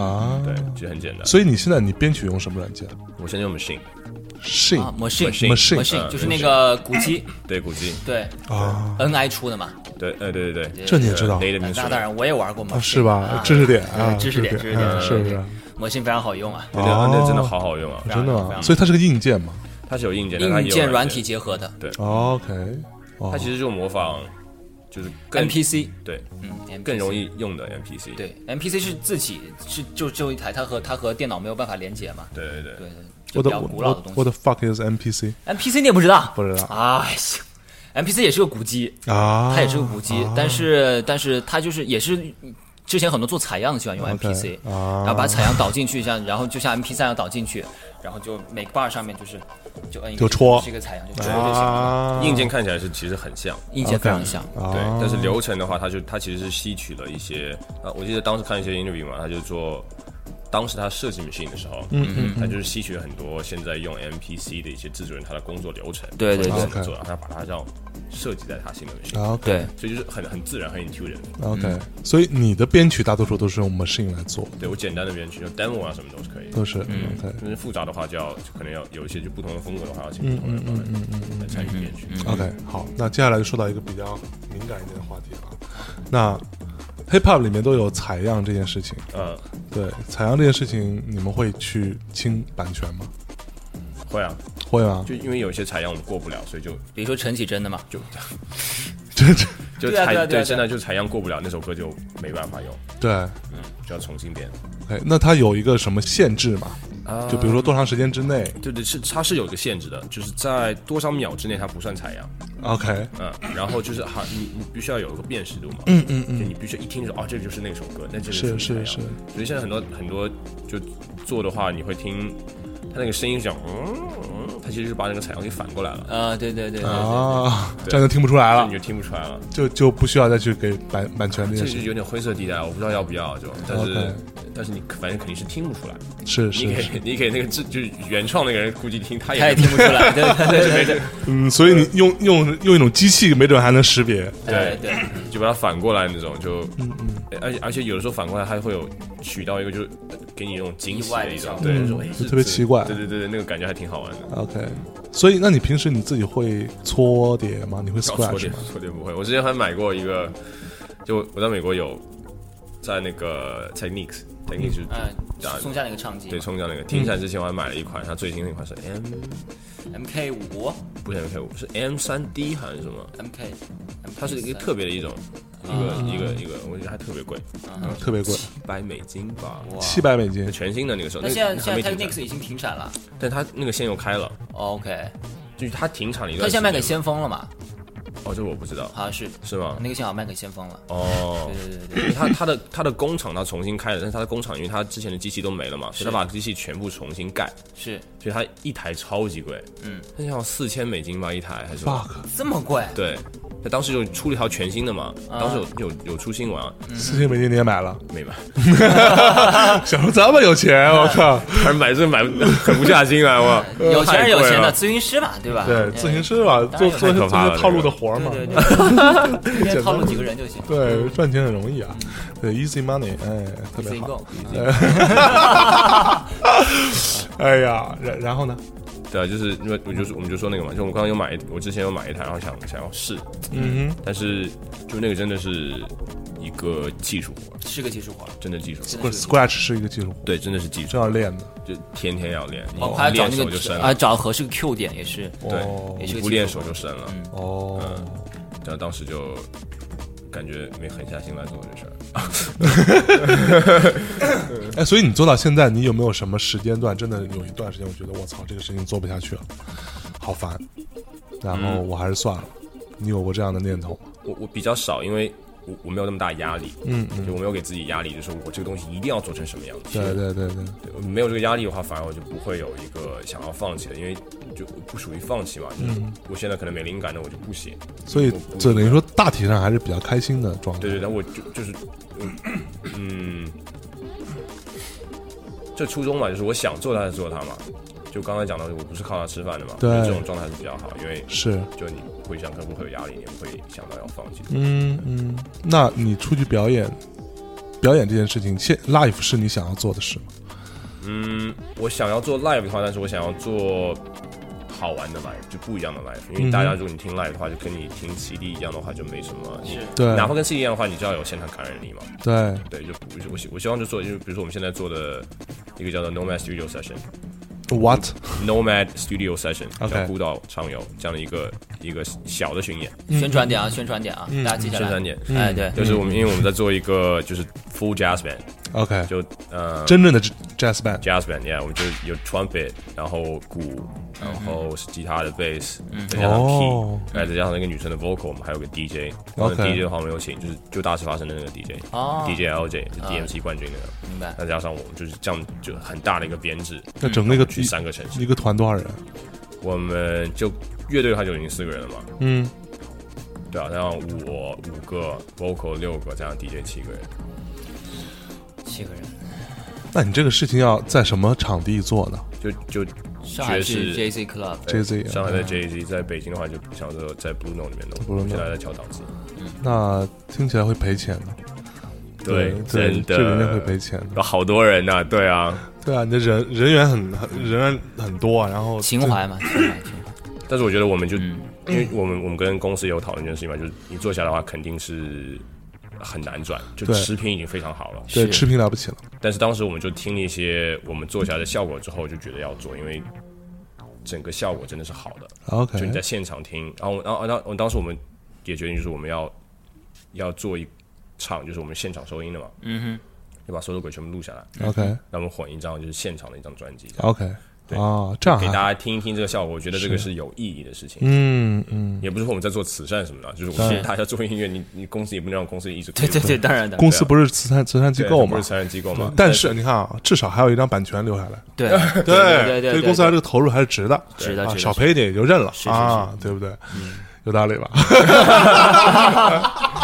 Speaker 2: 啊，
Speaker 1: 嗯对，就很简单。
Speaker 2: 所以你现在你编曲用什么软件
Speaker 1: 我现在用 machine，
Speaker 2: ？Shin
Speaker 3: 啊，machine
Speaker 1: Machine
Speaker 2: Machine，
Speaker 3: machine
Speaker 1: 嗯
Speaker 3: 就是那个古
Speaker 2: 嗯
Speaker 3: 籍，
Speaker 1: 对，古籍，
Speaker 3: 对
Speaker 2: 啊，
Speaker 3: ，NI 出的嘛。
Speaker 1: 对，呃，对对对，
Speaker 2: 这你也知道
Speaker 1: 呃？native
Speaker 3: 那当
Speaker 1: instrument，
Speaker 3: 然，我也玩过嘛
Speaker 2: 啊，，是吧？知识点啊，
Speaker 3: 知识点知识点
Speaker 2: 嗯是不是？
Speaker 3: 魔性非常好用啊，
Speaker 1: 对啊那
Speaker 2: 哦
Speaker 1: 真的好好用啊，
Speaker 2: 真的
Speaker 3: 非
Speaker 2: 吗？
Speaker 3: 常
Speaker 2: 所以它是个硬件嘛
Speaker 1: 它是有硬件，但它也
Speaker 3: 硬
Speaker 1: 有
Speaker 3: 件软
Speaker 1: 软
Speaker 3: 体，结合的
Speaker 2: ？OK，哦
Speaker 1: 它其实就模仿，就是更
Speaker 3: NPC，
Speaker 1: 对
Speaker 3: 嗯，
Speaker 1: 更容
Speaker 3: 易。
Speaker 1: 易用的 NPC，
Speaker 3: 对，NPC 是自己是就只有一台，它和它和电脑没有办法连接嘛。
Speaker 1: 对对对
Speaker 3: 对，就
Speaker 2: 我
Speaker 3: 比
Speaker 2: 的
Speaker 3: 较
Speaker 2: 我
Speaker 3: 古老的
Speaker 2: 我
Speaker 3: 东
Speaker 2: 我
Speaker 3: 西。
Speaker 2: 的 fuck is NPC
Speaker 3: NPC 你也不知道？
Speaker 2: 不知道
Speaker 3: 哎呀，NPC 也是个古机，
Speaker 2: 啊，
Speaker 3: 它也是个古机，但是但是它就是也是之前很多做采样的喜欢用
Speaker 2: OK，
Speaker 3: NPC，
Speaker 2: 啊
Speaker 3: 然后把采样导进去，像然后就像 MP 3样导进去，然后就每个 bar 上面就是就摁一个
Speaker 2: 就戳
Speaker 3: 是一个采样就戳就行了，
Speaker 2: 啊，
Speaker 1: 硬件看起来是其实很像，
Speaker 3: 硬件非常像。
Speaker 1: 对，但是流程的话，它就它其实是吸取了一些，呃，我记得当时看一些 interview 嘛，他就做，当时他设计 machine 的时候，嗯嗯，他就是吸取了很多现在用 MPC 的一些制作人他的工作流程，
Speaker 3: 对对
Speaker 1: 或
Speaker 2: 对
Speaker 1: 者怎么做，然后他把它让设计在他新的 machine，、
Speaker 2: 嗯 OK
Speaker 3: 对，
Speaker 1: 所以就是很很自然很 intuitive。
Speaker 2: OK，所
Speaker 1: 嗯
Speaker 2: 以你的编曲大多数都是用 machine 来做，
Speaker 1: 对我简单的编曲就 demo 啊什么都是可以的，
Speaker 2: 都是 OK
Speaker 1: 但是复杂的话就要就可能要有一些就不同的风格的话，要请不同的人帮来来参与编曲。
Speaker 2: OK，好，那接下来就说到一个比较敏感一点的话题了。那 hip hop 里面都有采样这件事情，
Speaker 1: 呃，
Speaker 2: 对采样这件事情，你们会去清版权吗？
Speaker 1: 会啊，
Speaker 2: 会吗？
Speaker 1: 就因为有一些采样我们过不了，所以就
Speaker 3: 比如说陈绮贞的嘛，
Speaker 1: 就
Speaker 2: 这这
Speaker 1: 就
Speaker 3: 对啊对啊
Speaker 1: 采
Speaker 3: 对啊对啊
Speaker 1: 现在就采样过不了，那首歌就没办法用。
Speaker 2: 对。
Speaker 1: 就要重新编。
Speaker 2: OK，那它有一个什么限制吗？
Speaker 1: 呃
Speaker 2: 就比如说多长时间之内
Speaker 1: 对对，是它是有个限制的，就是在多少秒之内它不算采样，
Speaker 2: ？OK，
Speaker 1: 嗯，然后就是还你你必须要有一个辨识度嘛，嗯嗯嗯，就你必须一听就说哦，这就是那首歌，那这就是
Speaker 2: 是
Speaker 1: 采样
Speaker 2: 是
Speaker 1: 所以现在很多很多就做的话，你会听它那个声音是讲，嗯嗯，它其实是把那个采样给反过来了，
Speaker 3: 呃，对对对对
Speaker 2: 啊，这样就听不出来
Speaker 1: 那
Speaker 2: 了
Speaker 1: 你，就听不出来了。
Speaker 2: 就就不需要再去给版版权这
Speaker 1: 这
Speaker 2: 件
Speaker 1: 个
Speaker 2: 事
Speaker 1: 就
Speaker 2: 情。
Speaker 1: 有点灰色地带，我不知道要不要就，但是
Speaker 2: OK
Speaker 1: 但是你反正肯定是听不出来。
Speaker 2: 是
Speaker 1: 你
Speaker 2: 是，
Speaker 1: 给你给那个制就是原创那个人，估计听他
Speaker 3: 他也
Speaker 1: 也
Speaker 3: 听不出来，对对对对对
Speaker 2: 嗯，所以你用用用一种机器，没准还能识别。
Speaker 3: 对对，
Speaker 1: 就把它反过来那种，就，
Speaker 2: 嗯
Speaker 1: 哎而且而且有的时候反过来它会有取到一个就是给你那种惊喜的一种，对，说哎
Speaker 2: 嗯就特别奇怪
Speaker 1: 对对对对，那个感觉还挺好玩的。
Speaker 2: OK，所以那你平时你自己会搓碟吗？你会
Speaker 1: 然后搓
Speaker 2: scratch
Speaker 1: 碟
Speaker 2: 吗？
Speaker 1: 搓碟不会，我之前还买过一个，就我在美国有在那个 Technics Technics 就是
Speaker 3: 嗯，松下那个唱机
Speaker 1: 对冲江那个，听起来之前我还买了一款，它最新那款是 M
Speaker 3: ，MK 五
Speaker 1: 不是 M K 五是 M 三 D 还是什么？
Speaker 3: ，MK，
Speaker 1: 它是一个特别的一种。一个一个一个，我觉得还特别贵，啊
Speaker 2: 特别贵，
Speaker 1: 百美金吧，
Speaker 2: 七百美金。
Speaker 1: 全新的那个时候。
Speaker 3: 那
Speaker 1: 个
Speaker 3: 现在
Speaker 1: 还
Speaker 3: 现
Speaker 1: 没
Speaker 3: 在
Speaker 1: 停产
Speaker 3: Technics 已经停产了
Speaker 1: 但它那个线又开了，
Speaker 3: ，OK，
Speaker 1: 就是它停产了一
Speaker 3: 它
Speaker 1: 段时
Speaker 3: 现在
Speaker 1: 间。
Speaker 3: 卖给先锋了嘛？
Speaker 1: 哦，这我不知道，
Speaker 3: 好像是，
Speaker 1: 是吗？
Speaker 3: 那个幸好卖给先锋了。
Speaker 1: 哦，
Speaker 3: 对对对对，
Speaker 1: 因为它它的它的工厂它重新开了，但是它的工厂因为它之前的机器都没了嘛，所以它把机器全部重新盖，
Speaker 3: 是
Speaker 1: 所以它一台超级贵，
Speaker 3: 嗯，
Speaker 1: 那像四千美金吧一台还是什么
Speaker 2: fuck，
Speaker 3: 这么贵，
Speaker 1: 对，它当时就出了一条全新的嘛，
Speaker 3: 啊
Speaker 1: 当时有有有出新闻啊，
Speaker 2: 四千美金你也买了？
Speaker 1: 没买，
Speaker 2: 小时候这么有钱，我靠！
Speaker 1: 还是买这买不狠不下心来哇，
Speaker 3: 有钱
Speaker 1: 呃太
Speaker 3: 是
Speaker 1: 贵
Speaker 3: 有钱的，
Speaker 1: 了
Speaker 3: 咨询师嘛，对吧？
Speaker 2: 对，自行车吧，做做
Speaker 1: 太
Speaker 2: 做
Speaker 1: 可怕
Speaker 2: 些
Speaker 1: 了
Speaker 2: 套路的活儿嘛。
Speaker 3: 对对对，今天套路几个人就行。
Speaker 2: 对，赚钱很容易啊。对，easy money，哎，特别
Speaker 3: Easy
Speaker 2: 好。
Speaker 3: go，
Speaker 2: 哎呀，然然后呢？
Speaker 1: 对啊，就是因为我就是我们就说那个嘛，就我们刚刚有买一，我之前有买一台，然后想想要试，
Speaker 2: 嗯哼，
Speaker 1: 但是就那个真的是一个技术活，
Speaker 3: 是个技术活儿，
Speaker 1: 真的技术活。
Speaker 2: 不是 scratch 是一个技术活，
Speaker 1: 对，真的是技术
Speaker 2: 真，要练的。
Speaker 1: 就天天要练，你
Speaker 3: 包括
Speaker 1: 不
Speaker 3: 还哦找
Speaker 1: 嗯练
Speaker 3: 那
Speaker 1: 手就
Speaker 3: 个
Speaker 1: 生
Speaker 3: 啊，
Speaker 1: 了。
Speaker 3: 找合适的 Q 点也是，
Speaker 2: 哦
Speaker 3: 也
Speaker 1: 对，嗯
Speaker 3: 是
Speaker 1: 你
Speaker 3: 个
Speaker 1: 不
Speaker 3: 技
Speaker 1: 练
Speaker 3: 术嗯
Speaker 1: 手就生了。
Speaker 2: 哦，
Speaker 1: 然后当时就感觉没狠下心来做这事儿。
Speaker 2: 哎，所以你做到现在，你有没有什么时间段，真的有一段时间，我觉得我操，这个事情做不下去了，好烦，然后
Speaker 1: 嗯
Speaker 2: 我还是算了。你有过这样的念头吗？
Speaker 1: 我我比较少，因为我我没有那么大压力，嗯，就我没有给自己压力，就是我这个东西一定要做成什么样子。
Speaker 2: 对对对对，
Speaker 1: 对没有这个压力的话，反而我就不会有一个想要放弃的，因为就不属于放弃嘛。就是
Speaker 2: 嗯
Speaker 1: 我现在可能没灵感，那我就不写。
Speaker 2: 所以这等于说大体上还是比较开心的状态。
Speaker 1: 对对，但我就就是，嗯，嗯这初衷嘛，就是我想做它就做它嘛，就刚才讲的，我不是靠它吃饭的嘛，
Speaker 2: 对
Speaker 1: 我觉得这种状态是比较好，因为
Speaker 2: 是，
Speaker 1: 就你不会像客户会有压力，你也不会想到要放弃。
Speaker 2: 嗯嗯。那你出去表演，表演这件事情，现 live 是你想要做的事吗？
Speaker 1: 嗯，我想要做 live 的话，但是我想要做好玩的 live，就不一样的 live。因
Speaker 2: 嗯哼
Speaker 1: 为大家如果你听 live 的话，就跟你听 CD 一样的话，就没什么。你
Speaker 2: 对
Speaker 1: 哪怕跟 CD 一样的话，你就要有现场感染力嘛。
Speaker 2: 对，
Speaker 1: 对，就不我希我希望就做，就是比如说我们现在做的一个叫做 Nomad Studio Session。
Speaker 2: What？
Speaker 1: Nomad Studio Session，
Speaker 2: OK
Speaker 1: 叫孤岛畅游这样的一个一个小的巡演，
Speaker 2: 嗯
Speaker 3: 宣传点啊，宣传点啊，大家记下
Speaker 1: 宣传
Speaker 3: 来。
Speaker 1: 点，
Speaker 3: 哎，对，
Speaker 1: 就是我们因为我们在做一个就是 full jazz band，
Speaker 2: OK，
Speaker 1: 就呃
Speaker 2: 真正的 jazz band。
Speaker 1: jazz band，yeah，我们就有 trumpet，然后鼓，然后是吉他的 bass，再加上 key，
Speaker 2: 哦
Speaker 1: 哎，再加上那个女生的 vocal，我们还有个 DJ，我
Speaker 2: OK
Speaker 1: 们 DJ 的话我们有请就是就大事发生的那个 DJ，DJ LJ
Speaker 3: 哦
Speaker 1: 就 DMC 冠军那个，
Speaker 3: 明白
Speaker 1: 再加上我们就是这样就很大的一个编制，
Speaker 2: 那整个一个
Speaker 1: 去三个城市，
Speaker 2: 一个团多少人？
Speaker 1: 我们就乐队的话就已经四个人了嘛。
Speaker 2: 嗯，
Speaker 1: 对啊，然后我五个，vocal 六个，加上 DJ 七个人。
Speaker 3: 七个人，
Speaker 2: 嗯那你这个事情要在什么场地做呢
Speaker 1: 就就
Speaker 3: 上海
Speaker 1: 爵
Speaker 3: 是
Speaker 1: 士，
Speaker 3: JZ Club，
Speaker 2: ？JZ
Speaker 1: 上海在 JZ，在北京的话就想说在 Blue Note 里面弄，
Speaker 2: Blue Note
Speaker 1: 现在在敲档次。
Speaker 2: 那听起来会赔钱的。对，
Speaker 1: 真
Speaker 2: 这个人会
Speaker 1: 的
Speaker 2: 赔钱的。
Speaker 1: 有好多人呐、对啊。
Speaker 2: 对啊，你的人人员很很人员很多啊，然后
Speaker 3: 情怀嘛，情怀，情怀。
Speaker 1: 但是我觉得我们就，因为我们我们跟公司有讨论这件事情嘛，就是你做下来的话肯定是很难赚，就
Speaker 2: 对
Speaker 1: 持平已经非常好了。
Speaker 2: 对
Speaker 3: 是
Speaker 2: 吃平了不起了。
Speaker 1: 但是当时我们就听了一些我们做下来的效果之后，就觉得要做，因为整个效果真的是好的。
Speaker 2: OK，
Speaker 1: 就你在现场听，然后然后然后当时我们也决定就是我们要要做一场就是我们现场收音的嘛，嗯哼，就把所有鬼全部录下来，
Speaker 2: OK
Speaker 1: 让我们混一张就是现场的一张专辑，
Speaker 2: OK 啊，这样
Speaker 1: 给大
Speaker 2: 还
Speaker 1: 家听一听这个效果，我觉得这个是有意义的事情。
Speaker 2: 嗯嗯，
Speaker 1: 也不是说我们在做慈善什么的，就是我们大家做音乐，你你公司也不能让公司一直
Speaker 3: 对对对，当然的，
Speaker 2: 公司不是慈善慈善机
Speaker 1: 对
Speaker 2: 构
Speaker 1: 它不
Speaker 2: 嘛
Speaker 1: 是，慈善机构嘛，
Speaker 2: 但是你看啊，至少还有一张版权留下来，
Speaker 3: 对对对
Speaker 2: 所以
Speaker 3: 对
Speaker 2: 公
Speaker 3: 对
Speaker 2: 司来
Speaker 3: 对，
Speaker 2: 这个投入还是值的，
Speaker 3: 值得
Speaker 2: 啊，
Speaker 3: 值得
Speaker 2: 少赔一点也就认了
Speaker 3: 是是嗯
Speaker 2: 啊，对不对？有道理吧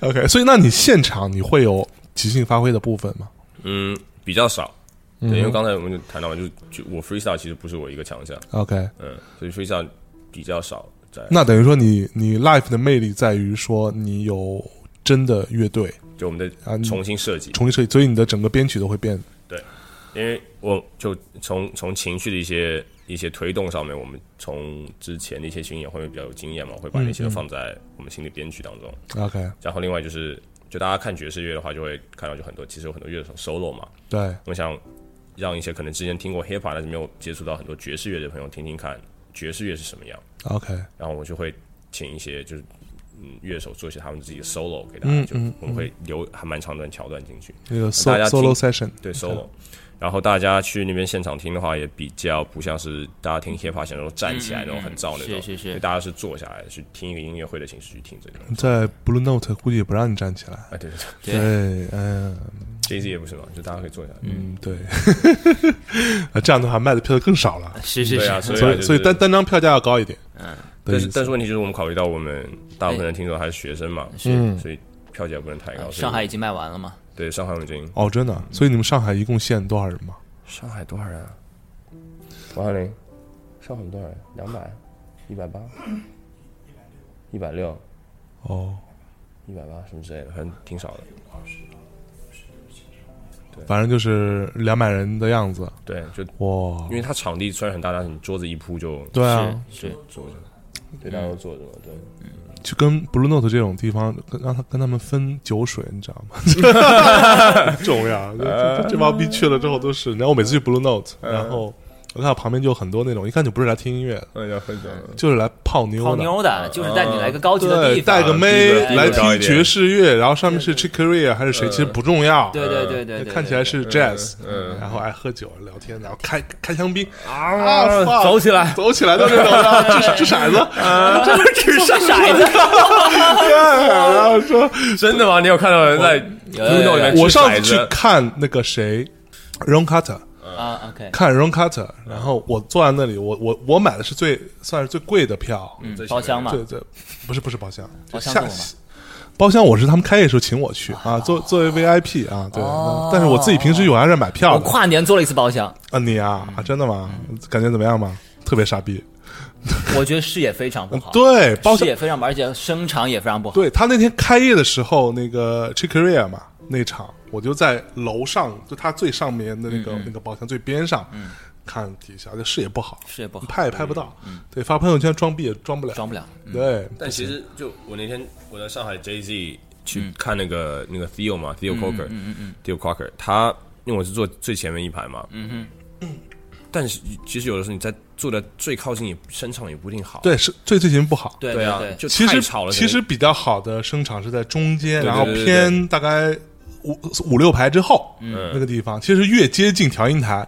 Speaker 2: ？OK，所以那你现场你会有即兴发挥的部分吗？
Speaker 1: 嗯，比较少。
Speaker 2: 嗯
Speaker 1: 对，因为刚才我们就谈到嘛，就就我 freestyle 其实不是我一个强项，
Speaker 2: OK，
Speaker 1: 嗯，所以 freestyle 比较少在。
Speaker 2: 那等于说你你 life 的魅力在于说你有真的乐队
Speaker 1: 就我们
Speaker 2: 啊
Speaker 1: 得
Speaker 2: 你
Speaker 1: 重新设计，
Speaker 2: 重新设计，所以你的整个编曲都会变。
Speaker 1: 因为我就从从情绪的一些一些推动上面，我们从之前的一些巡演会比较有经验嘛，会把那些都放在我们新的编曲当中。
Speaker 2: OK，
Speaker 1: 然后另外就是，就大家看爵士乐的话，就会看到就很多，其实有很多乐手 solo 嘛。
Speaker 2: 对，
Speaker 1: 我想让一些可能之前听过 hip hop 但是没有接触到很多爵士乐的朋友听听看爵士乐是什么样。
Speaker 2: OK，
Speaker 1: 然后我就会请一些就是嗯乐手做一些他们自己的 solo 给大家，
Speaker 2: 嗯
Speaker 1: 就
Speaker 2: 嗯
Speaker 1: 我们会留还蛮长段桥段进去。
Speaker 2: 那个
Speaker 1: 大
Speaker 2: solo
Speaker 1: 家听
Speaker 2: solo session，
Speaker 1: 对 solo。然后大家去那边现场听的话，也比较不像是大家听 hip hop 想说站起来那种很燥那种，
Speaker 3: 是是是
Speaker 1: 所以大家是坐下来去听一个音乐会的形式去听这个。
Speaker 2: 在 Blue Note 估计也不让你站起来。
Speaker 1: 啊，对对对
Speaker 2: 嗯对，嗯
Speaker 1: ，Jay Z 也不是嘛，就大家可以坐下来。嗯，
Speaker 2: 嗯，对， 啊这样的话卖的票就更少了，
Speaker 3: 是是
Speaker 1: 对啊，
Speaker 3: 是，
Speaker 1: 所以
Speaker 2: 所
Speaker 1: 啊就
Speaker 2: 以所以
Speaker 1: 是
Speaker 2: 单单张票价要高一点。
Speaker 1: 但是
Speaker 2: 对
Speaker 1: 但是问题就是我们考虑到我们大部分的听众还是学生嘛，
Speaker 2: 嗯
Speaker 1: 所以票价不能
Speaker 2: 啊
Speaker 1: 太高。所以
Speaker 3: 哎上海已经卖完了嘛，
Speaker 1: 对上海我们已经
Speaker 2: 哦，真的，
Speaker 1: 嗯
Speaker 2: 所以你们上海一共限多少人吗？
Speaker 1: 上海多少人啊？王翰林，上海多少人？两百，一百八，一百六，
Speaker 2: 哦，
Speaker 1: 一百八什么之类的，反正挺少的。
Speaker 2: 反正就是两百人的样子。
Speaker 1: 对，就
Speaker 2: 哇
Speaker 1: 因，为它场地虽然很大，但是你桌子一铺就
Speaker 2: 哦对啊，
Speaker 1: 就坐着，对，大家都坐着嘛，对，
Speaker 2: 就跟 Blue Note 这种地方，跟让他跟他们分酒水，你知道吗？ 重要，这
Speaker 1: 呃
Speaker 2: 这这帮逼去了之后都是。然后我每次去 Blue Note，然后我看到旁边就有很多那种，一看就不是来听音乐的，
Speaker 1: 呃那要分享了。
Speaker 2: 就是来泡妞的。嗯
Speaker 3: 泡妞的，就是带你来个高级的
Speaker 2: 对，
Speaker 3: 地方，
Speaker 2: 带个
Speaker 1: 地
Speaker 2: 妹
Speaker 1: 位
Speaker 2: 来
Speaker 1: 地位高
Speaker 2: 听
Speaker 1: 一点呃
Speaker 2: 爵士乐，然后上面是 Chick Corea 还是谁，其实不重要。
Speaker 3: 对对对对对，
Speaker 2: 看起来是 jazz，然
Speaker 1: 呃
Speaker 2: 后爱喝酒聊天，然后开开香槟啊，fuck，
Speaker 8: 走起来，
Speaker 2: 走起来都是走的，掷掷骰 子，
Speaker 3: 啊是骰 子，
Speaker 2: 对， 然后说
Speaker 1: 真的吗？你有看到人在 Uno 里面
Speaker 2: 我
Speaker 1: 掷
Speaker 2: 上次
Speaker 1: 骰
Speaker 2: 去
Speaker 1: 子？
Speaker 2: 看那个谁，Ron Carter，
Speaker 3: 啊，OK，
Speaker 2: 看 Ron Carter，然
Speaker 3: 嗯
Speaker 2: 后我坐在那里，我我我买的是最算是最贵的票，
Speaker 3: 嗯，包厢嘛，
Speaker 2: 对对，不是不是包厢，
Speaker 3: 包厢
Speaker 2: 下
Speaker 3: 坐嘛哦
Speaker 2: 包厢我是他们开业的时候请我去啊，作作为 VIP 啊，对。那但是我自己平时有还是买票
Speaker 3: 我嗯
Speaker 2: 的
Speaker 3: 跨年做了一次包厢，
Speaker 2: 啊，你啊，啊真的吗？感觉怎么样吗？特别傻逼。
Speaker 3: 我觉得视野非常不好， 啊
Speaker 2: 对，包
Speaker 3: 视
Speaker 2: 厢
Speaker 3: 野非常不好，而且声场也非常不好。
Speaker 2: 对他那天开业的时候，那个 Chicoria 嘛那场，我就在楼上，就他最上面的那
Speaker 1: 嗯
Speaker 2: 个、那个包厢最边上，看底下，这视野不好，
Speaker 3: 视野不好
Speaker 2: 拍也拍不到，
Speaker 1: 嗯
Speaker 2: 对，发朋友圈装逼也装不了，
Speaker 3: 装不了，
Speaker 2: 对，
Speaker 1: 但其实就我那天我在上海 J Z 去看那个、那个 Theo 嘛，Theo Cocker，嗯嗯 t h e o Cocker，他因为我是坐最前面一排嘛，嗯哼，但是其实有的时候你在坐的最靠近也声场也不一定好，
Speaker 2: 对，是最最近不好。
Speaker 3: 对
Speaker 1: 对啊，
Speaker 3: 对，
Speaker 1: 就
Speaker 2: 其
Speaker 1: 太
Speaker 2: 实
Speaker 1: 吵了，
Speaker 2: 其实比较好的声场是在中间，
Speaker 1: 对
Speaker 2: 然后
Speaker 1: 对对嗯
Speaker 2: 偏大概五五六排之后，那个地方，其实越接近调音台，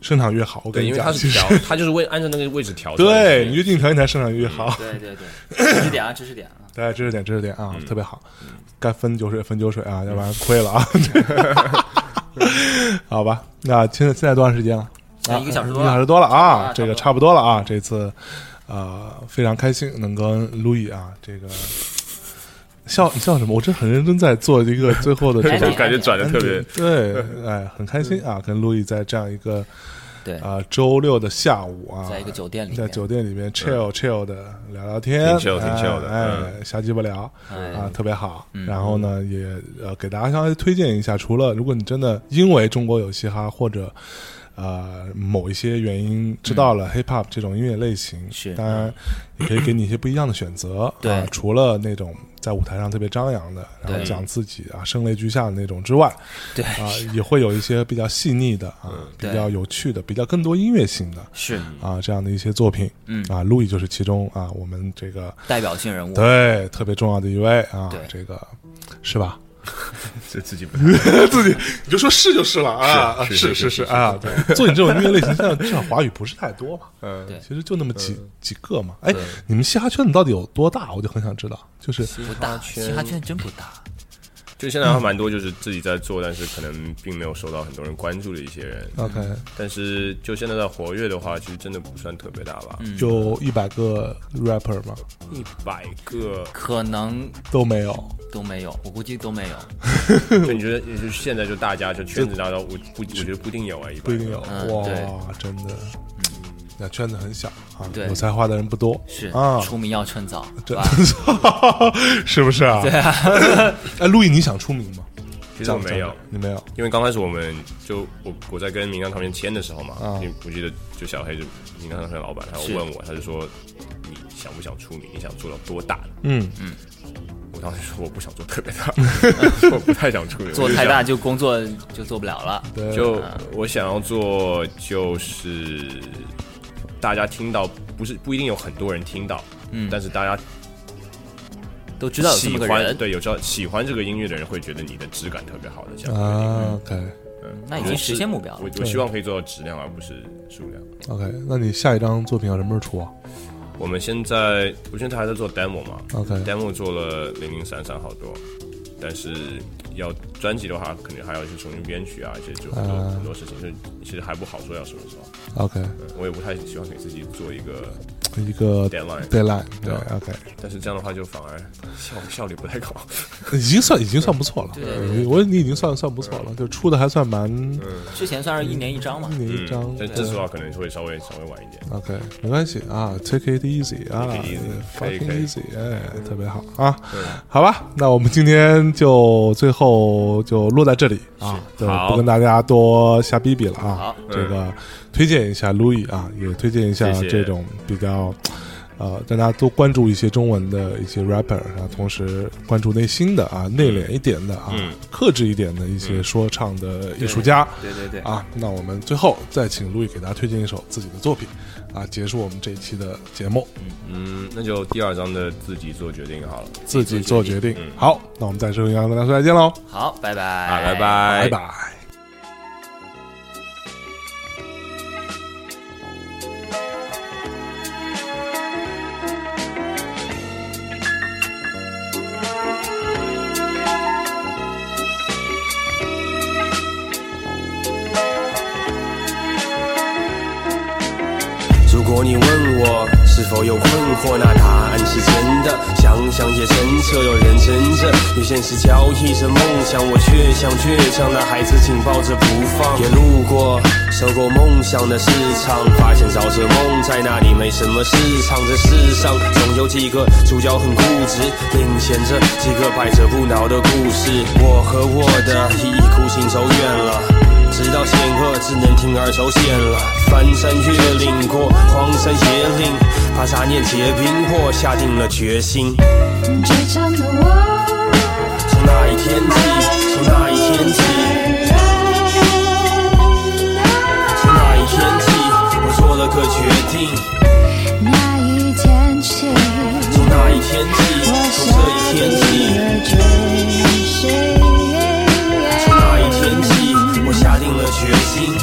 Speaker 2: 声场越好。我跟
Speaker 1: 对，
Speaker 2: 你
Speaker 1: 因为
Speaker 2: 讲，
Speaker 1: 他是
Speaker 2: 其实
Speaker 1: 调，他就是为按照那个位置调出来的，
Speaker 2: 对你越近调音台，声场越好。
Speaker 3: 对对对，知识点啊，知识点啊，
Speaker 2: 对，知识点，知识点
Speaker 3: 嗯
Speaker 2: 啊，特别好。该分酒水分酒水啊，要不然亏了 啊。好吧，那现在现在多长时间了？啊，
Speaker 3: 哎一个小时
Speaker 2: 一
Speaker 3: 多
Speaker 2: 个
Speaker 3: 了
Speaker 2: 小时多了啊，
Speaker 3: 啊
Speaker 2: 这个
Speaker 3: 差
Speaker 2: 差不多了啊，这次呃非常开心能跟路易啊这个笑你笑什么？我真很认真在做一个最后的这
Speaker 3: 哎
Speaker 1: 就
Speaker 2: 种
Speaker 3: 你
Speaker 1: 感觉转的特别，
Speaker 2: 对，哎，很开心啊，跟路易在这样一个
Speaker 3: 对，
Speaker 2: 啊周六的下午啊，
Speaker 3: 在一个酒店里
Speaker 2: 在
Speaker 3: 面，嗯
Speaker 2: 酒店里面 chill chill 的聊聊天，
Speaker 1: 挺 chill，挺
Speaker 2: 哎
Speaker 1: chill 的嗯
Speaker 2: 哎，瞎鸡巴聊
Speaker 3: 哎
Speaker 2: 啊，特别好。然后呢，也呃给大家稍微推荐一下，除了如果你真的因为中国有嘻哈或者呃某一些原因知道了 hip hop 这种音乐类型，
Speaker 3: 嗯是
Speaker 2: 当然也可以给你一些不一样的选择。
Speaker 3: 对
Speaker 2: 啊除了那种在舞台上特别张扬的，然后
Speaker 3: 对
Speaker 2: 讲自己啊声泪俱下的那种之外，
Speaker 3: 对
Speaker 2: 啊，也会有一些比较细腻的啊，比
Speaker 3: 对
Speaker 2: 较有趣的，比较更多音乐性的。
Speaker 3: 是
Speaker 2: 啊这样的一些作品，
Speaker 3: 嗯
Speaker 2: 啊，路易就是其中啊，我们这个
Speaker 3: 代表性人物，
Speaker 2: 对特别重要的一位啊
Speaker 3: 对，
Speaker 2: 这个是吧？
Speaker 1: 这自己不
Speaker 2: 自己你就说是就是了啊，啊
Speaker 1: 是
Speaker 2: 是
Speaker 1: 是
Speaker 2: 是
Speaker 1: 是
Speaker 2: 是
Speaker 1: 是
Speaker 2: 啊，对， 做你这种音乐类型，现在至少华语不是太多嘛，
Speaker 1: 嗯
Speaker 3: 对
Speaker 2: 其实就那么几几个嘛。哎，你们嘻哈圈子到底有多大？我就很想知道，就是
Speaker 3: 不大，嘻哈圈真不大，
Speaker 1: 就现在还蛮多就是自己在做，但是可能并没有受到很多人关注的一些人，
Speaker 2: OK，
Speaker 1: 但是就现在在活跃的话，其实真的不算特别大吧，
Speaker 2: 就一百个 rapper 嘛
Speaker 1: 一百个，
Speaker 3: 可能
Speaker 2: 都没有，
Speaker 3: 都没有，我估计都没有，
Speaker 1: 就你觉得，也就是现在就大家就圈子大到我不，我觉得不一定有啊，一百
Speaker 2: 不
Speaker 1: 个
Speaker 2: 一定有。
Speaker 3: 嗯
Speaker 2: 哇，真的，那圈子很小啊，
Speaker 3: 对
Speaker 2: 有才华的人不多，
Speaker 3: 是
Speaker 2: 啊，
Speaker 3: 出名要趁早，啊
Speaker 2: 这
Speaker 3: 吧？
Speaker 2: 是不是啊？对啊。 哎，路易，你想出名吗？
Speaker 1: 其实我没有
Speaker 2: 讲，你没有。
Speaker 1: 因为刚开始我们就我我在跟明亮唱片签的时候嘛，
Speaker 2: 啊
Speaker 1: 因为我记得就小黑就明亮唱片老板，他
Speaker 3: 是
Speaker 1: 问我，他就说你想不想出名？你想做到多大？
Speaker 2: 嗯，
Speaker 1: 我当时说我不想做特别 大，我不太想出名，
Speaker 3: 做
Speaker 1: 我就
Speaker 3: 太
Speaker 1: 想
Speaker 3: 大就呃工作就做不了了，
Speaker 2: 对，
Speaker 1: 就我想要做，就是大家听到，不是不一定有很多人听到，嗯，但是大家
Speaker 3: 都知道有这
Speaker 1: 喜
Speaker 3: 么个
Speaker 1: 欢，
Speaker 3: 人，
Speaker 1: 对，有时候喜欢这个音乐的人会觉得你的质感特别好的这样的音乐。
Speaker 2: 啊，OK
Speaker 3: 那已经实现目标了
Speaker 1: 我。我希望可以做到质量而不是数量。
Speaker 2: OK，那你下一张作品要什么时候出啊？
Speaker 1: 我们现在，我现在还在做 demo 嘛
Speaker 2: OK
Speaker 1: demo 做了零零散散好多，但是要专辑的话，肯定还要去重新编曲啊，一些就很多、
Speaker 2: 啊
Speaker 1: 很多事情，就其实还不好说要什么时候。
Speaker 2: OK，
Speaker 1: 嗯我也不太喜欢给自己做一个
Speaker 2: 一个
Speaker 1: deadline，
Speaker 2: deadline，对
Speaker 1: 对啊
Speaker 2: ，OK，
Speaker 1: 但是这样的话就反而效效率不太高。
Speaker 2: 已经算已经算不错了。
Speaker 3: 对对
Speaker 2: 我你已经算算不错了，就出的还算蛮一
Speaker 3: 之前算是一年一张嘛，
Speaker 2: 年一
Speaker 1: 嗯
Speaker 2: 张，。
Speaker 1: 但
Speaker 2: 对
Speaker 1: 这次的话可能会稍微稍微晚一点。
Speaker 2: OK，没关系啊，Take it easy 啊
Speaker 1: Take it easy，可以
Speaker 2: ，fucking
Speaker 1: 可以嗯
Speaker 2: easy，哎，特别好啊。好吧，那我们今天就最后就落在这里啊，就
Speaker 1: 好嗯
Speaker 2: 不跟大家多瞎逼逼了啊
Speaker 3: 好。
Speaker 2: 这个推荐一下 Louis 啊，也推荐一下
Speaker 1: 谢谢
Speaker 2: 这种比较。呃，让大家多关注一些中文的一些 rapper，然后同时关注内心的啊，内
Speaker 1: 嗯
Speaker 2: 敛一点的啊，克制一点的一些说唱的艺术家。
Speaker 8: 对对对，
Speaker 2: 啊，那我们最后再请路易给大家推荐一首自己的作品，啊，结束我们这一期的节目，
Speaker 1: 嗯，那就第二章的自己做决定好了。
Speaker 2: 自己做决定。
Speaker 1: 嗯
Speaker 2: 好，那我们在这里跟大家说再见喽，
Speaker 3: 好，拜拜，
Speaker 1: 啊，拜
Speaker 2: 拜
Speaker 1: 拜。
Speaker 2: 拜。
Speaker 9: 如果你问我是否有困惑？那答案是真的。想想也神扯，有人争着与现实交易着梦想，我却想倔强。那孩子紧抱着不放。也路过收购梦想的市场，发现沼泽梦在那里没什么市场。这世上总有几个主角很固执，领衔着几个百折不挠的故事。我和我的一意孤行走远了。直到险恶，只能铤而走险了。翻山越岭过，荒山野岭，把杂念结冰过，下定了决心。
Speaker 10: 倔强的我，
Speaker 9: 从那一天起，从那一天起，从那一天起，我做了个决定。
Speaker 10: 那一天起，
Speaker 9: 从那一天起，
Speaker 10: 我
Speaker 9: 从
Speaker 10: 下
Speaker 9: 这一天
Speaker 10: 定
Speaker 9: 起，
Speaker 10: 了决心。
Speaker 9: 从那一天起，我下定了决心。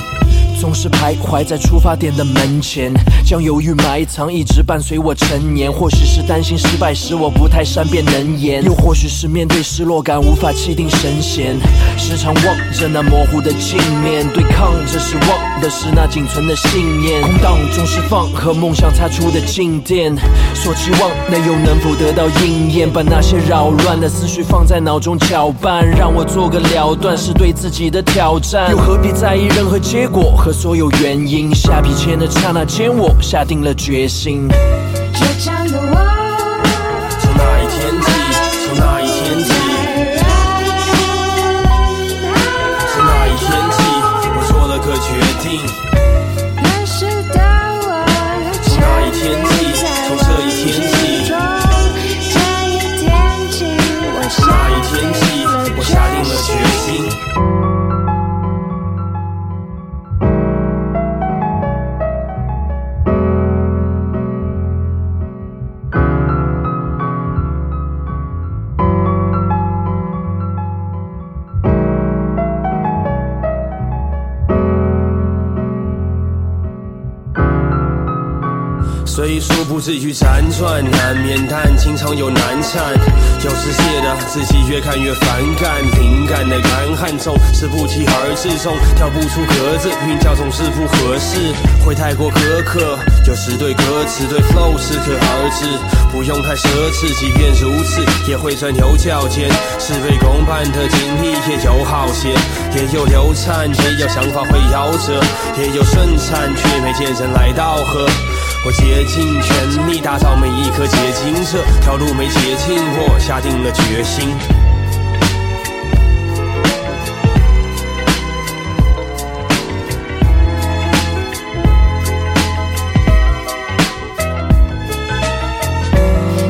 Speaker 11: 总是徘徊在出发点的门前，将犹豫埋藏，一直伴随我成年。或许是担心失败使我不太善变能言，又或许是面对失落感无法气定神闲。时常望着那模糊的镜面，对抗着失望的是那仅存的信念。空荡中释放和梦想擦出的静电，所期望的又能否得到应验？把那些扰乱的思绪放在脑中搅拌，让我做个了断，是对自己的挑战。又何必在意任何结果和所有原因？下笔前的刹那间，我下定了决心。
Speaker 10: 倔强的我，
Speaker 9: 从那一天起，从那一天起，从那一天起，我做了个决定。
Speaker 10: 那时的我，
Speaker 9: 从那一天起，从这一天起，
Speaker 10: 中这一天起，我
Speaker 9: 从那一
Speaker 10: 下
Speaker 9: 天
Speaker 10: 定
Speaker 9: 起
Speaker 10: 了，
Speaker 9: 我下定了
Speaker 10: 决
Speaker 9: 决
Speaker 10: 心。
Speaker 9: 心。虽说不至于辗转难眠，但经常有难产。有时写的自己越看越反感，灵感的干旱总是不期而至中，跳不出格子，韵脚总是不合适，会太过苛刻。有时对歌词对 flow 适可而止，不用太奢侈，即便如此也会钻牛角尖。是非公办的经历也有好些，也有流产，也有想法会夭折，也有顺产，却没见人来道贺。我竭尽全力打造每一颗结晶，这条路没捷径，我下定了决心。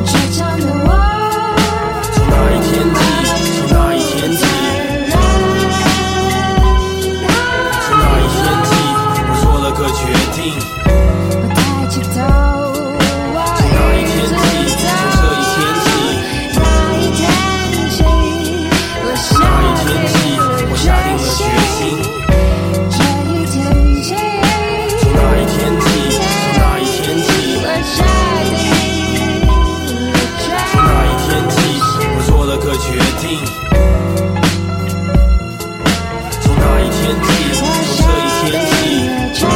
Speaker 10: 倔强的我，
Speaker 9: 从那一天起，从那一天起，从那一天起，我做了个决定。
Speaker 10: 我抬起头，我
Speaker 9: 从那一
Speaker 10: 一
Speaker 9: 天
Speaker 10: 直
Speaker 9: 起，从
Speaker 10: 走
Speaker 9: 这一天起。
Speaker 10: 那一天起，我下
Speaker 9: 那一天起，我下定了决心。
Speaker 10: 这一天起，
Speaker 9: 从那一天起，从那一天起，
Speaker 10: 我下定了决
Speaker 9: 从那一天起，我做了个决定。从那一天起，从这一天起，
Speaker 10: 心。
Speaker 9: 从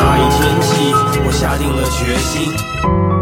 Speaker 9: 那一天起，我下定了决心。
Speaker 10: 我